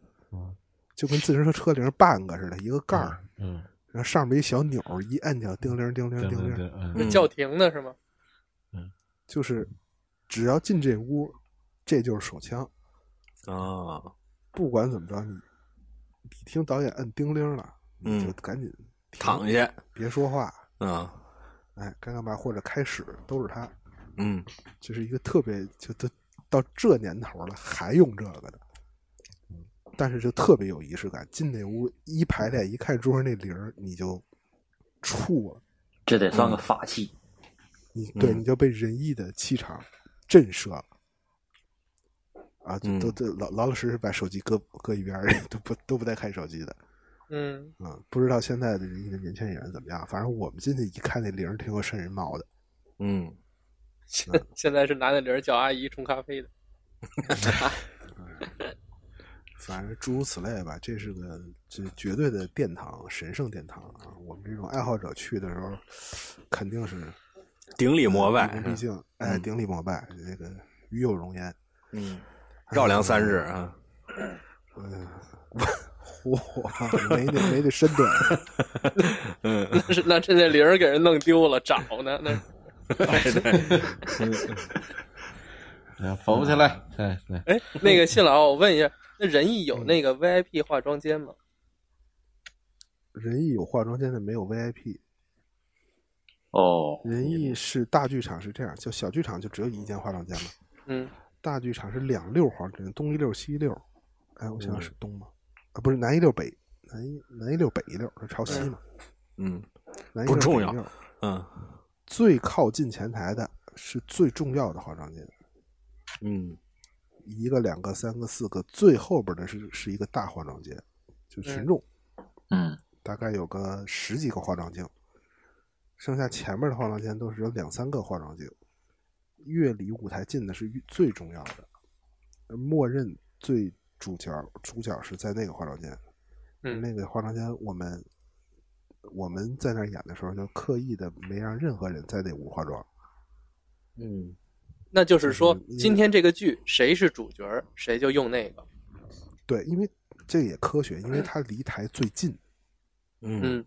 Speaker 4: 就跟自行车车铃儿半个似的，一个盖儿，
Speaker 3: 嗯，
Speaker 4: 然后上面一小钮儿，一按钮，叮铃儿叮铃儿
Speaker 3: 对
Speaker 4: 叮
Speaker 3: 对
Speaker 4: 铃
Speaker 3: 对
Speaker 4: 儿，
Speaker 3: 嗯
Speaker 2: 那叫停的是吗？
Speaker 4: 就是只要进这屋，这就是手枪，
Speaker 1: 啊，
Speaker 4: 不管怎么着，你你听导演摁叮铃儿了，你就赶紧停
Speaker 1: 躺下，
Speaker 4: 别说话，
Speaker 1: 啊
Speaker 4: 哎，该干嘛或者开始都是他，
Speaker 1: 嗯，
Speaker 4: 这是一个特别就都到这年头了还用这个的，但是就特别有仪式感。进那屋一排练，一看桌上那铃儿，你就怵了，
Speaker 22: 这得
Speaker 1: 嗯
Speaker 22: 算个法器。
Speaker 4: 你对你就被仁义的气场震慑了。啊，就
Speaker 1: 嗯
Speaker 4: 都都老老老实实把手机搁搁一边儿， [LAUGHS] 都不都不带看手机的。
Speaker 2: 嗯，
Speaker 4: 啊，不知道现在的仁义的年轻演员怎么样，反正我们进去一看那铃儿，挺有瘆人毛的。嗯
Speaker 1: 嗯，
Speaker 3: 嗯
Speaker 2: [LAUGHS] 现在是拿那铃儿叫阿姨冲咖啡的。
Speaker 4: 反正诸如此类吧，这是个这绝对的殿堂，神圣殿堂啊！我们这种爱好者去的时候，肯定是
Speaker 1: 顶礼膜拜
Speaker 4: 因为毕竟哎，顶礼膜拜，这个与有荣焉。
Speaker 1: 嗯，绕梁三日啊，
Speaker 4: 嗯， [LAUGHS] 嚯，没得没得啊身段，
Speaker 1: [LAUGHS] 嗯，
Speaker 2: 那是那这那铃儿给人弄丢了，找呢那。
Speaker 3: [LAUGHS] 哎嗯
Speaker 1: [LAUGHS]
Speaker 3: 扶不起来，
Speaker 1: 嗯
Speaker 3: 对对。
Speaker 2: 哎，那个信老，我问一下，那仁义有那个 VIP 化妆间吗？
Speaker 4: [LAUGHS] 仁义有化妆间的，没有 VIP。
Speaker 22: 哦，
Speaker 4: 仁义是大剧场是这样，就小剧场就只有一间化妆间嘛，
Speaker 2: 嗯，
Speaker 4: 大剧场是两溜化妆间，东一溜西一溜。哎，我
Speaker 1: 嗯
Speaker 4: 想想是东吗？啊，不是南一溜北，南一南一溜北一溜是朝西嘛？
Speaker 1: 嗯，
Speaker 4: 南一
Speaker 1: 不
Speaker 4: 溜
Speaker 1: 重
Speaker 4: 北一
Speaker 1: 要
Speaker 4: 溜，
Speaker 1: 嗯
Speaker 4: 最靠近前台的是最重要的化妆间，
Speaker 1: 嗯，
Speaker 4: 一个、两个、三个、四个，最后边的是是一个大化妆间，就群众，
Speaker 22: 嗯，
Speaker 4: 大概有个十几个化妆镜，剩下前面的化妆间都是有两三个化妆镜，越离舞台近的是越最重要的，而默认最主角主角是在那个化妆间，
Speaker 2: 嗯
Speaker 4: 那个化妆间我们我们在那儿演的时候就刻意的没让任何人在那屋化妆，
Speaker 1: 嗯，
Speaker 2: 那就是说，今天这个剧谁是主角，谁就用那个。
Speaker 4: 对，因为这个也科学，因为他离台最近，
Speaker 1: 嗯，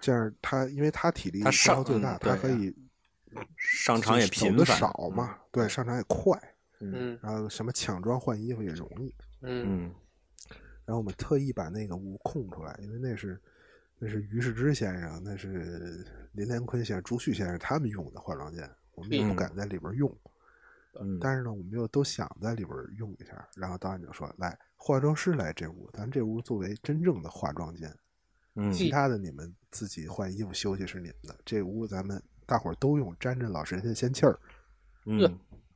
Speaker 4: 这样他因为他体力
Speaker 1: 他
Speaker 4: 消耗
Speaker 1: 上
Speaker 4: 最大，
Speaker 1: 嗯
Speaker 4: 他
Speaker 1: 对
Speaker 4: 可以
Speaker 1: 上场也
Speaker 4: 走
Speaker 1: 频
Speaker 4: 的
Speaker 1: 繁嗯
Speaker 4: 少嘛，对，上场也快，
Speaker 2: 嗯，
Speaker 4: 然后什么抢装换衣服也容易，
Speaker 2: 嗯，
Speaker 4: 然后我们特意把那个屋空出来，因为那是那是于世之先生，那是林连坤先生、朱旭先生他们用的化妆间，我们也不
Speaker 1: 嗯
Speaker 4: 敢在里边用。
Speaker 1: 嗯
Speaker 4: 但是呢，我们又都想在里边用一下。然后导演就说：“来，化妆师来这屋，咱这屋作为真正的化妆间，
Speaker 1: 嗯
Speaker 4: 其他的你们自己换衣服休息是你们的，这屋咱们大伙儿都用，沾沾老神仙仙气儿。”
Speaker 1: 嗯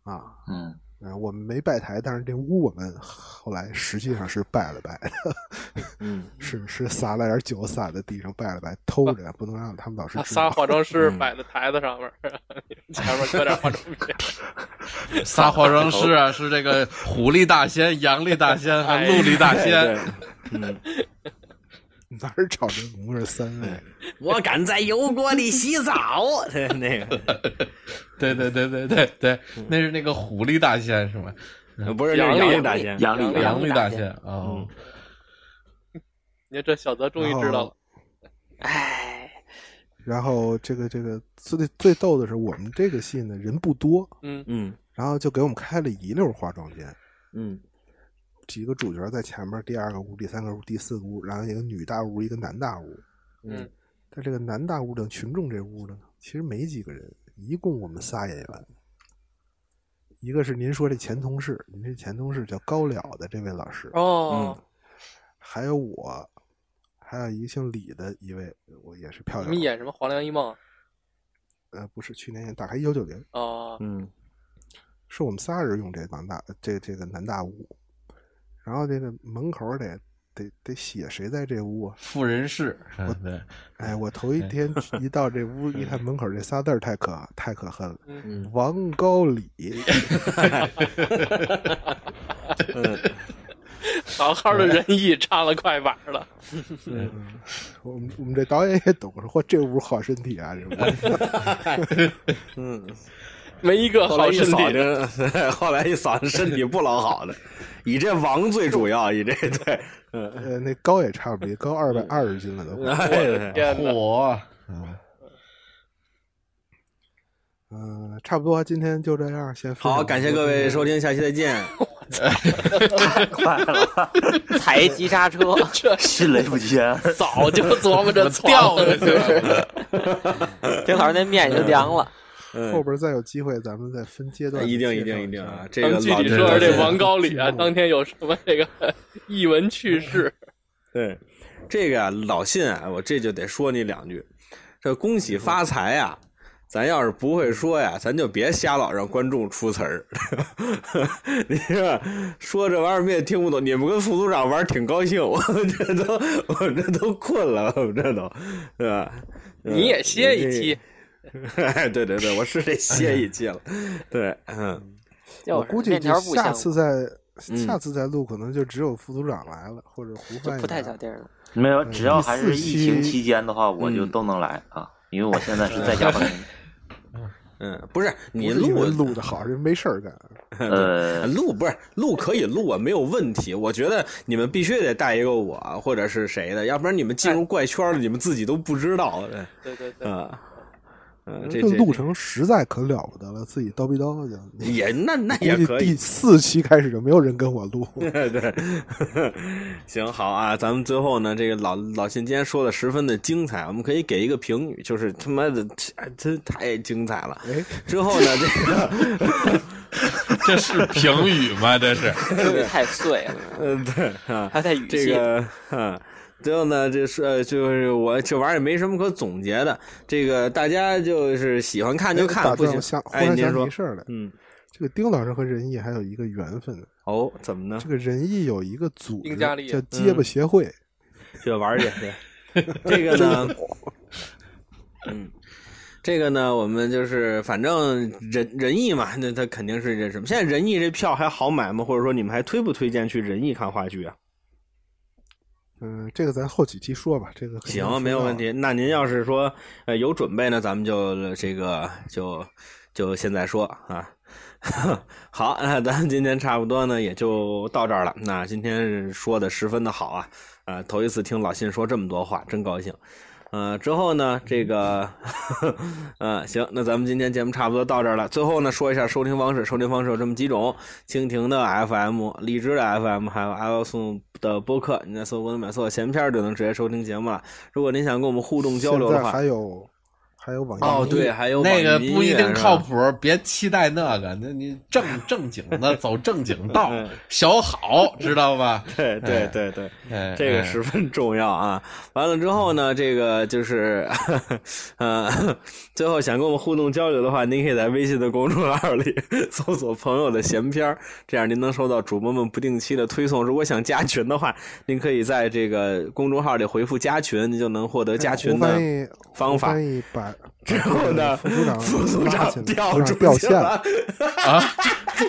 Speaker 4: 啊，
Speaker 22: 嗯，
Speaker 4: 然后我们没拜台，但是这屋我们后来实际上是拜了拜的，
Speaker 1: [LAUGHS] 嗯，
Speaker 4: [LAUGHS] 是是撒了点酒撒在地上拜了拜，偷着不能让他们老师
Speaker 2: 他
Speaker 4: 知道
Speaker 2: 仨啊化妆师
Speaker 1: 嗯
Speaker 2: 摆在台子上面， [LAUGHS] 前面搁点化妆
Speaker 1: [LAUGHS]
Speaker 2: 品。
Speaker 3: 仨化妆师啊，是这个虎力大仙、羊力大仙和
Speaker 1: 哎
Speaker 3: 鹿力
Speaker 1: [LAUGHS]
Speaker 3: 大仙。
Speaker 1: 嗯，
Speaker 4: [LAUGHS] 哪儿找这模特三位？
Speaker 1: 我敢在油锅里洗澡，对那个，
Speaker 3: [LAUGHS] 对对对对对对，那是那个虎力大仙是吗？嗯
Speaker 1: 呃不是那是羊力大仙嗯
Speaker 3: 羊力
Speaker 1: 羊力
Speaker 3: 力
Speaker 1: 大
Speaker 3: 大
Speaker 1: 仙
Speaker 3: 仙啊。
Speaker 2: [LAUGHS] 哦你看这小泽终于知道了，
Speaker 4: 然后这个这个最最逗的是，我们这个戏呢人不多，
Speaker 2: 嗯
Speaker 1: 嗯，
Speaker 4: 然后就给我们开了一溜化妆间，
Speaker 1: 嗯，
Speaker 4: 几个主角在前面第二个屋、第三个屋、第四个屋，然后一个女大屋，一个男大屋，
Speaker 2: 嗯，
Speaker 4: 在这个男大屋的群众这屋呢，其实没几个人，一共我们仨演员，一个是您说这前同事，您这前同事叫高了的这位老师嗯
Speaker 2: 哦，
Speaker 4: 还有我，还有一个姓李的一位，我也是漂
Speaker 2: 你
Speaker 4: 亮
Speaker 2: 们，演什么《黄粱一梦》
Speaker 4: 呃，不是去年也打开幺九零，
Speaker 2: 哦，
Speaker 1: 嗯，
Speaker 4: 是我们仨人用这男大这这个南大屋，然后这个门口得得得写谁在这屋啊？
Speaker 3: 妇人氏， [LAUGHS] 嗯对，
Speaker 4: 哎，我头一天
Speaker 3: [LAUGHS]
Speaker 4: 一到这屋，一看门口这仨字儿太可太可恨了，
Speaker 1: 嗯
Speaker 4: 王高礼。
Speaker 2: 好好的仁义唱了快板了。
Speaker 4: [LAUGHS] 嗯我们我们这导演也懂，说嚯这屋好身体啊，这屋。
Speaker 1: 嗯，
Speaker 2: 没一个
Speaker 1: 后来
Speaker 2: 好
Speaker 1: 一
Speaker 2: 身
Speaker 1: 扫
Speaker 2: 体。
Speaker 1: 这， [LAUGHS] 后来一扫这身体不老好的，以这王最主要，以这对，嗯，
Speaker 4: [LAUGHS] 呃，那高也差不多，高二百二十斤了都。
Speaker 1: 哎对
Speaker 2: 天哪
Speaker 3: 火，
Speaker 4: 嗯、差不多，今天就这样，先
Speaker 1: 好，感谢各位收听，下期再
Speaker 5: [LAUGHS]
Speaker 1: 见。
Speaker 5: 快了， [LAUGHS] 踩急刹车，
Speaker 2: 这
Speaker 5: 迅雷不及啊掩
Speaker 2: 早就琢磨着掉下去
Speaker 4: [LAUGHS]
Speaker 5: [LAUGHS] 了。丁老师那面已经凉了，
Speaker 4: 后边再有机会，咱们再分阶段。
Speaker 1: 嗯一定一定一定啊！这
Speaker 2: 咱
Speaker 1: 个
Speaker 2: 们具
Speaker 1: 老
Speaker 2: 体说说这王
Speaker 4: [LAUGHS]
Speaker 2: 高礼啊，当天有什么这个译文趣事？
Speaker 1: 对，这个啊，老信啊，我这就得说你两句。这恭喜发财呀、咱要是不会说呀，咱就别瞎老让观众出词儿。 [LAUGHS] 你说说这玩意儿我们也听不懂，你们跟副组长玩儿挺高兴，我们这都我们这都困了，我们这都是吧？
Speaker 2: 你也歇一
Speaker 1: 期
Speaker 2: 期。
Speaker 1: 哎， [LAUGHS] 对对对，我是得歇一期了。对，嗯，
Speaker 4: 我估计
Speaker 5: 那条
Speaker 4: 这
Speaker 5: 不像
Speaker 4: 下次再
Speaker 1: 嗯
Speaker 4: 下次再录可能就只有副组长来了，或者胡范
Speaker 6: 不带
Speaker 4: 小
Speaker 6: 弟了。
Speaker 22: 没有，
Speaker 4: 嗯
Speaker 22: 只要还是
Speaker 4: 第四
Speaker 22: 疫
Speaker 4: 期
Speaker 22: 情期间的话，我就都能来啊，因为我现在是在家办公。
Speaker 1: 嗯，不是你
Speaker 4: 不是因
Speaker 1: 录
Speaker 4: 为录的好，人没事儿干。
Speaker 1: [LAUGHS] 呃，录不是录可以录啊，没有问题。我觉得你们必须得带一个我啊或者是谁的，要不然你们进入怪圈了，你们自己都不知道。
Speaker 2: 哎对对
Speaker 1: 对，啊，嗯，这
Speaker 4: 这
Speaker 1: 这
Speaker 4: 路程实在可了不得了，自己叨逼叨去。
Speaker 1: 也那那也
Speaker 4: 估计
Speaker 1: 可以。
Speaker 4: 第。四期开始就没有人跟我录
Speaker 1: [LAUGHS] 对，行好啊，咱们最后呢，这个老老信今天说的十分的精彩，我们可以给一个评语，就是他妈的，哎真太精彩了。
Speaker 4: 哎
Speaker 1: 之后呢，这个
Speaker 3: [LAUGHS] 这是评语吗？这是
Speaker 6: 太碎
Speaker 1: [LAUGHS]
Speaker 6: 了。
Speaker 1: 嗯，对啊，
Speaker 6: 还带语气
Speaker 1: 这个，嗯，最后呢，这是呃就是我这玩意儿也没什么可总结的，这个大家就是喜欢看就看，
Speaker 4: 打断
Speaker 1: 不
Speaker 4: 我
Speaker 1: 行
Speaker 4: 想，忽
Speaker 1: 哎，
Speaker 4: 然
Speaker 1: 您
Speaker 4: 想起
Speaker 1: 说
Speaker 4: 一事儿来，
Speaker 1: 嗯，
Speaker 4: 这个丁老师和仁义还有一个缘分。
Speaker 1: 哦，怎么呢？
Speaker 4: 这个仁义有一个组织
Speaker 1: 丁嘉丽
Speaker 4: 叫结
Speaker 3: 嗯
Speaker 4: 巴协会，
Speaker 1: 去玩儿去。
Speaker 4: [LAUGHS]
Speaker 1: 对这个呢，嗯，这个呢，我们就是反正仁仁义嘛，那他肯定是这什么。现在仁义这票还好买吗？或者说你们还推不推荐去仁义看话剧啊？
Speaker 4: 嗯，这个咱后几期说吧，这个肯定说
Speaker 1: 行，没有问题。那您要是说呃有准备呢，咱们就呃这个就就现在说啊。 [LAUGHS] 好，那咱们今天差不多呢，也就到这儿了。那今天说的十分的好啊，啊，头一次听老信说这么多话，真高兴。呃，之后呢，这个， [LAUGHS] 呃，行，那咱们今天节目差不多到这儿了。最后呢，说一下收听方式，收听方式有这么几种：蜻蜓的 FM、荔枝的 FM，还有 iOS 的播客。你在搜“国能买错闲篇儿”就能直接收听节目了。如果您想跟我们互动交流的
Speaker 4: 现在
Speaker 1: 话，
Speaker 4: 还有还有网易
Speaker 1: 哦对还有
Speaker 3: 那个
Speaker 1: 网易
Speaker 3: 不一
Speaker 1: 音乐
Speaker 3: 定
Speaker 1: 是吧
Speaker 3: 靠谱，别期待那个。那你正正经的走正经
Speaker 1: [LAUGHS]
Speaker 3: 道，小好，知道吧？
Speaker 1: 对对对对， [LAUGHS]
Speaker 5: 哎
Speaker 1: 这个十分重要啊！完了之后呢，这个就是，呃，最后想跟我们互动交流的话，您可以在微信的公众号里搜索“朋友的闲篇儿”，这样您能收到主播们不定期的推送。如果想加群的话，您可以在这个公众号里回复“加群”，您就能获
Speaker 4: 哎
Speaker 1: 得加群
Speaker 4: 胡
Speaker 1: 的
Speaker 4: 翻译
Speaker 1: 方法
Speaker 4: 胡。翻译把
Speaker 1: 之
Speaker 4: [LAUGHS]
Speaker 1: 后呢，副
Speaker 4: 组
Speaker 1: 组
Speaker 4: 长
Speaker 1: 长
Speaker 4: 拉起来
Speaker 1: 掉
Speaker 4: 副组
Speaker 1: 出
Speaker 4: 长掉
Speaker 1: 去
Speaker 4: 线
Speaker 1: 了
Speaker 4: 了
Speaker 1: 啊！ [LAUGHS]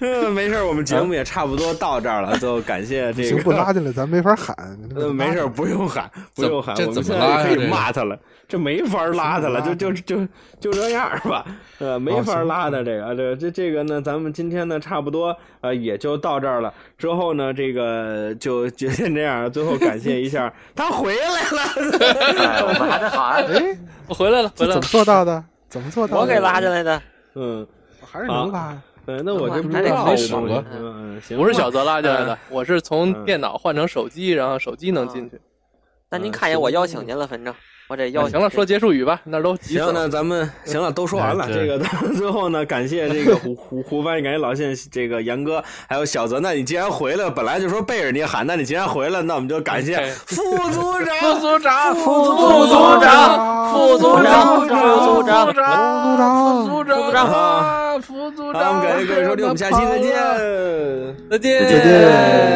Speaker 1: 嗯没事儿，我们节目也差不多到这
Speaker 4: [LAUGHS]
Speaker 1: 儿了，就感谢这
Speaker 4: 行
Speaker 1: 个
Speaker 4: 不拉进来，咱没法喊。
Speaker 1: [LAUGHS] 呃，没事儿，不用喊，不用喊，
Speaker 4: 这
Speaker 1: 我们
Speaker 4: 怎
Speaker 1: 现
Speaker 4: 么拉
Speaker 1: 在
Speaker 4: 呀
Speaker 1: 可以
Speaker 4: 这个
Speaker 1: 骂他了，这没法拉他了，就就就就这样儿吧，呃，
Speaker 2: 哦
Speaker 1: 没法拉的这个，啊这这这个呢，咱们今天呢差不多，呃，也就到这儿了。之后呢，这个就就先这样，最后感谢一下，他回来了，
Speaker 6: 我们还在
Speaker 1: [LAUGHS]
Speaker 6: 喊，
Speaker 4: 哎，
Speaker 2: 我回来了，
Speaker 4: 这怎
Speaker 2: 回来了
Speaker 4: 么，做到
Speaker 3: [LAUGHS]
Speaker 4: 的？怎么做到的？
Speaker 6: 我给拉进来的。
Speaker 1: 嗯，
Speaker 4: 还是能拉。
Speaker 1: 对，那我就不
Speaker 2: 还
Speaker 1: 知
Speaker 2: 得
Speaker 1: 道
Speaker 2: 开
Speaker 1: 了
Speaker 2: 始了
Speaker 1: 嗯，行，
Speaker 2: 不是小泽拉进来的
Speaker 1: 嗯，啊
Speaker 2: 我是从电脑换成手机，然后手机能进去。嗯
Speaker 6: 那
Speaker 1: 嗯
Speaker 6: 您看一眼，我邀请您了，反正我这邀
Speaker 2: 行了，说结束语吧，那都急死
Speaker 1: 哎行，那
Speaker 2: 了。
Speaker 1: 咱
Speaker 2: [LAUGHS]
Speaker 1: 们行了，都说完了。
Speaker 2: 哎
Speaker 1: 这
Speaker 2: 对
Speaker 1: 个最后呢，感谢这个胡胡胡翻译，感谢老谢，这个杨哥，还有小泽。那你既然回来了，本来就说背着你喊，那你既然回来，那我们就感谢
Speaker 2: 哎
Speaker 1: [LAUGHS] 副组长、
Speaker 6: 副组长、
Speaker 1: 副
Speaker 6: 副组长、副组长、
Speaker 1: 副
Speaker 6: 副
Speaker 1: 组长
Speaker 6: 组长、副组
Speaker 4: 长、
Speaker 6: 副组长、副组
Speaker 1: 好，我
Speaker 6: 长。
Speaker 1: 们感谢各位收听，我们下期再见，
Speaker 6: 再见
Speaker 1: 再见。